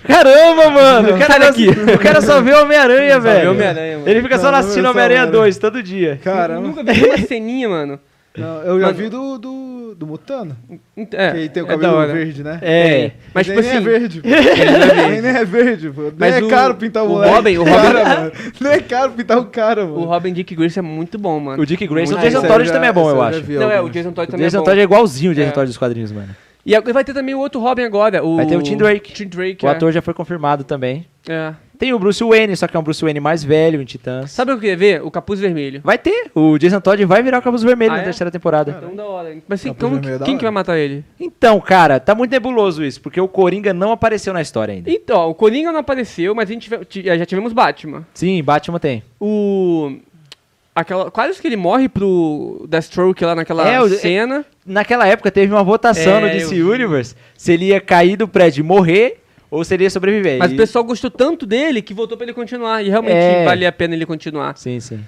Speaker 1: Caramba, mano! O cara,
Speaker 2: Sai daqui.
Speaker 1: o cara só vê Homem-Aranha,
Speaker 2: vê
Speaker 1: velho.
Speaker 2: Homem-Aranha, mano.
Speaker 1: Ele fica só
Speaker 3: Não, não
Speaker 1: assistindo
Speaker 3: vê só
Speaker 1: Homem-Aranha
Speaker 3: Homem-Aranha.
Speaker 1: 2 todo dia.
Speaker 3: Caramba.
Speaker 2: Nunca vi uma ceninha, mano.
Speaker 3: Não, eu já
Speaker 2: Mano.
Speaker 3: vi do, do, do Mutano.
Speaker 2: Ent- É,
Speaker 3: que aí tem o
Speaker 2: é da
Speaker 3: cabelo
Speaker 2: hora.
Speaker 3: verde, né?
Speaker 1: É.
Speaker 2: Tem. Mas,
Speaker 3: nem,
Speaker 2: tipo assim,
Speaker 3: nem é verde. pô. nem, nem é verde, pô. Nem
Speaker 2: Mas
Speaker 3: é
Speaker 2: o-
Speaker 3: caro pintar o
Speaker 2: o
Speaker 3: moleque.
Speaker 2: Robin- o
Speaker 3: Cara, mano. Nem é caro pintar o cara, mano.
Speaker 2: O Robin Dick Grace é muito bom, mano.
Speaker 1: O Dick Grayson, o
Speaker 2: Muito
Speaker 1: Jason
Speaker 2: bom.
Speaker 3: Esse
Speaker 1: Todd
Speaker 3: já-
Speaker 1: também é bom,
Speaker 3: esse
Speaker 1: eu
Speaker 3: já
Speaker 1: acho.
Speaker 3: vi
Speaker 2: Não, é, o
Speaker 3: algumas.
Speaker 2: Jason Todd
Speaker 1: O
Speaker 2: também é
Speaker 1: Jason
Speaker 2: bom.
Speaker 1: Todd é igualzinho o Jason
Speaker 2: É.
Speaker 1: Todd dos quadrinhos, mano.
Speaker 2: E agora vai ter também o outro Robin agora. O...
Speaker 1: Vai ter o Tim Drake.
Speaker 2: Tim Drake,
Speaker 1: O
Speaker 2: é.
Speaker 1: ator já foi confirmado também.
Speaker 2: É.
Speaker 1: Tem o Bruce Wayne, só que é um Bruce Wayne mais velho em Titãs.
Speaker 2: Sabe o que eu queria ver? O Capuz Vermelho.
Speaker 1: Vai ter. O Jason Todd vai virar o Capuz Vermelho
Speaker 2: Ah,
Speaker 1: na
Speaker 2: é?
Speaker 1: terceira temporada.
Speaker 2: Então da hora. hein? Mas assim,
Speaker 3: Capuz
Speaker 2: como
Speaker 3: Vermelho é da
Speaker 2: quem que vai
Speaker 3: hora.
Speaker 2: matar ele?
Speaker 1: Então, cara, tá muito nebuloso isso, porque o Coringa não apareceu na história ainda.
Speaker 2: Então, ó, o Coringa não apareceu, mas a gente tive- ti- já tivemos Batman.
Speaker 1: Sim, Batman tem.
Speaker 2: O... Aquela, quase que ele morre pro Deathstroke lá naquela
Speaker 1: É, o-
Speaker 2: cena.
Speaker 1: Naquela época teve uma votação
Speaker 2: É,
Speaker 1: no
Speaker 2: eu
Speaker 1: DC
Speaker 2: vi.
Speaker 1: Universe se ele ia cair do prédio e morrer ou se ele ia sobreviver.
Speaker 2: Mas
Speaker 1: E-
Speaker 2: o pessoal gostou tanto dele que voltou pra ele continuar. E realmente
Speaker 1: É.
Speaker 2: vale a pena ele continuar.
Speaker 1: Sim, sim.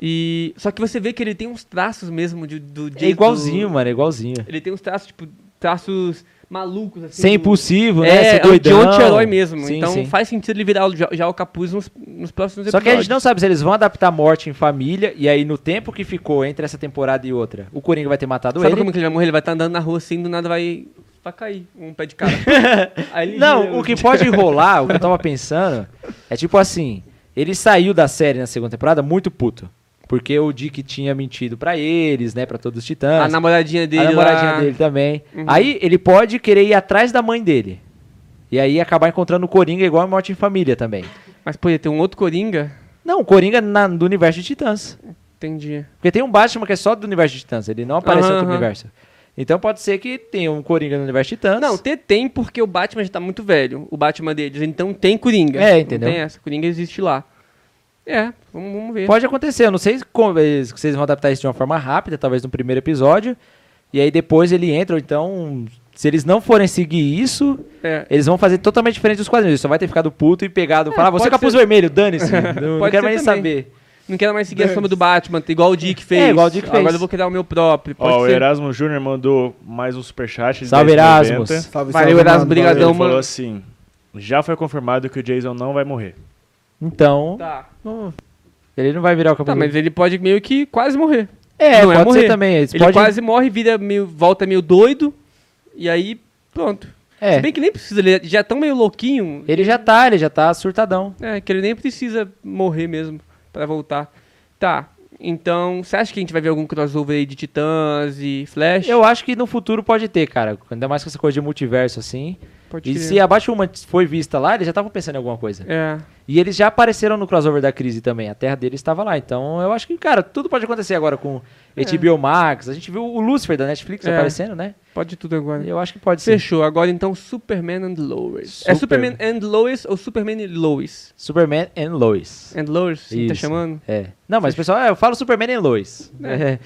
Speaker 2: E só que você vê que ele tem uns traços mesmo de, do
Speaker 1: É igualzinho, mano, é igualzinho.
Speaker 2: Ele tem uns traços tipo traços malucos assim.
Speaker 1: Ser
Speaker 2: do-
Speaker 1: impulsivo, né?
Speaker 2: É,
Speaker 1: Ser
Speaker 2: é um de
Speaker 1: doidão.
Speaker 2: anti-herói mesmo.
Speaker 1: Sim,
Speaker 2: então
Speaker 1: sim.
Speaker 2: faz sentido ele virar o- já, já o capuz nos, nos próximos
Speaker 1: Só que a
Speaker 2: episódios.
Speaker 1: gente não sabe se eles vão adaptar morte em família e aí no tempo que ficou entre essa temporada e outra, o Coringa vai ter matado
Speaker 2: Sabe
Speaker 1: ele.
Speaker 2: como que ele vai morrer? Ele vai estar andando na rua assim, do nada vai, vai cair um pé de cara. Aí ele tipo, gira,
Speaker 1: Não, o que pode rolar, o que eu tava pensando, é tipo assim, ele saiu da série na segunda temporada muito puto. Porque o Dick tinha mentido pra eles, né, Pra todos os titãs.
Speaker 2: A namoradinha dele
Speaker 1: a namoradinha
Speaker 2: lá.
Speaker 1: dele também.
Speaker 2: Uhum.
Speaker 1: Aí ele pode querer ir atrás da mãe dele. E aí acabar encontrando o Coringa igual a Morte em Família também.
Speaker 2: Mas podia ter um outro Coringa.
Speaker 1: Não, o Coringa na- do universo de Titãs.
Speaker 2: Entendi.
Speaker 1: Porque tem um Batman que é só do universo de Titãs, ele não aparece em
Speaker 2: Aham,
Speaker 1: outro
Speaker 2: aham.
Speaker 1: universo. Então pode ser que tenha um Coringa no universo de Titãs.
Speaker 2: Não, ter tem porque o Batman já tá muito velho. O Batman deles, então tem Coringa.
Speaker 1: É, entendeu?
Speaker 2: Não tem essa. Coringa existe lá. É, vamos, vamos ver.
Speaker 1: Pode acontecer, eu não sei como eles- se vocês vão adaptar isso de uma forma rápida, talvez no primeiro episódio. E aí depois ele entra, ou então, se eles não forem seguir isso,
Speaker 2: É.
Speaker 1: eles vão fazer totalmente diferente dos quadrinhos. Ele só vai ter ficado puto e pegado, falar, você é
Speaker 2: pode
Speaker 1: capuz
Speaker 2: ser.
Speaker 1: vermelho, dane-se. não, não
Speaker 2: Pode
Speaker 1: quero
Speaker 2: ser
Speaker 1: mais nem
Speaker 2: também.
Speaker 1: saber.
Speaker 2: Não quero mais seguir a sombra do Batman, tá igual o Dick fez.
Speaker 1: É, igual o Dick
Speaker 2: Agora
Speaker 1: fez.
Speaker 2: eu vou criar o meu próprio. Pode
Speaker 4: Ó, o
Speaker 2: ser.
Speaker 4: Erasmo Júnior mandou mais um superchat. de
Speaker 1: Salve,
Speaker 4: 10,90.
Speaker 1: Erasmus.
Speaker 3: Salve,
Speaker 2: Valeu,
Speaker 3: salve,
Speaker 2: Erasmo,
Speaker 3: mano,
Speaker 4: Ele
Speaker 2: brigadão.
Speaker 3: valeu.
Speaker 2: mano.
Speaker 4: falou assim, já foi confirmado que o Jason não vai morrer.
Speaker 1: Então,
Speaker 2: Tá.
Speaker 1: não- ele não vai virar o capuz
Speaker 2: Tá, mas
Speaker 1: vermelho.
Speaker 2: ele pode meio que quase morrer.
Speaker 1: É,
Speaker 2: não é
Speaker 1: pode ser
Speaker 2: morrer.
Speaker 1: também. Eles
Speaker 2: ele
Speaker 1: podem-
Speaker 2: quase morre, vira meio, volta meio doido. E aí, pronto.
Speaker 1: É,
Speaker 2: Se bem que nem precisa, ele já é tão meio louquinho.
Speaker 1: ele já tá, ele já tá surtadão.
Speaker 2: É, que ele nem precisa morrer mesmo pra voltar. Tá, então, você acha que a gente vai ver algum crossover aí de Titãs e Flash?
Speaker 1: Eu acho que no futuro pode ter, cara. Ainda mais com essa coisa de multiverso, assim.
Speaker 2: Pode
Speaker 1: E
Speaker 2: crer.
Speaker 1: se a Batwoman foi vista lá, eles já estavam pensando em alguma coisa.
Speaker 2: É,
Speaker 1: E eles já apareceram no crossover da crise também. A terra deles estava lá. Então eu acho que, cara, tudo pode acontecer agora com HBO Max. A gente viu o Lucifer da Netflix
Speaker 2: É.
Speaker 1: aparecendo, né?
Speaker 2: pode tudo agora.
Speaker 1: Eu acho que pode ser.
Speaker 2: Fechou, agora então Superman and Lois. É
Speaker 1: Super-
Speaker 2: Superman and Lois ou Superman e Lois?
Speaker 1: Superman and Lois.
Speaker 2: And Lois, você tá
Speaker 1: Isso.
Speaker 2: chamando?
Speaker 1: É. Não, mas pessoal, é, eu falo Superman and Lois. É.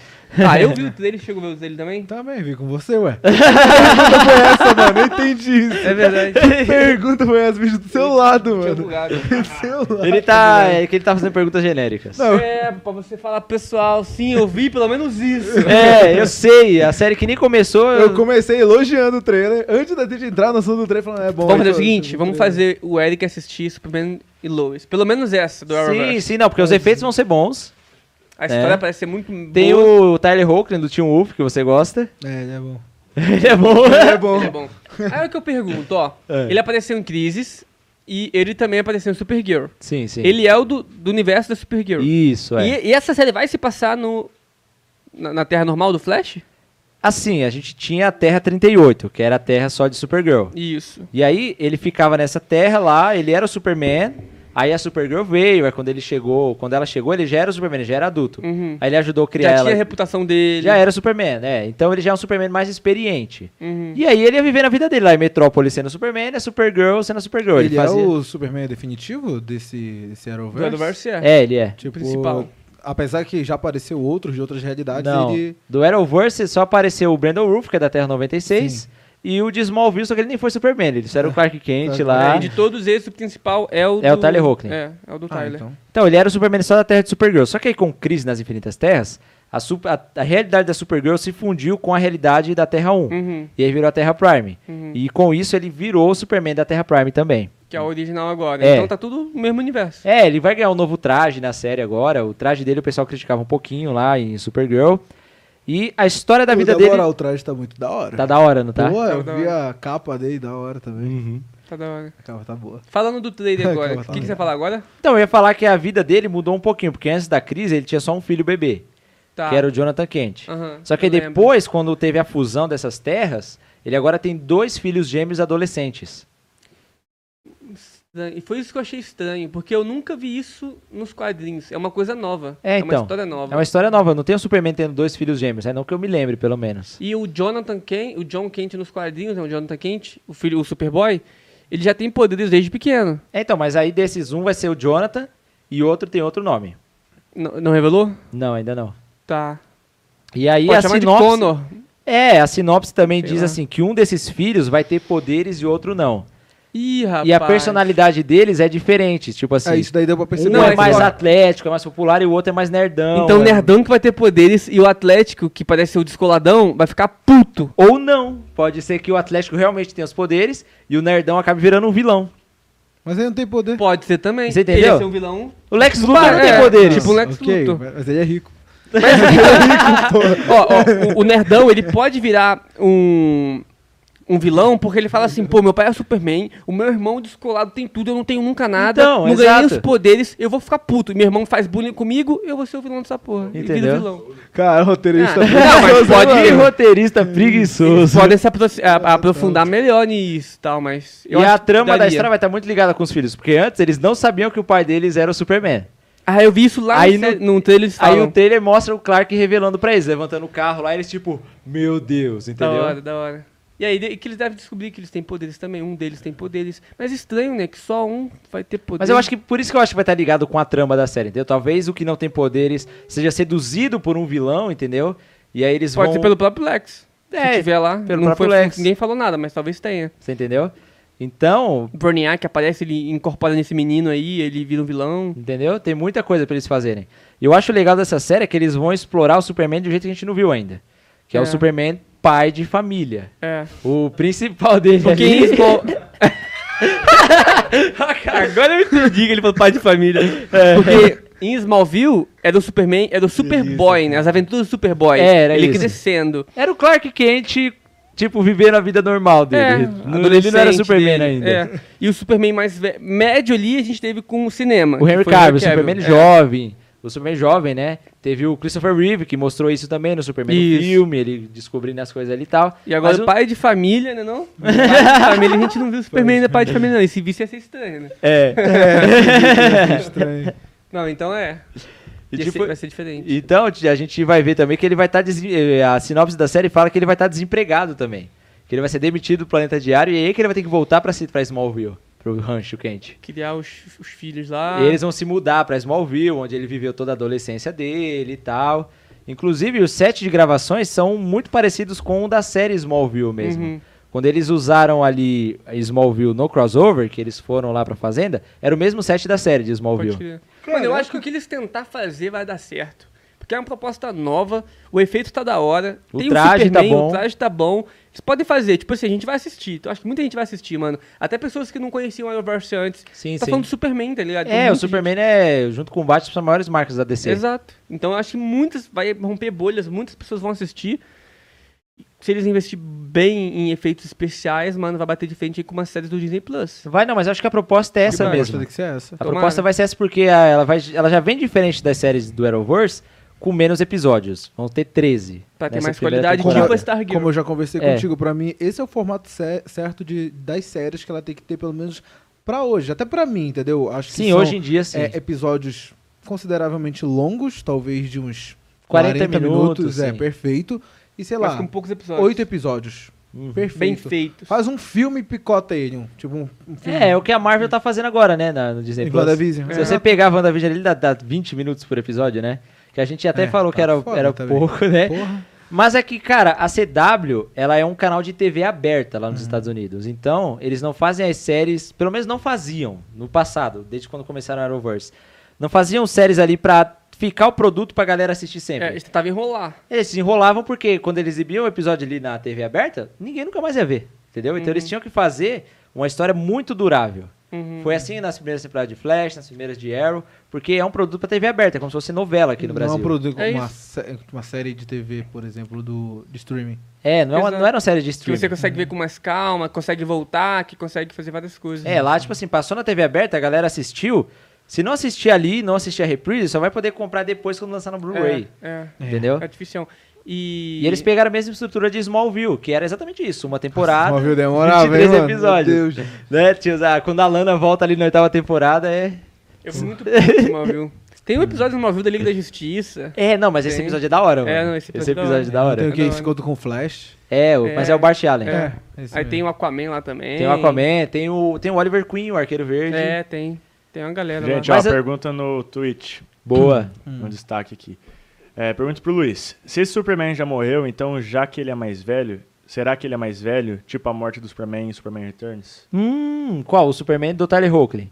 Speaker 2: Ah, eu vi o dele, chegou a ver o dele também?
Speaker 3: Também vi com você, ué. Que pergunta foi essa, mano? Eu entendi isso.
Speaker 2: É verdade.
Speaker 3: Que pergunta foi essa, bicho? Do seu lado,
Speaker 2: Tinha
Speaker 3: mano.
Speaker 2: bugado.
Speaker 3: Do seu lado.
Speaker 1: Ele tá.
Speaker 2: né?
Speaker 1: É que ele tá fazendo perguntas genéricas.
Speaker 3: Não.
Speaker 2: É, pra você falar, pessoal, sim, eu vi pelo menos isso.
Speaker 1: É, eu sei. A série que nem começou.
Speaker 3: Eu comecei elogiando o trailer. Antes da gente entrar no assunto do trailer, falando, é bom.
Speaker 2: Vamos fazer o
Speaker 3: então,
Speaker 2: seguinte,
Speaker 3: tipo,
Speaker 1: né?
Speaker 2: vamos fazer o Eric assistir Superman e Lois. Pelo menos essa do Arrowverse.
Speaker 1: Sim, sim, não, porque os efeitos vão ser bons.
Speaker 2: A história
Speaker 1: É.
Speaker 2: parece ser muito
Speaker 1: Tem
Speaker 2: boa.
Speaker 1: o Tyler Hoechlin do Team Wolf, que você gosta.
Speaker 3: É, ele é bom.
Speaker 1: Ele é bom.
Speaker 3: Ele é bom.
Speaker 2: É bom. Aí é o que eu pergunto, ó.
Speaker 1: É.
Speaker 2: Ele apareceu em Crisis e ele também apareceu em Supergirl.
Speaker 1: Sim, sim.
Speaker 2: Ele é o do, do universo da Supergirl.
Speaker 1: Isso, é.
Speaker 2: E, e essa série vai se passar no na, na Terra normal do Flash?
Speaker 1: Assim, a gente tinha a Terra 38, que era a Terra só de Supergirl.
Speaker 2: Isso.
Speaker 1: E aí ele ficava nessa terra lá, ele era o Superman. Aí a Supergirl veio, é quando ele chegou, quando ela chegou, ele já era o Superman, ele já era adulto.
Speaker 2: Uhum.
Speaker 1: Aí ele ajudou a criar
Speaker 2: Já
Speaker 1: ela.
Speaker 2: tinha a reputação dele.
Speaker 1: Já era o Superman, né? Então ele já é um Superman mais experiente.
Speaker 2: Uhum.
Speaker 1: E aí ele ia viver a vida dele lá em Metrópole sendo Superman, a Supergirl sendo a Supergirl. Ele,
Speaker 3: Ele
Speaker 1: fazia...
Speaker 3: é o Superman definitivo desse, desse
Speaker 2: Do
Speaker 3: Arrowverse?
Speaker 2: Arrowverse é.
Speaker 1: É, ele é.
Speaker 3: Tipo,
Speaker 2: principal.
Speaker 3: Apesar que já apareceu outros de outras realidades,
Speaker 1: Não,
Speaker 3: ele...
Speaker 1: do Arrowverse só apareceu o Brandon Roof, que é da Terra 96, e o de Smallville, só que ele nem foi Superman, ele só era o Clark Kent
Speaker 3: Clark
Speaker 1: lá.
Speaker 2: É, e de todos esses, o principal é o
Speaker 1: Tá. É o
Speaker 2: do-
Speaker 1: Tyler Hoechlin.
Speaker 2: É, é o do
Speaker 3: Ah,
Speaker 2: Tyler.
Speaker 3: então.
Speaker 1: Então, ele era o Superman só da Terra de Supergirl. Só que aí, com Crise nas Infinitas Terras, a, su- a- a realidade da Supergirl se fundiu com a realidade da Terra 1.
Speaker 2: Uhum.
Speaker 1: E aí virou a Terra Prime.
Speaker 2: Uhum.
Speaker 1: E com isso, ele virou o Superman da Terra Prime também.
Speaker 2: Que é o original agora.
Speaker 1: É.
Speaker 2: Então tá tudo no mesmo universo.
Speaker 1: É, ele vai ganhar um novo traje na série agora. O traje dele o pessoal criticava um pouquinho lá em Supergirl. E a história da
Speaker 3: Pô,
Speaker 1: vida
Speaker 3: na
Speaker 1: dele.
Speaker 3: moral, o traje tá muito da hora.
Speaker 1: Tá da hora, não tá? Uhum.
Speaker 3: Boa, eu
Speaker 2: Tá da
Speaker 3: vi a capa dele da hora também.
Speaker 1: É.
Speaker 2: Tá da hora.
Speaker 3: A capa tá boa.
Speaker 2: Falando do trailer
Speaker 3: Ai,
Speaker 2: agora,
Speaker 3: calma,
Speaker 2: o que,
Speaker 3: calma.
Speaker 2: que você vai falar agora?
Speaker 1: Então, eu ia falar que a vida dele mudou um pouquinho, porque antes da crise ele tinha só um filho bebê,
Speaker 2: Tá.
Speaker 1: que era o Jonathan Kent.
Speaker 2: Aham,
Speaker 1: Só que
Speaker 2: eu
Speaker 1: aí
Speaker 2: lembro.
Speaker 1: depois, quando teve a fusão dessas terras, ele agora tem dois filhos gêmeos adolescentes.
Speaker 2: E foi isso que eu achei estranho, porque eu nunca vi isso nos quadrinhos. É uma coisa nova.
Speaker 1: É,
Speaker 2: uma
Speaker 1: então.
Speaker 2: história nova.
Speaker 1: É uma história nova, não tem o Superman tendo dois filhos gêmeos, é não que eu me lembre, pelo menos.
Speaker 2: E o Jonathan Kent, o John Kent nos quadrinhos, é o Jonathan Kent, o filho, o Superboy, ele já tem poderes desde pequeno.
Speaker 1: É, então, mas aí desses um vai ser o Jonathan e outro tem outro nome.
Speaker 2: N- não revelou?
Speaker 1: Não, ainda não.
Speaker 2: Tá.
Speaker 1: E aí
Speaker 2: Pode
Speaker 1: a
Speaker 2: chamar de
Speaker 1: sinopse...
Speaker 2: Connor.
Speaker 1: É, a sinopse também
Speaker 2: Sei
Speaker 1: diz
Speaker 2: lá.
Speaker 1: assim que um desses filhos vai ter poderes e outro não.
Speaker 2: Ih, rapaz.
Speaker 1: E a personalidade deles é diferente, tipo assim.
Speaker 3: É, isso daí deu pra perceber.
Speaker 1: um
Speaker 2: Não,
Speaker 1: é
Speaker 2: é
Speaker 1: mais
Speaker 2: claro.
Speaker 1: atlético, é mais popular e o outro é mais nerdão.
Speaker 2: Então o
Speaker 1: é-
Speaker 2: nerdão que vai ter poderes e o Atlético, que parece ser o descoladão, vai ficar puto.
Speaker 1: Ou não. Pode ser que o Atlético realmente tenha os poderes e o nerdão acabe virando um vilão.
Speaker 3: Mas ele não tem poder.
Speaker 2: Pode ser também.
Speaker 1: Você
Speaker 2: Ele
Speaker 1: entendeu?
Speaker 2: ia ser um vilão.
Speaker 1: O Lex Luthor não tem
Speaker 2: é,
Speaker 1: poderes.
Speaker 2: tipo, o Lex
Speaker 3: Ok,
Speaker 2: Luthor.
Speaker 3: Mas ele é rico.
Speaker 2: ó, ó, o, o nerdão, ele pode virar um, um vilão porque ele fala assim, pô, meu pai é Superman, o meu irmão descolado tem tudo, eu não tenho nunca nada,
Speaker 1: Então,
Speaker 2: não ganhei
Speaker 1: exato.
Speaker 2: os poderes, eu vou ficar puto. Meu irmão faz bullying comigo, eu vou ser o vilão dessa porra. E viro
Speaker 1: Entendeu?
Speaker 2: vilão.
Speaker 3: Cara, roteirista.
Speaker 2: Ah, não, mas pode
Speaker 1: Que
Speaker 2: ir,
Speaker 1: roteirista
Speaker 2: Eles
Speaker 1: preguiçoso.
Speaker 2: podem se apro- a- aprofundar melhor nisso e tal, mas... eu
Speaker 1: E
Speaker 2: acho
Speaker 1: a
Speaker 2: que
Speaker 1: trama da
Speaker 2: daria.
Speaker 1: história vai estar muito ligada com os filhos, porque antes eles não sabiam que o pai deles era o Superman.
Speaker 2: Ah, eu vi isso lá
Speaker 1: Aí
Speaker 2: no,
Speaker 1: no-
Speaker 2: sé- num trailer, eles
Speaker 1: Aí
Speaker 2: falam.
Speaker 1: o trailer mostra o Clark revelando pra eles, levantando o carro lá, e eles tipo, meu Deus,
Speaker 2: Da
Speaker 1: entendeu?
Speaker 2: hora, da hora. E aí de- que eles devem descobrir que eles têm poderes também, um deles tem poderes. Mas estranho, né, que só um vai ter poder.
Speaker 1: Mas eu acho que por isso que eu acho que vai estar ligado com a trama da série, entendeu? Talvez o que não tem poderes seja seduzido por um vilão, entendeu? E aí eles
Speaker 2: Pode
Speaker 1: vão.
Speaker 2: ser pelo próprio Lex.
Speaker 1: É,
Speaker 2: se tiver lá.
Speaker 1: pelo
Speaker 2: não
Speaker 1: próprio
Speaker 2: foi,
Speaker 1: Lex.
Speaker 2: Ninguém falou nada, mas talvez tenha.
Speaker 1: Você entendeu? Então,
Speaker 2: O Brainiac aparece, ele incorpora nesse menino aí, ele vira um vilão.
Speaker 1: entendeu? Tem muita coisa pra eles fazerem. E eu acho legal dessa série é que eles vão explorar o Superman de um jeito que a gente não viu ainda. Que é, o
Speaker 2: É.
Speaker 1: Superman pai de família.
Speaker 2: É.
Speaker 1: O principal dele
Speaker 2: Porque
Speaker 1: ali-
Speaker 2: expo... Agora eu entendi que ele falou pai de família. Porque em Smallville era o Superman, era o Superboy, né? As aventuras do Superboy.
Speaker 1: É, era
Speaker 2: ele
Speaker 1: isso.
Speaker 2: crescendo.
Speaker 1: Era o Clark Kent, tipo, vivendo a vida normal dele.
Speaker 2: É,
Speaker 1: Não- ele não era
Speaker 2: adolescente
Speaker 1: Superman
Speaker 2: dele,
Speaker 1: ainda.
Speaker 2: é. E o Superman mais ve- médio ali a gente teve com o cinema.
Speaker 1: O
Speaker 2: que
Speaker 1: Henry
Speaker 2: foi Henry
Speaker 1: Cavill, o Superman
Speaker 2: É.
Speaker 1: jovem. O Superman jovem, né? Teve o Christopher Reeve, que mostrou isso também no Superman no
Speaker 2: Isso.
Speaker 1: filme, ele descobrindo as coisas ali e tal.
Speaker 2: É. E agora
Speaker 1: Mas o-
Speaker 2: pai de família, né não? Pai de família, a gente não viu o Superman ainda pai de família não. E se visse ia ser estranho, né?
Speaker 1: É.
Speaker 3: é Estranho.
Speaker 2: Não, então é.
Speaker 1: E
Speaker 2: Ia
Speaker 1: tipo-
Speaker 2: ser- vai ser diferente.
Speaker 1: Então, a gente vai ver também que ele vai estar... A sinopse da série fala que ele vai estar desempregado também. Que ele vai ser demitido do Planeta Diário e aí que ele vai ter que voltar pra, se- pra Smallville, pro rancho quente.
Speaker 2: Criar os, os filhos lá.
Speaker 1: E eles vão se mudar pra Smallville, onde ele viveu toda a adolescência dele e tal. Inclusive, os sets de gravações são muito parecidos com o da série Smallville mesmo.
Speaker 2: Uhum.
Speaker 1: Quando eles usaram ali Smallville no crossover, que eles foram lá pra fazenda, era o mesmo set da série de
Speaker 2: Pode
Speaker 1: Smallville.
Speaker 2: crer. Mano, eu acho que o que eles tentar fazer vai dar certo. Porque é uma proposta nova, o efeito tá da hora,
Speaker 1: O
Speaker 2: tem
Speaker 1: traje
Speaker 2: o Superman,
Speaker 1: tá bom.
Speaker 2: o traje tá bom. Eles podem fazer, tipo assim, a gente vai assistir. Então, acho que muita gente vai assistir, mano. Até pessoas que não conheciam o Arrowverse antes.
Speaker 1: Sim,
Speaker 2: tá
Speaker 1: sim.
Speaker 2: falando do Superman, tá ligado? Tem
Speaker 1: É, o
Speaker 2: muita
Speaker 1: Superman é, junto com o Batman, são as maiores marcas da
Speaker 2: gente-
Speaker 1: DC.
Speaker 2: Exato. Então eu acho que muitas, vai romper bolhas, muitas pessoas vão assistir. Se eles investirem bem em efeitos especiais, mano, vai bater de frente aí com uma série do Disney Plus.
Speaker 1: Vai não, mas eu acho que a proposta é essa
Speaker 3: Mas
Speaker 1: mesmo.
Speaker 3: Tem que ser essa.
Speaker 1: A
Speaker 2: Tomara.
Speaker 1: proposta vai ser essa porque a- ela, vai, ela já vem diferente das séries do Arrowverse, com menos episódios. Vão ter 13.
Speaker 2: Pra ter
Speaker 1: nessa
Speaker 2: mais
Speaker 1: primeira
Speaker 2: qualidade,
Speaker 1: temporada.
Speaker 2: tipo a Star Girl.
Speaker 3: Como eu já conversei
Speaker 1: É.
Speaker 3: contigo, pra mim, esse é o formato cer- certo de, das séries que ela tem que ter, pelo menos pra hoje. Até pra mim, entendeu? Acho que
Speaker 1: Sim,
Speaker 3: são,
Speaker 1: hoje em dia sim.
Speaker 3: é, episódios consideravelmente longos, talvez de uns
Speaker 1: 40 minutos,
Speaker 3: é,
Speaker 1: sim.
Speaker 3: perfeito. E sei
Speaker 2: Mas
Speaker 3: lá,
Speaker 2: com um poucos episódios.
Speaker 3: oito episódios.
Speaker 1: Uhum.
Speaker 3: Perfeito.
Speaker 2: Bem feitos.
Speaker 3: Faz um filme e picota ele. Um, tipo um, um filme.
Speaker 1: É, é o que a Marvel tá fazendo agora, né, na, no Disney
Speaker 3: Em
Speaker 1: Plus.
Speaker 3: WandaVision.
Speaker 1: Se
Speaker 3: É.
Speaker 1: você pegar a WandaVision ali, dá, dá 20 minutos por episódio, né? Que a gente até
Speaker 3: É,
Speaker 1: falou que
Speaker 3: tá
Speaker 1: era,
Speaker 3: foda
Speaker 1: era
Speaker 3: também.
Speaker 1: pouco, né?
Speaker 3: Porra.
Speaker 1: Mas é que, cara, a CW, ela é um canal de TV aberta lá nos
Speaker 3: Uhum.
Speaker 1: Estados Unidos. Então, eles não fazem as séries, pelo menos não faziam no passado, desde quando começaram a Arrowverse. Não faziam séries ali pra ficar o produto pra galera assistir sempre.
Speaker 2: É, eles tentavam enrolar.
Speaker 1: Eles se enrolavam porque quando eles exibiam o episódio ali na TV aberta, ninguém nunca mais ia ver, entendeu? Então
Speaker 3: Uhum.
Speaker 1: eles tinham que fazer uma história muito durável.
Speaker 2: Uhum.
Speaker 1: Foi assim nas primeiras temporadas de Flash, nas primeiras de Arrow, porque é um produto pra TV aberta, é como se fosse novela aqui no
Speaker 3: Não é
Speaker 1: Brasil.
Speaker 3: um produto como
Speaker 2: É
Speaker 3: uma,
Speaker 2: isso.
Speaker 3: sé- uma série de TV, por exemplo, do, de streaming.
Speaker 1: É, não, é uma, não
Speaker 2: Exato.
Speaker 1: era uma série de
Speaker 2: Que
Speaker 1: streaming.
Speaker 2: você consegue ver com mais calma, consegue voltar, que consegue fazer várias coisas.
Speaker 1: É, lá, tipo assim, passou na TV aberta, a galera assistiu. Se não assistir ali, não assistir a reprise, só vai poder comprar depois quando lançar no Blu-ray.
Speaker 2: É,
Speaker 1: Entendeu?
Speaker 2: é, é difícil. E...
Speaker 1: E eles pegaram a mesma estrutura de Smallville, que era exatamente isso, uma temporada.
Speaker 3: Smallville demorava, hein,
Speaker 1: 23
Speaker 3: mano? Meu
Speaker 1: episódios.
Speaker 3: Deus.
Speaker 1: Né, tios? Ah, quando a Lana volta ali na oitava temporada, é.
Speaker 2: Eu fui muito puto em Smallville. Tem um episódio de Smallville da Liga da Justiça.
Speaker 1: É, não, mas esse
Speaker 2: Tem.
Speaker 1: episódio é da hora, mano.
Speaker 2: É, não, esse episódio é da
Speaker 1: episódio é da hora.
Speaker 3: Tem o que?
Speaker 2: Não,
Speaker 3: Esse conto com Flash.
Speaker 1: É, o- mas é o Bart Allen.
Speaker 2: É.
Speaker 3: isso
Speaker 2: Aí
Speaker 3: mesmo.
Speaker 2: tem o Aquaman lá também.
Speaker 1: Tem o Aquaman, tem o, tem o Oliver Queen, o Arqueiro Verde.
Speaker 2: É, tem. Tem uma galera
Speaker 4: Gente,
Speaker 2: lá.
Speaker 1: Mas
Speaker 4: ó,
Speaker 1: eu-
Speaker 4: pergunta no Twitch.
Speaker 1: Boa.
Speaker 4: Um destaque aqui. É, pergunto pro Luiz. Se esse Superman já morreu, então já que ele é mais velho, será que ele é mais velho? Tipo a morte do Superman em Superman Returns?
Speaker 1: Hum, qual? O Superman do Tyler Hoechlin.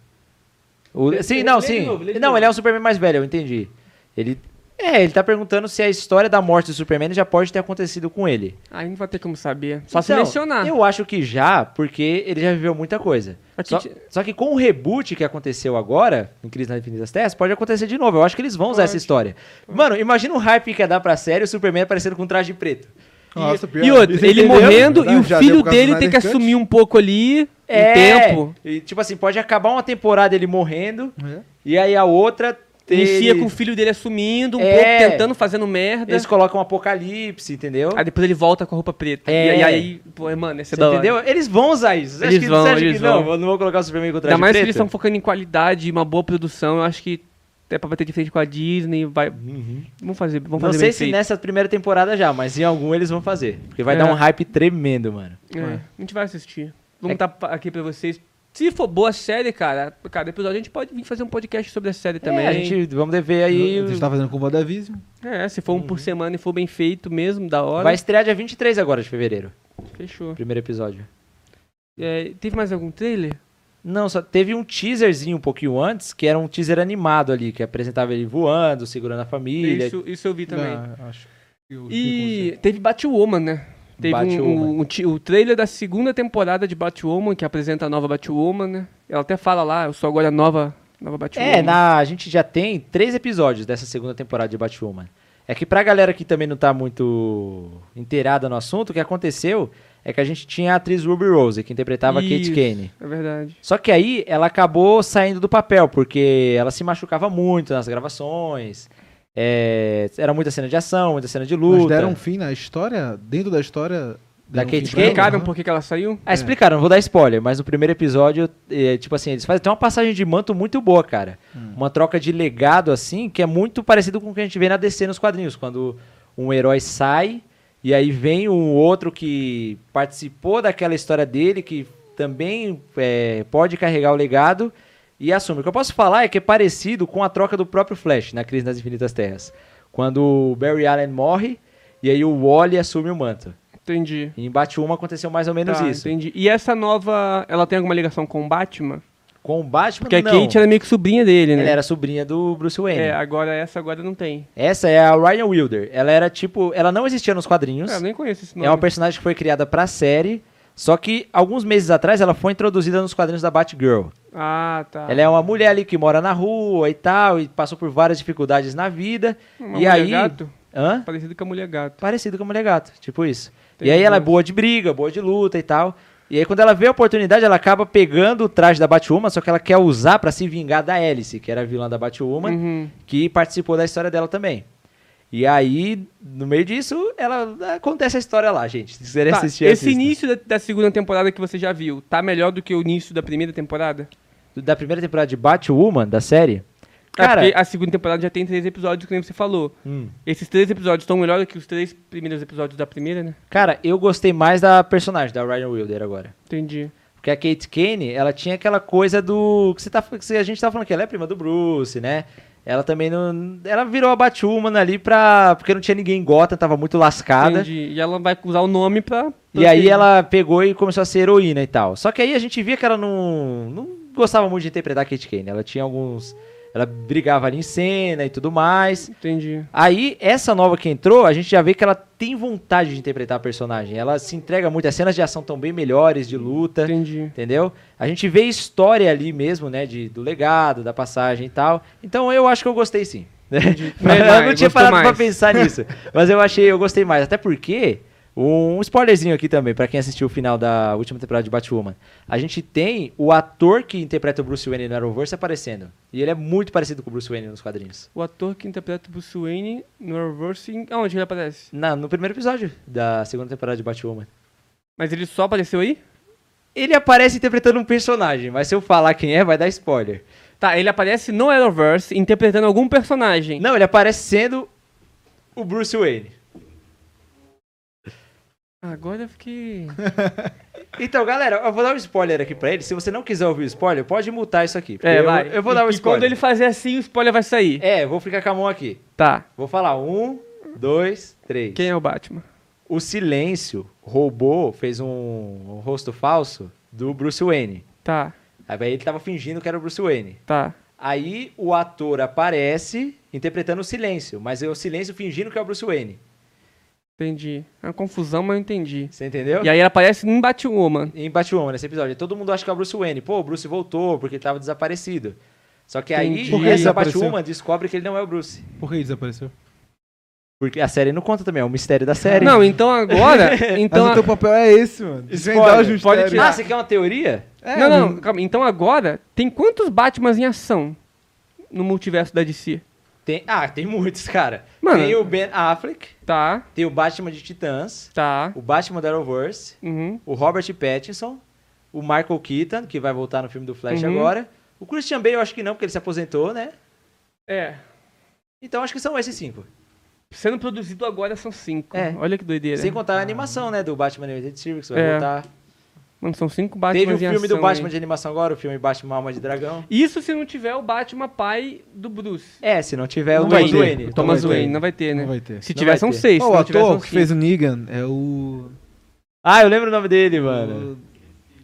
Speaker 1: O-
Speaker 2: Lê-
Speaker 1: Sim,
Speaker 2: lê-
Speaker 1: não,
Speaker 2: lê de
Speaker 1: sim.
Speaker 2: novo, lê de
Speaker 1: Não,
Speaker 2: novo.
Speaker 1: ele é o Superman mais velho, eu entendi. Ele... É, ele tá perguntando se a história da morte do Superman já pode ter acontecido com ele.
Speaker 2: Aí não vai ter como saber. Só se
Speaker 1: Então,
Speaker 2: mencionar.
Speaker 1: Eu acho que já, porque ele já viveu muita coisa.
Speaker 2: Aqui
Speaker 1: Só,
Speaker 2: ti-
Speaker 1: só que com o reboot que aconteceu agora, em Crise nas Infinitas Terras, pode acontecer de novo. Eu acho que eles vão usar essa história. Mano, imagina o hype que ia dar pra série o Superman aparecendo com um traje preto.
Speaker 3: Nossa, pior.
Speaker 2: E outro,
Speaker 3: Isso
Speaker 2: ele
Speaker 3: entendeu?
Speaker 2: morrendo e o
Speaker 3: Já deu
Speaker 2: filho
Speaker 3: por causa do
Speaker 2: dele tem que
Speaker 3: Snyder Cut?
Speaker 2: assumir um pouco ali, um tempo.
Speaker 1: É. E, tipo assim, pode acabar uma temporada ele morrendo,
Speaker 3: É.
Speaker 1: e aí a outra. ter
Speaker 2: Inicia
Speaker 1: ele-
Speaker 2: com o filho dele assumindo, um
Speaker 1: É.
Speaker 2: pouco tentando, fazendo merda.
Speaker 1: Eles colocam um apocalipse, entendeu?
Speaker 2: Aí depois ele volta com a roupa preta.
Speaker 1: É.
Speaker 2: E, e aí, pô, mano, esse é
Speaker 1: Você
Speaker 2: da hora.
Speaker 1: entendeu? Eles vão usar isso. Você acha
Speaker 2: Eles
Speaker 1: que,
Speaker 2: vão,
Speaker 1: você acha
Speaker 2: eles
Speaker 1: que não?
Speaker 2: vão.
Speaker 1: Eu Não vou colocar o Superman com o traje
Speaker 2: Ainda mais que
Speaker 1: preto?
Speaker 2: eles estão focando em qualidade, uma boa produção. Eu acho que é pra bater de frente com a Disney. Vai... Vamos fazer, vamos
Speaker 1: Não
Speaker 2: fazer
Speaker 1: sei
Speaker 2: bem
Speaker 1: se né?
Speaker 2: feito.
Speaker 1: nessa primeira temporada já, mas em algum eles vão fazer. Porque vai
Speaker 2: É.
Speaker 1: dar um hype tremendo, mano.
Speaker 2: É, a gente vai assistir.
Speaker 1: É
Speaker 2: Vamos estar aqui pra vocês. Se for boa série, cara, cada episódio a gente pode vir fazer um podcast sobre a série também.
Speaker 1: Também É, a gente vamos dever aí.
Speaker 3: A gente tá fazendo com o Vandavision.
Speaker 2: É, se for um por semana e for bem feito mesmo, da hora.
Speaker 1: Vai estrear dia 23 agora de fevereiro.
Speaker 2: Fechou.
Speaker 1: Primeiro episódio.
Speaker 2: É, teve mais algum trailer?
Speaker 1: Não, só teve um teaserzinho um pouquinho antes, que era um teaser animado ali, que apresentava ele voando, segurando a família.
Speaker 2: Isso, isso eu vi também.
Speaker 3: Não, acho que Ah, eu
Speaker 2: E teve Batwoman, né? Teve um-
Speaker 1: Batwoman.
Speaker 2: um- um ti- o trailer da segunda temporada de Batwoman, que apresenta a nova Batwoman, né? Ela até fala lá, eu sou agora a nova, nova Batwoman.
Speaker 1: É, na, a gente já tem três episódios dessa segunda temporada de Batwoman. É que pra galera que também não tá muito inteirada no assunto, o que aconteceu é que a gente tinha a atriz Ruby Rose, que interpretava a Kate
Speaker 2: Isso,
Speaker 1: Kane.
Speaker 2: É verdade.
Speaker 1: Só que aí ela acabou saindo do papel, porque ela se machucava muito nas gravações. é, era muita cena de ação, muita cena de
Speaker 3: Mas
Speaker 1: luta.
Speaker 3: deram um fim na história, dentro da história...
Speaker 1: Da
Speaker 3: deram um
Speaker 1: Kate
Speaker 3: fim pra ela,
Speaker 2: Explicaram
Speaker 3: né?
Speaker 2: por que, que ela saiu?
Speaker 1: Ah, explicaram, não vou dar spoiler, mas no primeiro episódio, é, tipo assim, eles fazem até uma passagem de manto muito boa, cara. Uma troca de legado, assim, que é muito parecido com o que a gente vê na DC nos quadrinhos, quando um herói sai e aí vem um outro que participou daquela história dele, que também é, pode carregar o legado e assume. O que eu posso falar é que é parecido com a troca do próprio Flash na Crise das Infinitas Terras. Quando o Barry Allen morre e aí o Wally assume o manto.
Speaker 2: Entendi.
Speaker 1: Em Batwoman aconteceu mais ou menos
Speaker 2: Tá,
Speaker 1: isso.
Speaker 2: Entendi. E essa nova, ela tem alguma ligação com o Batman?
Speaker 1: Com o Batman,
Speaker 2: Porque a
Speaker 1: não.
Speaker 2: Kate era meio que sobrinha dele, né?
Speaker 1: Ela era sobrinha do Bruce Wayne.
Speaker 2: É, agora essa agora não tem.
Speaker 1: Essa é a Ryan Wilder. Ela era tipo... Ela não existia nos quadrinhos.
Speaker 2: Cara, Ah, eu nem conheço esse nome.
Speaker 1: é uma personagem que foi criada pra série. Só que, alguns meses atrás, ela foi introduzida nos quadrinhos da Batgirl.
Speaker 2: Ah, tá.
Speaker 1: Ela é uma mulher ali que mora na rua e tal. E passou por várias dificuldades na vida.
Speaker 2: Uma
Speaker 1: e
Speaker 2: mulher
Speaker 1: aí...
Speaker 2: gato?
Speaker 1: Hã?
Speaker 2: Parecida com a mulher gato.
Speaker 1: Parecido com a Mulher Gato. Tipo isso.
Speaker 2: Entendi.
Speaker 1: E aí ela é boa de briga, boa de luta e tal. E aí quando ela vê a oportunidade, ela acaba pegando o traje da Batwoman, só que ela quer usar pra se vingar da Alice, que era a vilã da Batwoman.
Speaker 2: Uhum.
Speaker 1: que participou da história dela também. E aí, no meio disso, ela é, acontece a história lá, gente. Se quiserem
Speaker 2: Tá,
Speaker 1: assistir,
Speaker 2: esse
Speaker 1: assistam.
Speaker 2: início da, da segunda temporada que você já viu, tá melhor do que o início da primeira temporada?
Speaker 1: Da primeira temporada de Batwoman, da série.
Speaker 2: É,
Speaker 1: Cara,
Speaker 2: porque a segunda temporada já tem três episódios, que nem você falou.
Speaker 1: Hum.
Speaker 2: Esses três episódios estão melhor do que os três primeiros episódios da primeira, né?
Speaker 1: cara, eu gostei mais da personagem, da Ryan Wilder agora.
Speaker 2: Entendi.
Speaker 1: Porque a Kate Kane, ela tinha aquela coisa do... Que, você tá, que a gente tá falando que ela é prima do Bruce, né? Ela também não... Ela virou a Batwoman ali pra... Porque não tinha ninguém em Gotham, tava muito lascada.
Speaker 2: Entendi. E ela vai usar o nome pra.
Speaker 1: E aí
Speaker 2: pra-
Speaker 1: ela pegou e começou a ser heroína e tal. Só que aí a gente via que ela não, não gostava muito de interpretar a Kate Kane. Ela tinha alguns. Ela brigava ali em cena e tudo mais.
Speaker 2: Entendi.
Speaker 1: Aí, essa nova que entrou, a gente já vê que ela tem vontade de interpretar a personagem. Ela se entrega muito, as cenas de ação estão bem melhores, de luta.
Speaker 2: Entendi.
Speaker 1: Entendeu? A gente vê história ali mesmo, né? De, do legado, da passagem e tal. Então eu acho que eu gostei sim. Mas eu não
Speaker 2: mais,
Speaker 1: tinha
Speaker 2: gostou
Speaker 1: parado pra
Speaker 2: mais.
Speaker 1: pensar nisso. Mas eu achei, eu gostei mais. Até porque, um spoilerzinho aqui também, pra quem assistiu o final da última temporada de Batwoman. A gente tem o ator que interpreta o Bruce Wayne no Arrowverse aparecendo. E ele é muito parecido com o Bruce Wayne nos quadrinhos.
Speaker 2: O ator que interpreta o Bruce Wayne no Reversing. Aonde ele aparece?
Speaker 1: Na- no primeiro episódio da segunda temporada de Batwoman.
Speaker 2: Mas ele só apareceu aí?
Speaker 1: Ele aparece interpretando um personagem, mas se eu falar quem é, vai dar spoiler.
Speaker 2: Tá, ele aparece no Arrowverse interpretando algum personagem.
Speaker 1: Não, ele aparece sendo o Bruce Wayne.
Speaker 2: Agora eu fiquei.
Speaker 1: Então, galera, eu vou dar um spoiler aqui pra ele. Se você não quiser ouvir o spoiler, pode mutar isso aqui. porque
Speaker 2: É,
Speaker 1: eu,
Speaker 2: vai.
Speaker 1: eu vou dar um
Speaker 2: e, e
Speaker 1: spoiler.
Speaker 2: quando ele fazer assim, o spoiler vai sair.
Speaker 1: É, eu vou ficar com a mão aqui.
Speaker 2: Tá.
Speaker 1: Vou falar um, dois, três.
Speaker 2: Quem é o Batman?
Speaker 1: O silêncio roubou, fez um, um rosto falso do Bruce Wayne.
Speaker 2: Tá,
Speaker 1: Aí ele tava fingindo que era o Bruce Wayne.
Speaker 2: tá.
Speaker 1: Aí o ator aparece interpretando o silêncio, mas é o silêncio fingindo que é o Bruce Wayne.
Speaker 2: Entendi. É uma confusão, mas eu entendi.
Speaker 1: Você entendeu?
Speaker 2: E aí ela aparece num Batwoman.
Speaker 1: Em Batwoman, nesse episódio. Todo mundo acha que é o Bruce Wayne. Pô, o Bruce voltou porque ele tava desaparecido. Só que aí
Speaker 2: Entendi. Por que
Speaker 1: essa
Speaker 3: desapareceu?
Speaker 1: Batwoman descobre que ele não é o Bruce.
Speaker 3: Por que desapareceu?
Speaker 1: Porque a série não conta também, é um mistério da série.
Speaker 2: Não, então agora.
Speaker 3: Então,
Speaker 2: Então
Speaker 3: Mas
Speaker 2: a-
Speaker 3: o teu papel é esse, mano.
Speaker 1: Spoiler,
Speaker 3: Desvendar os
Speaker 2: pode
Speaker 3: mistérios.
Speaker 1: Ah, você quer uma teoria?
Speaker 3: É,
Speaker 2: não, não, calma. Então agora, tem quantos Batmans em ação no multiverso da DC?
Speaker 1: Tem... Ah, tem muitos, cara.
Speaker 2: Mano.
Speaker 1: Tem o Ben Affleck,
Speaker 2: Tá,
Speaker 1: tem o Batman de Titãs,
Speaker 2: tá.
Speaker 1: o Batman da Arrowverse,
Speaker 2: Uhum.
Speaker 1: o Robert Pattinson, o Michael Keaton, que vai voltar no filme do Flash
Speaker 2: Uhum.
Speaker 1: agora. O Christian Bale eu acho que não, porque ele se aposentou, né?
Speaker 2: É.
Speaker 1: Então acho que são esses cinco.
Speaker 2: Sendo produzido agora são cinco.
Speaker 1: É.
Speaker 2: Olha que doideira.
Speaker 1: Sem contar a animação, né, do Batman Animated Series, que vai
Speaker 2: É.
Speaker 1: voltar.
Speaker 2: Mano, são cinco Batmans
Speaker 1: Teve o
Speaker 2: em ação.
Speaker 1: filme do Batman
Speaker 2: hein?
Speaker 1: de animação agora, o filme Batman Alma de Dragão.
Speaker 2: Isso se não tiver o Batman pai do Bruce.
Speaker 1: É, se não tiver
Speaker 3: Não
Speaker 1: o
Speaker 3: vai
Speaker 1: Thomas
Speaker 3: ter.
Speaker 1: Wayne.
Speaker 3: O
Speaker 2: Thomas
Speaker 3: vai ter.
Speaker 2: Wayne, não vai ter, né?
Speaker 3: Não vai ter.
Speaker 2: Se
Speaker 1: Não
Speaker 2: tiver,
Speaker 1: vai
Speaker 2: são
Speaker 1: ter.
Speaker 2: seis. se
Speaker 3: Ó, o
Speaker 2: não um tiver, são
Speaker 3: ator que
Speaker 2: cinco.
Speaker 3: fez o Negan é o.
Speaker 1: Ah, eu lembro o nome dele, mano.
Speaker 3: o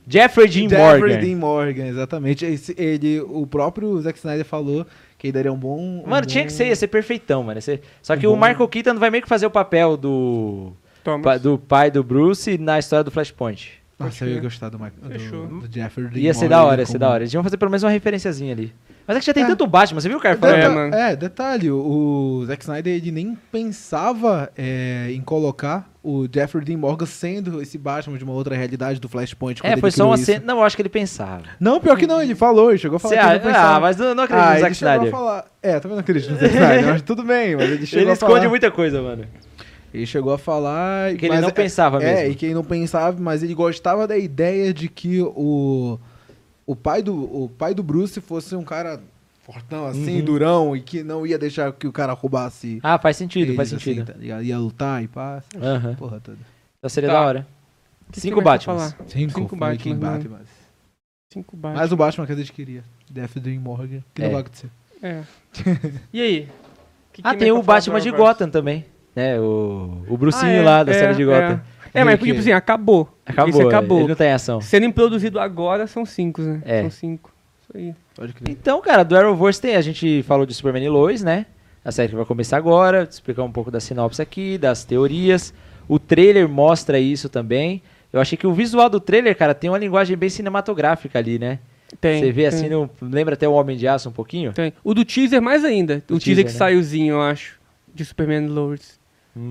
Speaker 1: Jeffrey Dean
Speaker 3: Jeffrey
Speaker 1: Morgan.
Speaker 3: Dean Morgan, exatamente. Esse- ele, o próprio Zack Snyder falou que ele daria um bom. um
Speaker 1: Mano, tinha
Speaker 3: bom-
Speaker 1: que ser, ia ser perfeitão, mano. ia ser- Só que
Speaker 3: Bom.
Speaker 1: o Michael Keaton vai meio que fazer o papel do,
Speaker 2: Thomas.
Speaker 1: pa- do pai do Bruce na história do Flashpoint.
Speaker 3: Nossa, eu ia gostar do, Michael,
Speaker 2: Fechou.
Speaker 3: do, do Jeffrey Dean
Speaker 1: é. Ia ser
Speaker 3: Morgan
Speaker 1: da hora, ia ser
Speaker 3: como-
Speaker 1: da hora. Eles iam fazer pelo menos uma referenciazinha ali. Mas é que já tem
Speaker 3: É.
Speaker 1: tanto Batman, você viu o cara falando?
Speaker 3: Deta-
Speaker 2: É,
Speaker 3: é,
Speaker 2: mano.
Speaker 3: detalhe, o Zack Snyder ele nem pensava é, em colocar o Jeffrey Dean Morgan sendo esse Batman de uma outra realidade do Flashpoint. quando
Speaker 1: É,
Speaker 3: ele
Speaker 1: foi só
Speaker 3: criou
Speaker 1: uma
Speaker 3: isso.
Speaker 1: cena. Não, eu acho que ele pensava.
Speaker 3: Não, pior que não, ele falou, ele chegou a falar
Speaker 1: Você
Speaker 3: que ele não
Speaker 1: acha-
Speaker 3: pensava.
Speaker 1: ah, mas não, não acredito
Speaker 3: Ah,
Speaker 1: no
Speaker 3: ele
Speaker 1: Zack
Speaker 3: chegou a
Speaker 1: Snyder.
Speaker 3: falar... É, também não acredito no Zack Snyder, mas tudo bem, mas ele chegou
Speaker 1: Ele
Speaker 3: a falar...
Speaker 1: esconde muita coisa, mano.
Speaker 3: Ele chegou a falar...
Speaker 1: Que ele
Speaker 3: mas
Speaker 1: não
Speaker 3: é-
Speaker 1: pensava
Speaker 3: É,
Speaker 1: mesmo.
Speaker 3: e que ele não pensava, mas ele gostava da ideia de que o... O pai do, o pai do Bruce fosse um cara fortão assim, durão, e que não ia deixar que o cara roubasse...
Speaker 1: Ah, Uhum. faz sentido,
Speaker 3: eles,
Speaker 1: faz
Speaker 3: assim,
Speaker 1: sentido.
Speaker 3: tá ligado? ia lutar e pá, essa
Speaker 1: Aham.
Speaker 3: porra toda.
Speaker 1: Então seria
Speaker 2: Tá.
Speaker 1: da hora.
Speaker 2: O que que
Speaker 1: Cinco
Speaker 2: você vai
Speaker 1: Batmans.
Speaker 2: falar?
Speaker 3: Cinco,
Speaker 2: Cinco
Speaker 3: foi
Speaker 2: Batmans,
Speaker 3: quem bate,
Speaker 1: né?
Speaker 3: mas...
Speaker 2: Cinco Batman.
Speaker 3: mas o Batman que a gente queria. Death Dream Morgan, que não
Speaker 1: É.
Speaker 3: vai acontecer.
Speaker 2: É. E aí? Que
Speaker 1: Ah,
Speaker 2: que
Speaker 1: tem
Speaker 2: é pra
Speaker 1: o
Speaker 2: falar
Speaker 1: Batman
Speaker 2: do
Speaker 1: de
Speaker 2: Arrowverse?
Speaker 1: Gotham também. Né, o, o
Speaker 2: Ah,
Speaker 1: Brucinho
Speaker 2: é,
Speaker 1: lá da
Speaker 2: é,
Speaker 1: série de Gotham.
Speaker 2: É, é mas
Speaker 3: Meio que-
Speaker 2: tipo assim, acabou.
Speaker 1: Acabou,
Speaker 2: Isso
Speaker 1: é,
Speaker 2: acabou.
Speaker 1: ele não tem ação.
Speaker 2: Sendo produzido agora, são cinco, né?
Speaker 1: É.
Speaker 2: São cinco. Isso aí.
Speaker 3: Pode crer.
Speaker 1: Então, cara, do Arrowverse tem, a gente falou de Superman e Lois, né? A série que vai começar agora, explicar um pouco da sinopse aqui, das teorias. O trailer mostra isso também. Eu achei que o visual do trailer, cara, tem uma linguagem bem cinematográfica ali, né?
Speaker 2: Tem.
Speaker 1: Você vê
Speaker 2: tem,
Speaker 1: assim, não- lembra até o Homem de Aço um pouquinho?
Speaker 2: Tem. O do teaser, mais ainda. O,
Speaker 1: O teaser,
Speaker 2: teaser, que
Speaker 1: né?
Speaker 2: saiuzinho, eu acho. De Superman Lords.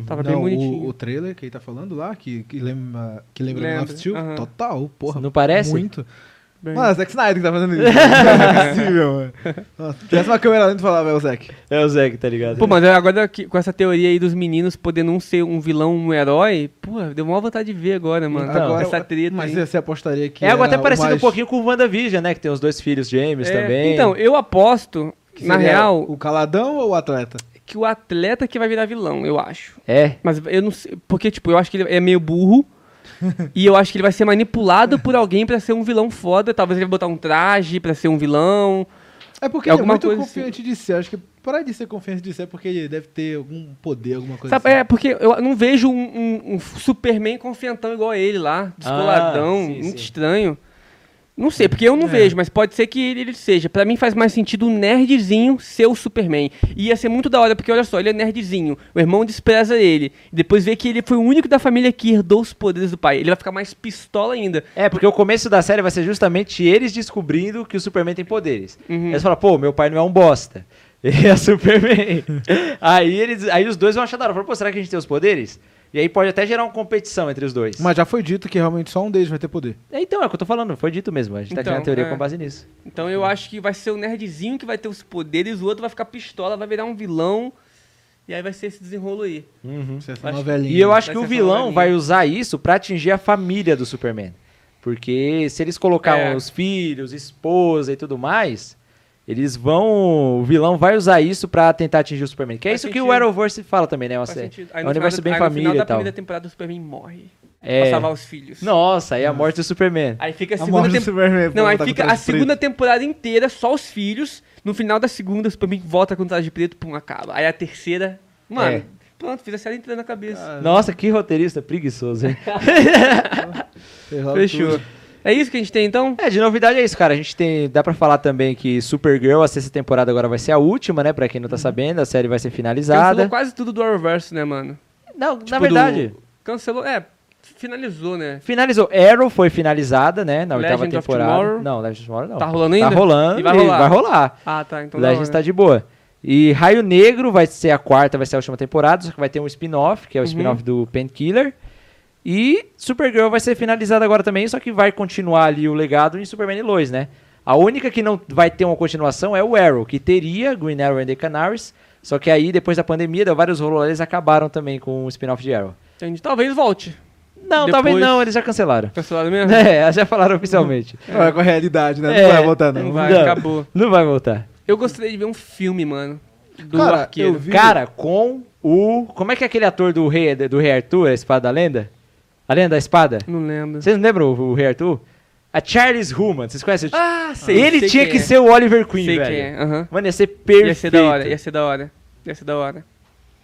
Speaker 2: Tava bem
Speaker 3: Uhum. Não,
Speaker 2: bonitinho.
Speaker 3: O, o trailer que ele tá falando lá, que, que lembra, que lembra,
Speaker 2: Lembra,
Speaker 3: Man of Steel,
Speaker 2: aham.
Speaker 3: total, porra.
Speaker 1: Não parece?
Speaker 3: Muito.
Speaker 2: Bem-
Speaker 3: Mano, é o Zack Snyder que tá fazendo isso. não é possível, mano. Nossa, se tivesse uma câmera lenta e falava, é o Zack.
Speaker 1: É o Zack, tá ligado?
Speaker 2: Pô, mas agora que- com essa teoria aí dos meninos podendo um ser um vilão, um herói, pô, deu maior vontade de ver agora, mano.
Speaker 1: Então,
Speaker 2: Agora, essa treta.
Speaker 3: Mas
Speaker 2: aí.
Speaker 3: você apostaria que
Speaker 1: é algo até
Speaker 3: era o
Speaker 1: parecido
Speaker 3: mais-
Speaker 1: um pouquinho com o WandaVision, né? Que tem os dois filhos gêmeos
Speaker 2: É,
Speaker 1: também.
Speaker 2: Então, eu aposto,
Speaker 3: que
Speaker 2: na
Speaker 3: seria
Speaker 2: real,
Speaker 3: O caladão ou o atleta?
Speaker 2: que o atleta que vai virar vilão, eu acho.
Speaker 1: É.
Speaker 2: Mas eu não sei. Porque, tipo, eu acho que ele é meio burro. e eu acho que ele vai ser manipulado por alguém pra ser um vilão foda. Talvez ele vai botar um traje pra ser um vilão.
Speaker 3: É porque
Speaker 2: É
Speaker 3: ele é
Speaker 2: alguma
Speaker 3: muito
Speaker 2: coisa
Speaker 1: assim.
Speaker 3: confiante de si. Acho que para de ser confiante de si é porque ele deve ter algum poder, alguma coisa
Speaker 2: Sabe,
Speaker 3: assim.
Speaker 2: é, porque eu não vejo um, um- um Superman confiantão igual a ele lá, descoladão,
Speaker 1: Ah, sim,
Speaker 2: muito
Speaker 1: sim.
Speaker 2: estranho. Não sei, porque eu não
Speaker 3: É.
Speaker 2: vejo, mas pode ser que ele, ele seja. Pra mim faz mais sentido o nerdzinho ser o Superman. E ia ser muito da hora, porque olha só, ele é nerdzinho, o irmão despreza ele. Depois vê que ele foi o único da família que herdou os poderes do pai. Ele vai ficar mais pistola ainda.
Speaker 1: É, porque o começo da série vai ser justamente eles descobrindo que o Superman tem poderes. Eles falam, pô, meu pai não é um bosta. Ele é Superman. aí, eles, aí os dois vão achar da hora. Falam, pô, será que a gente tem os poderes? E aí pode até gerar uma competição entre os dois.
Speaker 3: Mas já foi dito que realmente só um deles vai ter poder.
Speaker 1: É, então, é o que eu tô falando, foi dito mesmo. A gente tá
Speaker 2: Então,
Speaker 1: criando a teoria
Speaker 2: é.
Speaker 1: com base nisso.
Speaker 2: Então eu acho que vai ser o nerdzinho que vai ter os poderes, o outro vai ficar pistola, vai virar um vilão. E aí vai ser esse desenrolo aí.
Speaker 3: Se essa
Speaker 2: Acho-
Speaker 3: novelinha.
Speaker 1: E eu Hum. acho que
Speaker 2: Vai
Speaker 1: o
Speaker 2: ser só uma
Speaker 1: vilão
Speaker 2: linha.
Speaker 1: vai usar isso pra atingir a família do Superman. Porque se eles colocaram
Speaker 2: É.
Speaker 1: os filhos, esposa e tudo mais, eles vão. O vilão vai usar isso pra tentar atingir o Superman. Que é
Speaker 2: Faz
Speaker 1: isso que
Speaker 2: sentido.
Speaker 1: o Arrowverse fala também, né? Uma
Speaker 2: Faz
Speaker 1: série-
Speaker 2: sentido. Aí
Speaker 1: É
Speaker 2: no
Speaker 1: um universo
Speaker 2: final,
Speaker 1: bem
Speaker 2: da- aí no
Speaker 1: família
Speaker 2: final
Speaker 1: e
Speaker 2: da
Speaker 1: tal.
Speaker 2: primeira temporada o Superman morre.
Speaker 1: É.
Speaker 2: pra salvar os filhos.
Speaker 1: Nossa, aí é a morte do Superman.
Speaker 2: Aí fica a
Speaker 3: A
Speaker 2: segunda
Speaker 3: morte do
Speaker 2: temporada.
Speaker 3: Superman.
Speaker 2: Não,
Speaker 3: volta
Speaker 2: aí
Speaker 3: com
Speaker 2: fica a
Speaker 3: traje preto.
Speaker 2: segunda temporada inteira, só os filhos. No final da segunda, o Superman volta com o traje preto, pum, acaba. Aí a terceira. Mano,
Speaker 1: É.
Speaker 2: pronto, fiz a série inteira na
Speaker 3: Ah,
Speaker 2: cabeça.
Speaker 1: Nossa, que roteirista preguiçoso, hein?
Speaker 3: Ferrado
Speaker 2: Fechou.
Speaker 3: tá tudo.
Speaker 2: É isso que a gente tem então?
Speaker 1: É, de novidade é isso, cara. A gente tem. Dá pra falar também que Supergirl, a sexta temporada agora vai ser a última, né? Pra quem não
Speaker 2: Uhum.
Speaker 1: tá sabendo, a série vai ser
Speaker 2: Cancelou
Speaker 1: finalizada.
Speaker 2: quase tudo do Arrowverse, né, mano?
Speaker 1: Não, na
Speaker 3: Tipo
Speaker 1: verdade.
Speaker 2: Cancelou, é, finalizou, né?
Speaker 1: Finalizou. Arrow foi finalizada, né? Na oitava
Speaker 2: Legend of
Speaker 1: temporada.
Speaker 2: Tomorrow.
Speaker 1: Não, Legend of Tomorrow não.
Speaker 2: Tá rolando
Speaker 1: Tá
Speaker 2: ainda?
Speaker 1: rolando.
Speaker 2: E vai rolar.
Speaker 1: vai rolar.
Speaker 2: Ah, tá, então.
Speaker 1: Legends
Speaker 2: da
Speaker 1: tá
Speaker 2: hora.
Speaker 1: de boa. E Raio Negro vai ser a quarta, vai ser a última temporada, só que vai ter um spin-off, que é o
Speaker 2: Uhum.
Speaker 1: spin-off do Painkiller. E Supergirl vai ser finalizada agora também, só que vai continuar ali o legado em Superman e Lois, né? A única que não vai ter uma continuação é o Arrow, que teria Green Arrow and the Canaries, só que aí, depois da pandemia, deu vários rolês acabaram também com o spin-off de Arrow.
Speaker 2: Entendi. Talvez volte.
Speaker 1: Não, talvez
Speaker 2: Depois-
Speaker 1: não, eles já cancelaram.
Speaker 2: Cancelado mesmo?
Speaker 1: É, elas já falaram oficialmente.
Speaker 3: Olha com a realidade, né?
Speaker 1: É.
Speaker 3: Não vai voltar,
Speaker 2: Não
Speaker 3: não.
Speaker 2: vai,
Speaker 1: Não.
Speaker 2: acabou.
Speaker 1: Não vai voltar.
Speaker 2: Eu gostaria de ver um filme, mano. Do
Speaker 3: Cara,
Speaker 2: arqueiro.
Speaker 3: eu vi-
Speaker 1: Cara, com o. Como é que é aquele ator do Rei, do Rei Arthur, a espada da lenda? A lenda da espada?
Speaker 2: Não lembro.
Speaker 1: Vocês não lembram o, o Rei Arthur? A Charles Human, vocês conhecem?
Speaker 2: Ah, sei.
Speaker 1: Ele
Speaker 2: sei
Speaker 1: tinha
Speaker 2: quem
Speaker 1: que
Speaker 2: é.
Speaker 1: ser o Oliver Queen,
Speaker 2: Sei
Speaker 1: velho.
Speaker 2: quem é. aham.
Speaker 1: Mano, ia ser perfeito.
Speaker 2: Ia ser da hora, ia ser da hora. Ia ser da hora.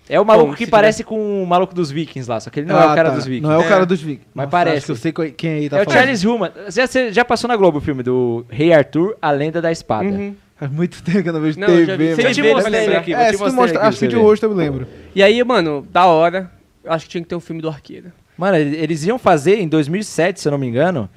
Speaker 1: É o maluco
Speaker 2: Bom,
Speaker 1: que
Speaker 2: se
Speaker 1: parece com o maluco dos Vikings lá, só que ele não é o
Speaker 3: Ah,
Speaker 1: cara
Speaker 3: tá.
Speaker 1: dos Vikings.
Speaker 3: Não é o
Speaker 2: É.
Speaker 3: cara dos Vikings.
Speaker 1: Mas
Speaker 3: Nossa,
Speaker 1: parece.
Speaker 3: acho que eu sei co- quem aí tá
Speaker 1: É o
Speaker 3: falando.
Speaker 1: Charles Human. Você já, já passou na Globo o filme do Rei Arthur, A Lenda da Espada.
Speaker 2: Uhum.
Speaker 3: Faz muito tempo que eu não vejo
Speaker 2: Não, eu já vi.
Speaker 3: TV,
Speaker 2: Você
Speaker 1: Eu
Speaker 3: mano.
Speaker 1: te
Speaker 2: Ele
Speaker 1: mostrei ele
Speaker 2: lembra.
Speaker 1: aqui, vou
Speaker 3: É,
Speaker 1: te
Speaker 3: se tu
Speaker 1: mostrar
Speaker 3: mostrar,
Speaker 1: aqui
Speaker 3: acho que
Speaker 1: pra
Speaker 3: de
Speaker 1: você ver.
Speaker 3: rosto eu me lembro.
Speaker 2: E aí, mano, da hora. Acho que tinha que ter um filme do arqueiro.
Speaker 1: Mano, ele- eles iam fazer em 2007, se eu não me engano,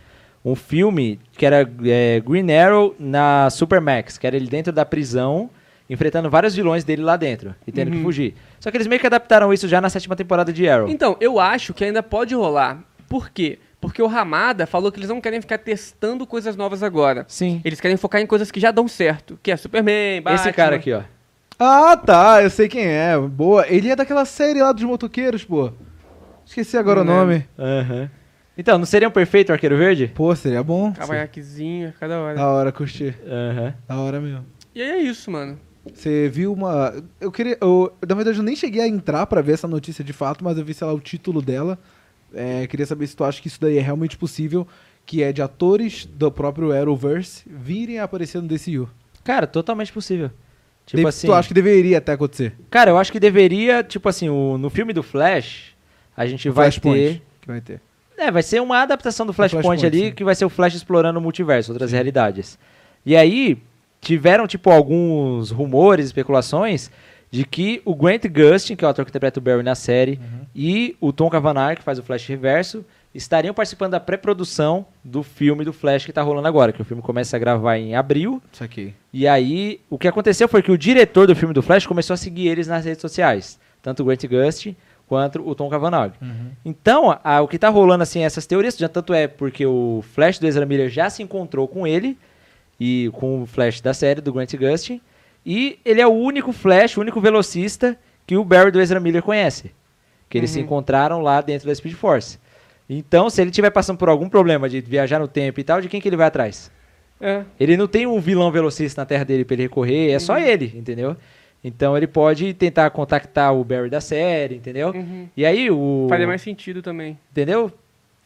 Speaker 1: um filme que era é, Green Arrow na Supermax, que era ele dentro da prisão, enfrentando vários vilões dele lá dentro e tendo que fugir. Só que eles meio que adaptaram isso já na sétima temporada de Arrow.
Speaker 2: Uhum. Então, eu acho que ainda pode rolar. Por quê? Porque o Ramada falou que eles não querem ficar testando coisas novas agora.
Speaker 1: Sim.
Speaker 2: Eles querem focar em coisas que já dão certo. Que é Superman, Batman.
Speaker 1: Esse cara aqui, ó.
Speaker 3: Ah, tá, eu sei quem é. Boa. Ele é daquela série lá dos motoqueiros, pô. Esqueci agora
Speaker 2: Não
Speaker 3: o nome.
Speaker 2: lembro.
Speaker 1: Então, não seria um perfeito Arqueiro Verde?
Speaker 3: Pô, seria bom.
Speaker 2: Cavanhaquezinho, ia ficar da hora.
Speaker 3: Da hora, curtir.
Speaker 1: Aham.
Speaker 3: Da hora mesmo.
Speaker 2: E aí é isso, mano.
Speaker 3: Você viu uma. Eu queria. Eu, na verdade, eu nem cheguei a entrar pra ver essa notícia de fato, mas eu vi, sei lá, o título dela. É, queria saber se tu acha que isso daí é realmente possível, que é de atores do próprio Arrowverse virem a aparecer no DCU.
Speaker 1: Cara, totalmente possível. Tipo
Speaker 3: Deve-
Speaker 1: assim.
Speaker 3: Tu acha que deveria até acontecer?
Speaker 1: Cara, eu acho que deveria, tipo assim, o- no filme do Flash, a gente vai ter.
Speaker 3: Flashpoint que vai ter.
Speaker 1: É, vai ser uma adaptação do Flashpoint,
Speaker 3: Flashpoint,
Speaker 1: ali,
Speaker 3: sim.
Speaker 1: que vai ser o Flash explorando o multiverso, outras realidades. E aí, tiveram, tipo, alguns rumores, especulações, de que o Grant Gustin, que é o ator que interpreta o Barry na série,
Speaker 3: Uhum.
Speaker 1: e o Tom Cavanagh, que faz o Flash Reverso, estariam participando da pré-produção do filme do Flash que tá rolando agora, que o filme começa a gravar em abril,
Speaker 3: Isso aqui.
Speaker 1: e aí, o que aconteceu foi que o diretor do filme do Flash começou a seguir eles nas redes sociais. Tanto o Grant Gustin quanto o Tom Cavanagh. Então, a- o que tá rolando, assim, essas teorias, já tanto é porque o Flash do Ezra Miller já se encontrou com ele, e com o Flash da série, do Grant Gustin, e ele é o único Flash, o único velocista que o Barry do Ezra Miller conhece. Que eles se encontraram lá dentro da Speed Force. Então, se ele estiver passando por algum problema de viajar no tempo e tal, de quem que ele vai atrás?
Speaker 2: É.
Speaker 1: Ele não tem um vilão velocista na terra dele pra ele recorrer, é
Speaker 2: Uhum.
Speaker 1: só ele, entendeu? Então ele pode tentar contactar o Barry da série, entendeu?
Speaker 2: Uhum.
Speaker 1: E aí o.
Speaker 2: Faria mais sentido também.
Speaker 1: Entendeu?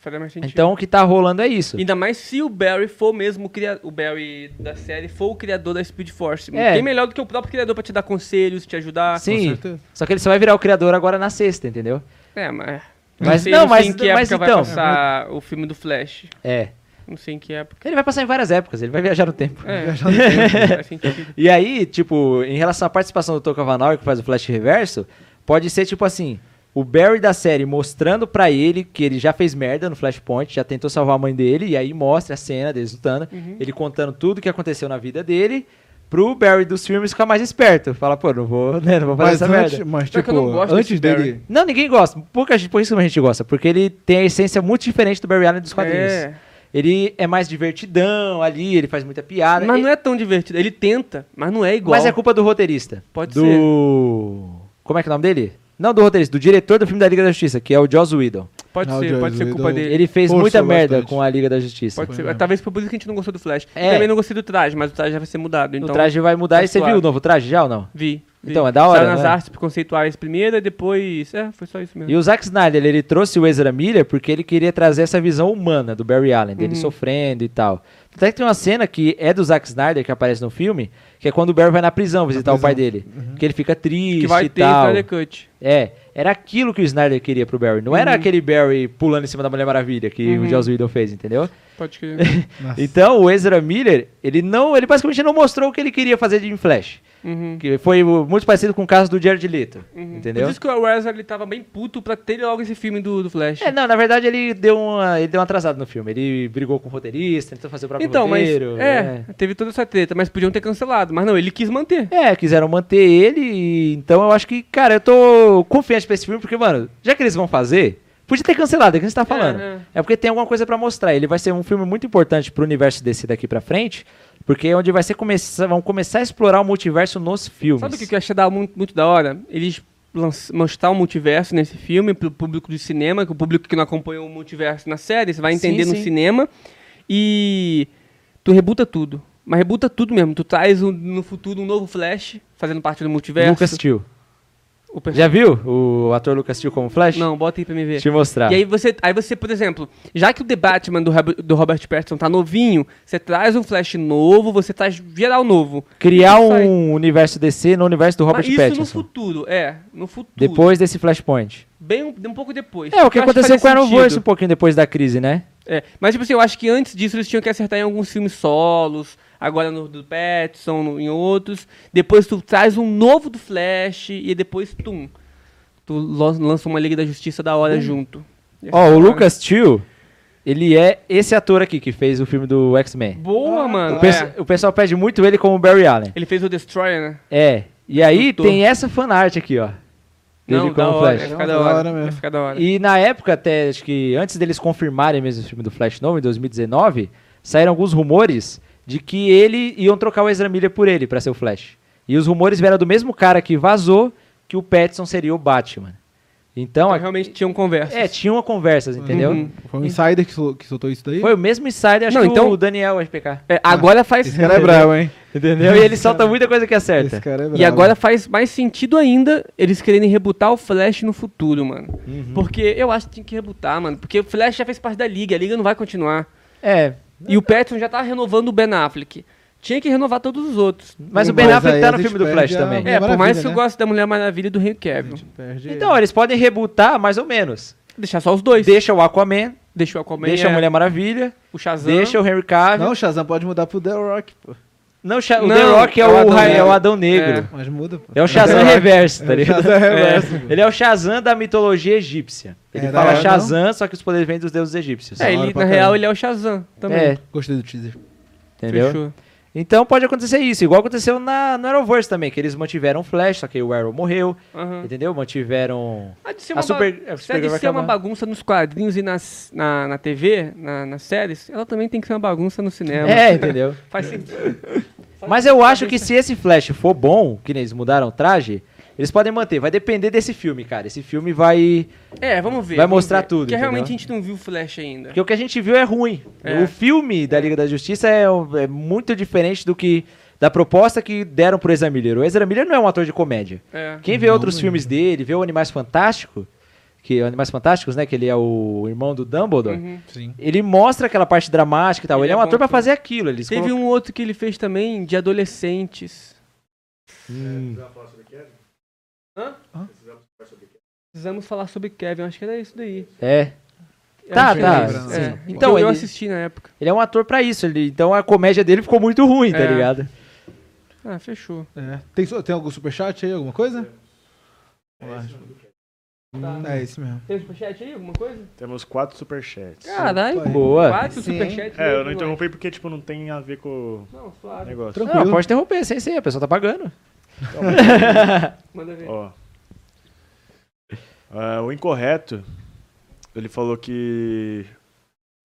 Speaker 2: Faria mais sentido. Então,
Speaker 1: Então o que tá rolando é isso.
Speaker 2: Ainda mais se o Barry for mesmo o criador. O Barry da série for o criador da Speed Force.
Speaker 1: É.
Speaker 2: Quem melhor do que o próprio criador pra te dar conselhos, te ajudar?
Speaker 1: Sim.
Speaker 3: certeza.
Speaker 1: Só que ele só vai virar o criador agora na sexta, entendeu?
Speaker 2: É, mas.
Speaker 1: Mas-
Speaker 2: sei-
Speaker 1: não,
Speaker 2: sei
Speaker 1: mas-
Speaker 2: em que
Speaker 1: mas
Speaker 2: época
Speaker 1: então-
Speaker 2: vai passar o filme do Flash.
Speaker 1: É.
Speaker 2: Não sei em que época.
Speaker 1: Ele vai passar em várias épocas, ele vai viajar no tempo.
Speaker 2: É, faz sentido.
Speaker 1: E aí, tipo, em relação à participação do Toca Vanal, que faz o Flash Reverso, pode ser tipo assim, o Barry da série mostrando pra ele que ele já fez merda no Flashpoint, já tentou salvar a mãe dele, e aí mostra a cena deles lutando,
Speaker 2: Uhum.
Speaker 1: ele contando tudo que aconteceu na vida dele, pro Barry dos filmes ficar mais esperto. Fala, pô, não vou, né, não vou fazer
Speaker 3: Mas,
Speaker 1: essa
Speaker 3: antes,
Speaker 1: merda.
Speaker 3: mas
Speaker 2: Pior que eu não
Speaker 3: tipo,
Speaker 2: gosto
Speaker 3: antes
Speaker 2: desse
Speaker 3: dele.
Speaker 1: Não, ninguém gosta. Pouca gente, por isso que a gente gosta, porque ele tem a essência muito diferente do Barry Allen dos quadrinhos.
Speaker 2: É.
Speaker 1: Ele é mais divertidão ali, ele faz muita piada.
Speaker 2: Mas
Speaker 1: ele-
Speaker 2: não é tão divertido. Ele tenta, mas não é igual.
Speaker 1: mas é culpa do roteirista.
Speaker 2: Pode
Speaker 1: do...
Speaker 2: ser.
Speaker 1: Como é que é o nome dele? Não do roteirista, do diretor do filme da Liga da Justiça, que é o Joss Whedon.
Speaker 2: Pode
Speaker 3: Não,
Speaker 2: ser,
Speaker 3: Joss
Speaker 2: pode ser culpa
Speaker 3: Whedon. né?
Speaker 2: dele.
Speaker 1: Ele fez
Speaker 3: Forçou
Speaker 1: muita merda
Speaker 3: bastante.
Speaker 1: com a Liga da Justiça.
Speaker 2: Pode ser.
Speaker 3: mesmo.
Speaker 2: Talvez por isso que a gente não gostou do Flash.
Speaker 1: É.
Speaker 2: Também não gostei do traje, mas o traje já vai ser mudado. Então,
Speaker 1: o traje vai mudar
Speaker 2: tá
Speaker 1: e você
Speaker 2: suave.
Speaker 1: viu o novo traje já ou não?
Speaker 2: vi.
Speaker 1: Então, é da hora,
Speaker 2: Saiu nas
Speaker 1: né?
Speaker 2: artes conceituais primeiro, e depois... É, foi só isso mesmo.
Speaker 1: E o Zack Snyder, ele trouxe o Ezra Miller porque ele queria trazer essa visão humana do Barry Allen, dele
Speaker 2: Uhum.
Speaker 1: sofrendo e tal. Até que tem uma cena que é do Zack Snyder, que aparece no filme, que é quando o Barry vai na prisão Uhum. visitar o pai dele. Que ele fica triste
Speaker 2: que vai
Speaker 1: e
Speaker 2: ter
Speaker 1: tal.
Speaker 2: Snyder Cut.
Speaker 1: É, era aquilo que o Snyder queria pro Barry. Não
Speaker 2: Uhum.
Speaker 1: era aquele Barry pulando em cima da Mulher Maravilha que o Joss Whedon fez, entendeu?
Speaker 2: Pode crer.
Speaker 3: Nossa.
Speaker 1: Então, o Ezra Miller, ele não, ele basicamente não mostrou o que ele queria fazer de em Flash.
Speaker 2: uhum.
Speaker 1: Que foi o- muito parecido com o caso do Jared Leto, entendeu?
Speaker 2: Por isso que o Wesley ele tava bem puto pra ter logo esse filme do, do Flash.
Speaker 1: É, não, na verdade ele deu uma, ele deu uma atrasada no filme. Ele brigou com o roteirista, tentou fazer o próprio
Speaker 2: então, mas.
Speaker 1: roteiro.
Speaker 2: É, teve toda essa treta, mas podiam ter cancelado. Mas não, ele quis manter.
Speaker 1: é. É, quiseram manter ele, e- então eu acho que, cara, eu tô confiante pra esse filme, porque, mano, já que eles vão fazer, podia ter cancelado, é o que você tá falando.
Speaker 2: é.
Speaker 1: É, porque tem alguma coisa pra mostrar. Ele vai ser um filme muito importante pro universo DC daqui pra frente, porque é onde vai ser começar, vão começar a explorar o multiverso nos filmes.
Speaker 2: Sabe o que que eu achei da- muito, muito da hora? Eles lanç- mostrar o multiverso nesse filme pro público do cinema, que o público que não acompanhou o multiverso na série, você vai
Speaker 1: Sim,
Speaker 2: entender no
Speaker 1: sim.
Speaker 2: cinema. E tu rebuta tudo. Mas rebuta tudo mesmo. Tu traz um- no futuro um novo Flash fazendo parte do multiverso.
Speaker 1: Lucas Till.
Speaker 2: o perso-
Speaker 1: Já viu o ator Lucas Till como Flash?
Speaker 2: Não, bota aí pra me ver.
Speaker 1: Te mostrar.
Speaker 2: E aí você, aí você, por exemplo, já que o The Batman do, Rob- do Robert Pattinson tá novinho, você traz um Flash novo, você traz geral novo.
Speaker 1: Criar
Speaker 2: Isso aí.
Speaker 1: um universo DC no universo do Robert
Speaker 2: é Mas isso no
Speaker 1: Pattinson.
Speaker 2: futuro, é, no futuro.
Speaker 1: Depois desse Flashpoint.
Speaker 2: Bem um, um pouco depois.
Speaker 1: É, o que
Speaker 2: Eu acho
Speaker 1: aconteceu
Speaker 2: faz
Speaker 1: com o Arrowverse um
Speaker 2: sentido.
Speaker 1: pouquinho depois da crise, né?
Speaker 2: É, mas tipo assim, eu acho que antes disso eles tinham que acertar em alguns filmes solos, agora no do Pattinson, no- em outros. Depois tu traz um novo do Flash e depois, tum, tu lo- lança uma Liga da Justiça da hora junto. Ia
Speaker 1: Hum. Ó, o
Speaker 2: ser da hora.
Speaker 1: Lucas Till, ele é esse ator aqui que fez o filme do X-Men.
Speaker 2: Boa, é mano.
Speaker 1: O, pesso-
Speaker 2: é.
Speaker 1: o pessoal pede muito ele como Barry Allen.
Speaker 2: Ele fez o Destroyer, né?
Speaker 1: É. E aí
Speaker 2: Doutor.
Speaker 1: tem essa fanart aqui, ó. Dele
Speaker 2: Não, da
Speaker 1: como
Speaker 2: hora, vai
Speaker 1: Flash.
Speaker 2: ficar
Speaker 3: Não,
Speaker 2: da hora.
Speaker 3: mesmo.
Speaker 2: Vai ficar da hora.
Speaker 1: E na época, até acho que antes deles confirmarem mesmo o filme do Flash novo, em 2019, saíram alguns rumores de que ele iam trocar o Ezra Miller por ele pra ser o Flash. E os rumores vieram do mesmo cara que vazou que o Pattinson seria o Batman. Então,
Speaker 2: Então,
Speaker 1: a-
Speaker 2: realmente tinham conversa.
Speaker 1: é, tinham conversas, entendeu?
Speaker 2: Uhum.
Speaker 3: Foi um insider que, sol- que soltou isso daí?
Speaker 1: Foi o mesmo insider, acho
Speaker 2: Não,
Speaker 1: que
Speaker 2: então-
Speaker 1: o Daniel RPK.
Speaker 2: agora faz.
Speaker 3: Esse cara é bravo, hein?
Speaker 1: Entendeu? E ele solta muita coisa que
Speaker 3: Esse
Speaker 1: acerta.
Speaker 3: cara é bravo.
Speaker 2: E agora faz mais sentido ainda eles quererem rebutar o Flash no futuro, mano.
Speaker 1: Uhum.
Speaker 2: Porque eu acho que tinha que rebutar, mano. Porque o Flash já fez parte da liga, a liga não vai continuar.
Speaker 1: É.
Speaker 2: E o Pattinson já tá renovando o Ben Affleck. Tinha que renovar todos os outros.
Speaker 1: Mas o
Speaker 3: Mas
Speaker 1: Ben Affleck
Speaker 3: aí
Speaker 1: tá
Speaker 3: a
Speaker 1: no
Speaker 3: gente
Speaker 1: filme do
Speaker 3: perde
Speaker 1: Flash
Speaker 3: a-
Speaker 1: também.
Speaker 2: É, por
Speaker 3: Maravilha,
Speaker 2: mais que eu
Speaker 3: né?
Speaker 2: goste da Mulher Maravilha e do Henry
Speaker 3: A
Speaker 2: Cavill.
Speaker 3: gente perde-
Speaker 1: Então, eles podem rebutar, mas ou menos.
Speaker 2: Deixar só os dois.
Speaker 1: Deixa o Aquaman, Uhum.
Speaker 2: deixa o Aquaman,
Speaker 1: deixa a
Speaker 2: é,
Speaker 1: Mulher Maravilha,
Speaker 2: o Shazam.
Speaker 1: deixa o Henry Cavill.
Speaker 3: Não, o Shazam pode mudar pro The Rock, pô.
Speaker 1: Não, o Sha- o
Speaker 2: Não,
Speaker 1: The Rock é
Speaker 2: é o
Speaker 1: o,
Speaker 2: Adão
Speaker 1: Ra- é
Speaker 2: Negro.
Speaker 1: o Adão Negro.
Speaker 3: Mas muda, pô.
Speaker 1: É. o Shazam reverso, tá
Speaker 3: É o
Speaker 1: ligado?
Speaker 3: Shazam reverso,
Speaker 1: É. Ele é o Shazam da mitologia egípcia. Ele
Speaker 3: É, da
Speaker 1: fala
Speaker 3: hora,
Speaker 1: Shazam, só que os poderes vêm dos deuses egípcios.
Speaker 2: É,
Speaker 3: Da hora
Speaker 2: ele,
Speaker 3: pra
Speaker 2: na real,
Speaker 3: caramba.
Speaker 2: ele é o Shazam também.
Speaker 1: É,
Speaker 3: Gostei do teaser.
Speaker 1: entendeu?
Speaker 2: Fechou.
Speaker 1: Então pode acontecer isso, igual aconteceu na, no Arrowverse também, que eles mantiveram o Flash, só que o Arrow morreu,
Speaker 2: Aham.
Speaker 1: entendeu? Mantiveram...
Speaker 2: A de ser
Speaker 1: A
Speaker 2: uma, ba-
Speaker 1: Super- a
Speaker 2: se a
Speaker 1: Supergirl
Speaker 2: de
Speaker 1: vai
Speaker 2: ser uma
Speaker 1: acabar.
Speaker 2: bagunça nos quadrinhos e nas, na, na TV, na- nas séries, ela também tem que ser uma bagunça no cinema.
Speaker 1: É, entendeu?
Speaker 2: Faz sentido.
Speaker 1: Mas eu acho que se esse Flash for bom, que nem eles mudaram o traje, eles podem manter. Vai depender desse filme, cara. Esse filme vai.
Speaker 2: É, vamos ver.
Speaker 1: Vai
Speaker 2: vamos
Speaker 1: mostrar
Speaker 2: ver.
Speaker 1: tudo,
Speaker 2: Porque
Speaker 1: entendeu?
Speaker 2: realmente a gente não viu o Flash ainda.
Speaker 1: Porque o que a gente viu é ruim.
Speaker 2: É.
Speaker 1: O filme da Liga da Justiça é, é muito diferente do que. da proposta que deram pro Ezra Miller. O Ezra Miller não é um ator de comédia.
Speaker 2: É.
Speaker 1: Quem vê outros filmes dele, vê o Animais Fantástico, que Animais Fantásticos, né? Que ele é o irmão do Dumbledore.
Speaker 2: Uhum.
Speaker 3: Sim.
Speaker 1: Ele mostra aquela parte dramática e tal.
Speaker 2: Ele
Speaker 1: Ele, é
Speaker 2: é
Speaker 1: um
Speaker 2: bom
Speaker 1: ator pra
Speaker 2: também.
Speaker 1: fazer aquilo. Eles
Speaker 2: Teve
Speaker 1: colocam-
Speaker 2: um outro que ele fez também de adolescentes. Precisamos falar sobre Kevin, acho que era isso daí.
Speaker 1: É.
Speaker 2: Eu
Speaker 1: Tá,
Speaker 2: acho que
Speaker 1: tá,
Speaker 2: era isso.
Speaker 3: sim.
Speaker 2: É.
Speaker 3: Pode.
Speaker 2: Então, eu
Speaker 1: ele-
Speaker 2: assisti na época.
Speaker 1: Ele é um ator pra isso. Ele... Então a comédia dele ficou muito ruim, tá
Speaker 2: É.
Speaker 1: ligado?
Speaker 2: Ah, fechou.
Speaker 3: É. Tem, so- tem algum superchat aí, alguma coisa?
Speaker 4: É
Speaker 3: Vamos lá. Hum, É esse mesmo.
Speaker 2: Tem superchat aí, alguma coisa?
Speaker 4: Temos quatro superchats.
Speaker 2: Caralho.
Speaker 3: Opa, aí.
Speaker 1: Boa.
Speaker 2: Quatro
Speaker 3: Sim.
Speaker 2: superchats.
Speaker 4: É, eu não
Speaker 2: dois
Speaker 4: interrompi porque, tipo, não tem a ver com
Speaker 2: Não, suave.
Speaker 4: o negócio.
Speaker 3: Tranquilo.
Speaker 1: Não, pode interromper, sem ser, a pessoa tá pagando.
Speaker 2: Manda ver.
Speaker 4: Ó. Ah, o incorreto, ele falou que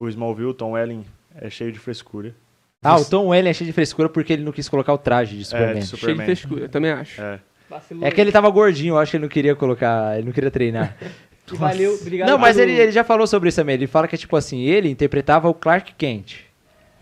Speaker 4: o Smallville, Tom Welling, é cheio de frescura.
Speaker 1: Ah, o Tom Welling é cheio de frescura porque ele não quis colocar o traje de
Speaker 4: É,
Speaker 1: Superman.
Speaker 4: de
Speaker 1: É,
Speaker 2: Cheio de
Speaker 4: Superman.
Speaker 2: frescura, eu também acho.
Speaker 4: É.
Speaker 2: Vacilou.
Speaker 1: é que ele tava gordinho, eu acho que ele não queria colocar, ele não queria treinar.
Speaker 2: E Valeu, obrigado.
Speaker 1: não, mas
Speaker 2: pelo-
Speaker 1: ele, ele já falou sobre isso também, ele fala que é tipo assim, ele interpretava o Clark Kent.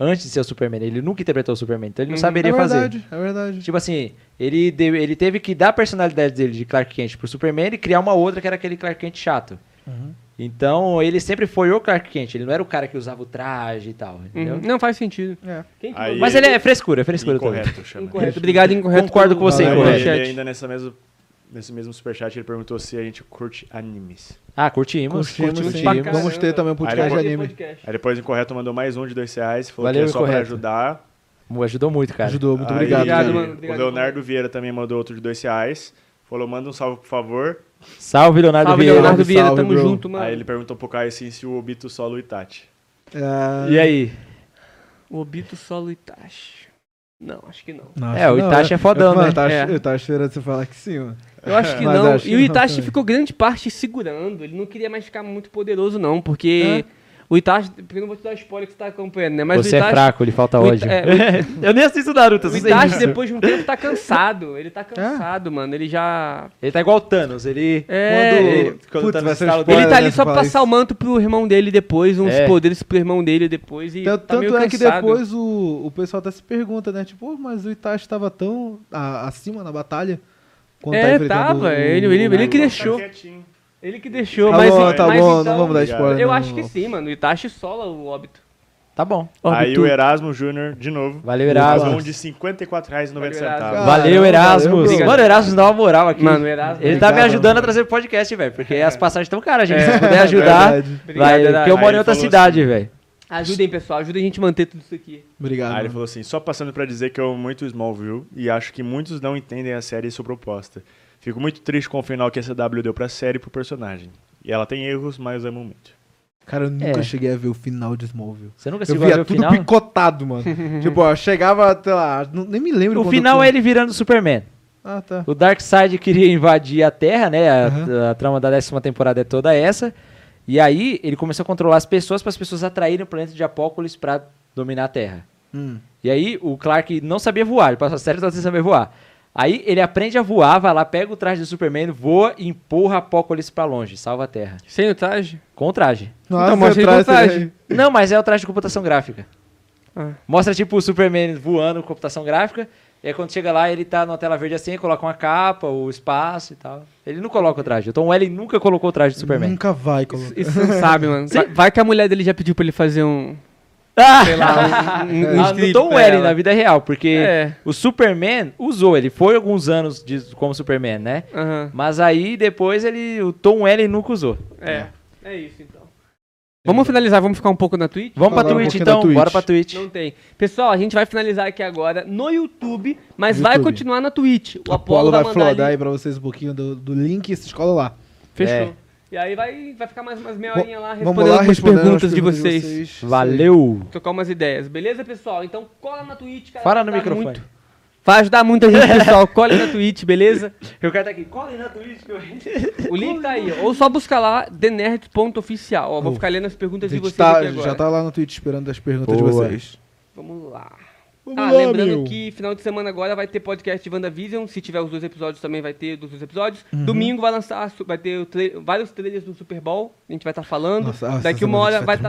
Speaker 1: antes de ser o Superman. Ele nunca interpretou o Superman, então ele não
Speaker 2: Uhum.
Speaker 1: saberia
Speaker 3: é
Speaker 1: fazer.
Speaker 3: verdade, é verdade.
Speaker 1: Tipo assim, ele, deu- ele teve que dar a personalidade dele de Clark Kent pro Superman e criar uma outra que era aquele Clark Kent chato.
Speaker 3: Uhum.
Speaker 1: Então, ele sempre foi o Clark Kent, ele não era o cara que usava o traje e tal, entendeu?
Speaker 2: Uhum. Não faz sentido.
Speaker 3: É.
Speaker 2: Quem que
Speaker 4: Aí-
Speaker 1: Mas ele é frescura, é frescura também.
Speaker 4: Incorreto, chama.
Speaker 2: Incorreto. Obrigado, incorreto.
Speaker 1: Concordo com você,
Speaker 4: Aí,
Speaker 2: pelo-
Speaker 1: incorreto.
Speaker 4: ele
Speaker 2: superchat.
Speaker 4: ainda nessa mesma, nesse mesmo superchat, ele perguntou se a gente curte animes.
Speaker 1: Ah, curtimos,
Speaker 3: Curtimos,
Speaker 1: curtimos,
Speaker 3: sim.
Speaker 2: pra
Speaker 3: Vamos
Speaker 2: caramba.
Speaker 3: ter também um podcast de
Speaker 4: Aí
Speaker 3: anime.
Speaker 2: Podcast.
Speaker 4: Aí depois o Incorreto mandou mais um de dois reais, falou
Speaker 1: Valeu,
Speaker 4: que é só pra
Speaker 1: Incorreto.
Speaker 4: ajudar.
Speaker 1: Ajudou muito, cara.
Speaker 3: Ajudou, muito
Speaker 4: Aí,
Speaker 3: obrigado.
Speaker 2: Obrigado,
Speaker 3: cara.
Speaker 2: mano. Obrigado,
Speaker 4: O Leonardo Vieira também mandou outro de dois reais. Falou, manda um salve, por favor.
Speaker 1: Salve, Leonardo
Speaker 2: Salve,
Speaker 1: Vieira.
Speaker 2: Leonardo Vieira,
Speaker 3: Salve,
Speaker 2: tamo
Speaker 3: bro.
Speaker 2: junto, mano.
Speaker 4: Aí ele perguntou pro Caio assim, se o Obito solo o Itachi.
Speaker 3: Ah,
Speaker 1: E aí?
Speaker 2: O Obito solo Itachi. Não, acho que não.
Speaker 3: nossa,
Speaker 1: É, o
Speaker 3: não,
Speaker 1: Itachi é fodão,
Speaker 3: mano,
Speaker 1: né?
Speaker 3: Eu tava,
Speaker 2: É.
Speaker 3: eu tava esperando você falar que sim, mano.
Speaker 2: Eu acho que
Speaker 3: Mas
Speaker 2: não.
Speaker 3: acho
Speaker 2: e
Speaker 3: que
Speaker 2: o
Speaker 3: não
Speaker 2: Itachi
Speaker 3: também.
Speaker 2: ficou grande parte segurando. Ele não queria mais ficar muito poderoso, não, porque. O Itachi, porque eu não vou te dar o spoiler que você tá acompanhando, né? Mas
Speaker 1: Você
Speaker 2: o Itachi,
Speaker 1: é fraco, ele falta
Speaker 2: o Ita-
Speaker 1: ódio.
Speaker 2: é,
Speaker 1: Eu nem assisto Naruto, assim. eu
Speaker 2: o
Speaker 1: sei
Speaker 2: Itachi
Speaker 1: disso.
Speaker 2: depois de um tempo tá cansado. Ele tá cansado, mano. Ele já.
Speaker 1: Ele tá igual o Thanos, ele...
Speaker 2: É,
Speaker 1: quando,
Speaker 2: ele-
Speaker 1: quando
Speaker 3: Putz,
Speaker 1: o Thanos
Speaker 3: vai ser um
Speaker 1: estala o
Speaker 3: spoiler.
Speaker 1: dedo-
Speaker 2: Ele tá
Speaker 3: né,
Speaker 2: ali
Speaker 3: você
Speaker 2: só pra
Speaker 3: fala
Speaker 2: passar
Speaker 3: isso.
Speaker 2: o manto pro irmão dele depois, uns
Speaker 1: É.
Speaker 2: poderes pro irmão dele depois. E
Speaker 3: Tanto,
Speaker 2: tá meio
Speaker 3: tanto é que
Speaker 2: cansado.
Speaker 3: depois o, o pessoal até se pergunta, né? Tipo, "Pô, mas o Itachi tava tão a- acima na batalha quando tá
Speaker 2: É,
Speaker 3: enfrentando
Speaker 2: tava,
Speaker 3: o-
Speaker 2: ele- ele- ele que deixou.
Speaker 4: quietinho.
Speaker 2: Ele que deixou,
Speaker 3: Tá
Speaker 2: mas.
Speaker 3: bom, tá
Speaker 2: mas
Speaker 3: bom,
Speaker 2: então,
Speaker 3: não vamos dar
Speaker 4: Obrigado.
Speaker 3: spoiler.
Speaker 2: Eu
Speaker 3: não.
Speaker 2: acho que sim, mano. O Itachi sola o óbito.
Speaker 1: Tá bom.
Speaker 4: Aí
Speaker 2: Óbito.
Speaker 4: o Erasmo Júnior, de novo.
Speaker 1: Valeu,
Speaker 4: Mais
Speaker 1: Erasmo.
Speaker 4: um de R$ 54,90.
Speaker 2: Valeu, Erasmo.
Speaker 1: Valeu,
Speaker 3: Caramba,
Speaker 1: Erasmus.
Speaker 3: valeu,
Speaker 1: Mano, o Erasmus dá uma moral aqui.
Speaker 2: Mano, o Erasmus.
Speaker 1: ele tá me
Speaker 3: Obrigado,
Speaker 1: ajudando a
Speaker 3: mano. É.
Speaker 1: trazer pro podcast, velho. Porque as passagens estão caras, gente. Se puder ajudar,
Speaker 3: verdade.
Speaker 1: vai.
Speaker 2: Obrigado, Erasmo.
Speaker 1: Porque eu moro
Speaker 4: Aí
Speaker 1: em outra
Speaker 4: ele falou
Speaker 1: cidade,
Speaker 3: assim,
Speaker 1: velho.
Speaker 2: Ajudem, pessoal. Ajudem a gente a manter tudo isso aqui.
Speaker 3: Obrigado.
Speaker 4: Aí ele
Speaker 3: mano.
Speaker 4: falou assim, só passando pra dizer que eu amo muito Smallville e acho que muitos não entendem a série e sua proposta. Fico muito triste com o final que a CW deu pra série e pro personagem. E ela tem erros, mas amo muito.
Speaker 3: Cara, eu nunca
Speaker 1: É.
Speaker 3: cheguei a ver o final de Smallville.
Speaker 1: Você nunca se
Speaker 3: Eu
Speaker 1: viu
Speaker 3: via
Speaker 1: o
Speaker 3: tudo
Speaker 1: final?
Speaker 3: picotado, mano. tipo, ó, chegava, sei lá, não- nem me lembro.
Speaker 1: O
Speaker 3: quando
Speaker 1: final
Speaker 3: eu-
Speaker 1: é ele virando Superman.
Speaker 3: Ah, tá.
Speaker 1: O Darkseid queria invadir a Terra, né? A,
Speaker 3: Aham.
Speaker 1: a trama da décima temporada é toda essa. E aí ele começou a controlar as pessoas para as pessoas atraírem o planeta de Apópolis pra dominar a Terra.
Speaker 3: Hum.
Speaker 1: E aí o Clark não sabia voar, ele passou a série toda sem saber voar. Aí ele aprende a voar, vai lá, pega o traje do Superman, voa e empurra Apócolis pra longe, salva a Terra.
Speaker 2: Sem o Itachi?
Speaker 1: Com o traje.
Speaker 3: Nossa,
Speaker 2: Então, mas
Speaker 3: eu
Speaker 2: ele
Speaker 3: traço
Speaker 2: contagem.
Speaker 3: ele aí.
Speaker 1: Não, mas é o traje de computação gráfica.
Speaker 2: Ah.
Speaker 1: Mostra tipo o Superman voando com computação gráfica. E aí quando chega lá, ele tá na tela verde assim, coloca uma capa, o espaço e tal. Ele não coloca o traje. O Tom Welling nunca colocou o traje do Superman.
Speaker 3: Nunca vai
Speaker 2: Isso,
Speaker 3: colocar.
Speaker 2: isso você não sabe, mano. Vai, vai que a mulher dele já pediu pra ele fazer um.
Speaker 1: Ah!
Speaker 2: Sei lá, um. um, um
Speaker 1: Ah, no
Speaker 2: strip
Speaker 1: Tom
Speaker 2: pra
Speaker 1: Welling
Speaker 2: ela.
Speaker 1: na vida real, porque
Speaker 2: É.
Speaker 1: o Superman usou, ele foi alguns anos de- como Superman, né?
Speaker 2: Aham.
Speaker 1: Mas aí depois ele. O Tom Welling nunca usou.
Speaker 2: É. É isso então. Vamos finalizar, vamos ficar um pouco na Twitch?
Speaker 1: Vamos pra
Speaker 3: Falar um
Speaker 1: Twitch
Speaker 3: pouquinho
Speaker 1: então,
Speaker 3: da Twitch.
Speaker 1: bora pra Twitch.
Speaker 2: Não tem. Pessoal, a gente vai finalizar aqui agora no YouTube, mas
Speaker 3: YouTube.
Speaker 2: vai continuar na Twitch. O
Speaker 3: O Apolo vai
Speaker 2: mandar
Speaker 3: flodar
Speaker 2: ali.
Speaker 3: aí pra vocês um pouquinho do, do link e se escola lá.
Speaker 2: Fechou.
Speaker 1: É.
Speaker 2: E aí vai, vai ficar mais umas meia
Speaker 3: Bom,
Speaker 2: horinha lá
Speaker 3: Vamos
Speaker 2: respondendo
Speaker 3: lá
Speaker 2: algumas
Speaker 3: responder
Speaker 2: perguntas
Speaker 3: as
Speaker 2: de vocês.
Speaker 1: Valeu!
Speaker 2: Trocar umas ideias, beleza, pessoal? Então cola na Twitch, cara.
Speaker 1: Fala
Speaker 2: vai
Speaker 1: no
Speaker 2: ajudar
Speaker 1: microfone.
Speaker 2: muito. Vai ajudar muito a gente, pessoal. Cola na Twitch, beleza?
Speaker 1: Eu quero tá aqui, colhem na Twitch que eu.
Speaker 2: O link tá aí. ó. Ou só buscar lá thenerd.oficial. Ó, vou
Speaker 3: Oh.
Speaker 2: ficar lendo as
Speaker 3: A
Speaker 2: perguntas de
Speaker 3: gente
Speaker 2: vocês
Speaker 3: tá,
Speaker 2: aqui agora.
Speaker 3: já tá lá no Twitch esperando as perguntas de
Speaker 1: Boa.
Speaker 3: vocês.
Speaker 2: Vamos lá.
Speaker 3: Vamos
Speaker 2: ah,
Speaker 3: lá,
Speaker 2: lembrando
Speaker 3: meu.
Speaker 2: que final de semana agora vai ter podcast de WandaVision. Se tiver os dois episódios, também vai ter os dois episódios.
Speaker 3: Uhum.
Speaker 2: Domingo vai lançar, su- vai ter o tra- vários trailers do Super Bowl. A gente vai estar falando.
Speaker 3: Nossa, ah, essa
Speaker 2: Daqui uma
Speaker 3: semana a
Speaker 2: hora
Speaker 3: gente
Speaker 2: vai
Speaker 3: vai
Speaker 2: estar no
Speaker 3: ter um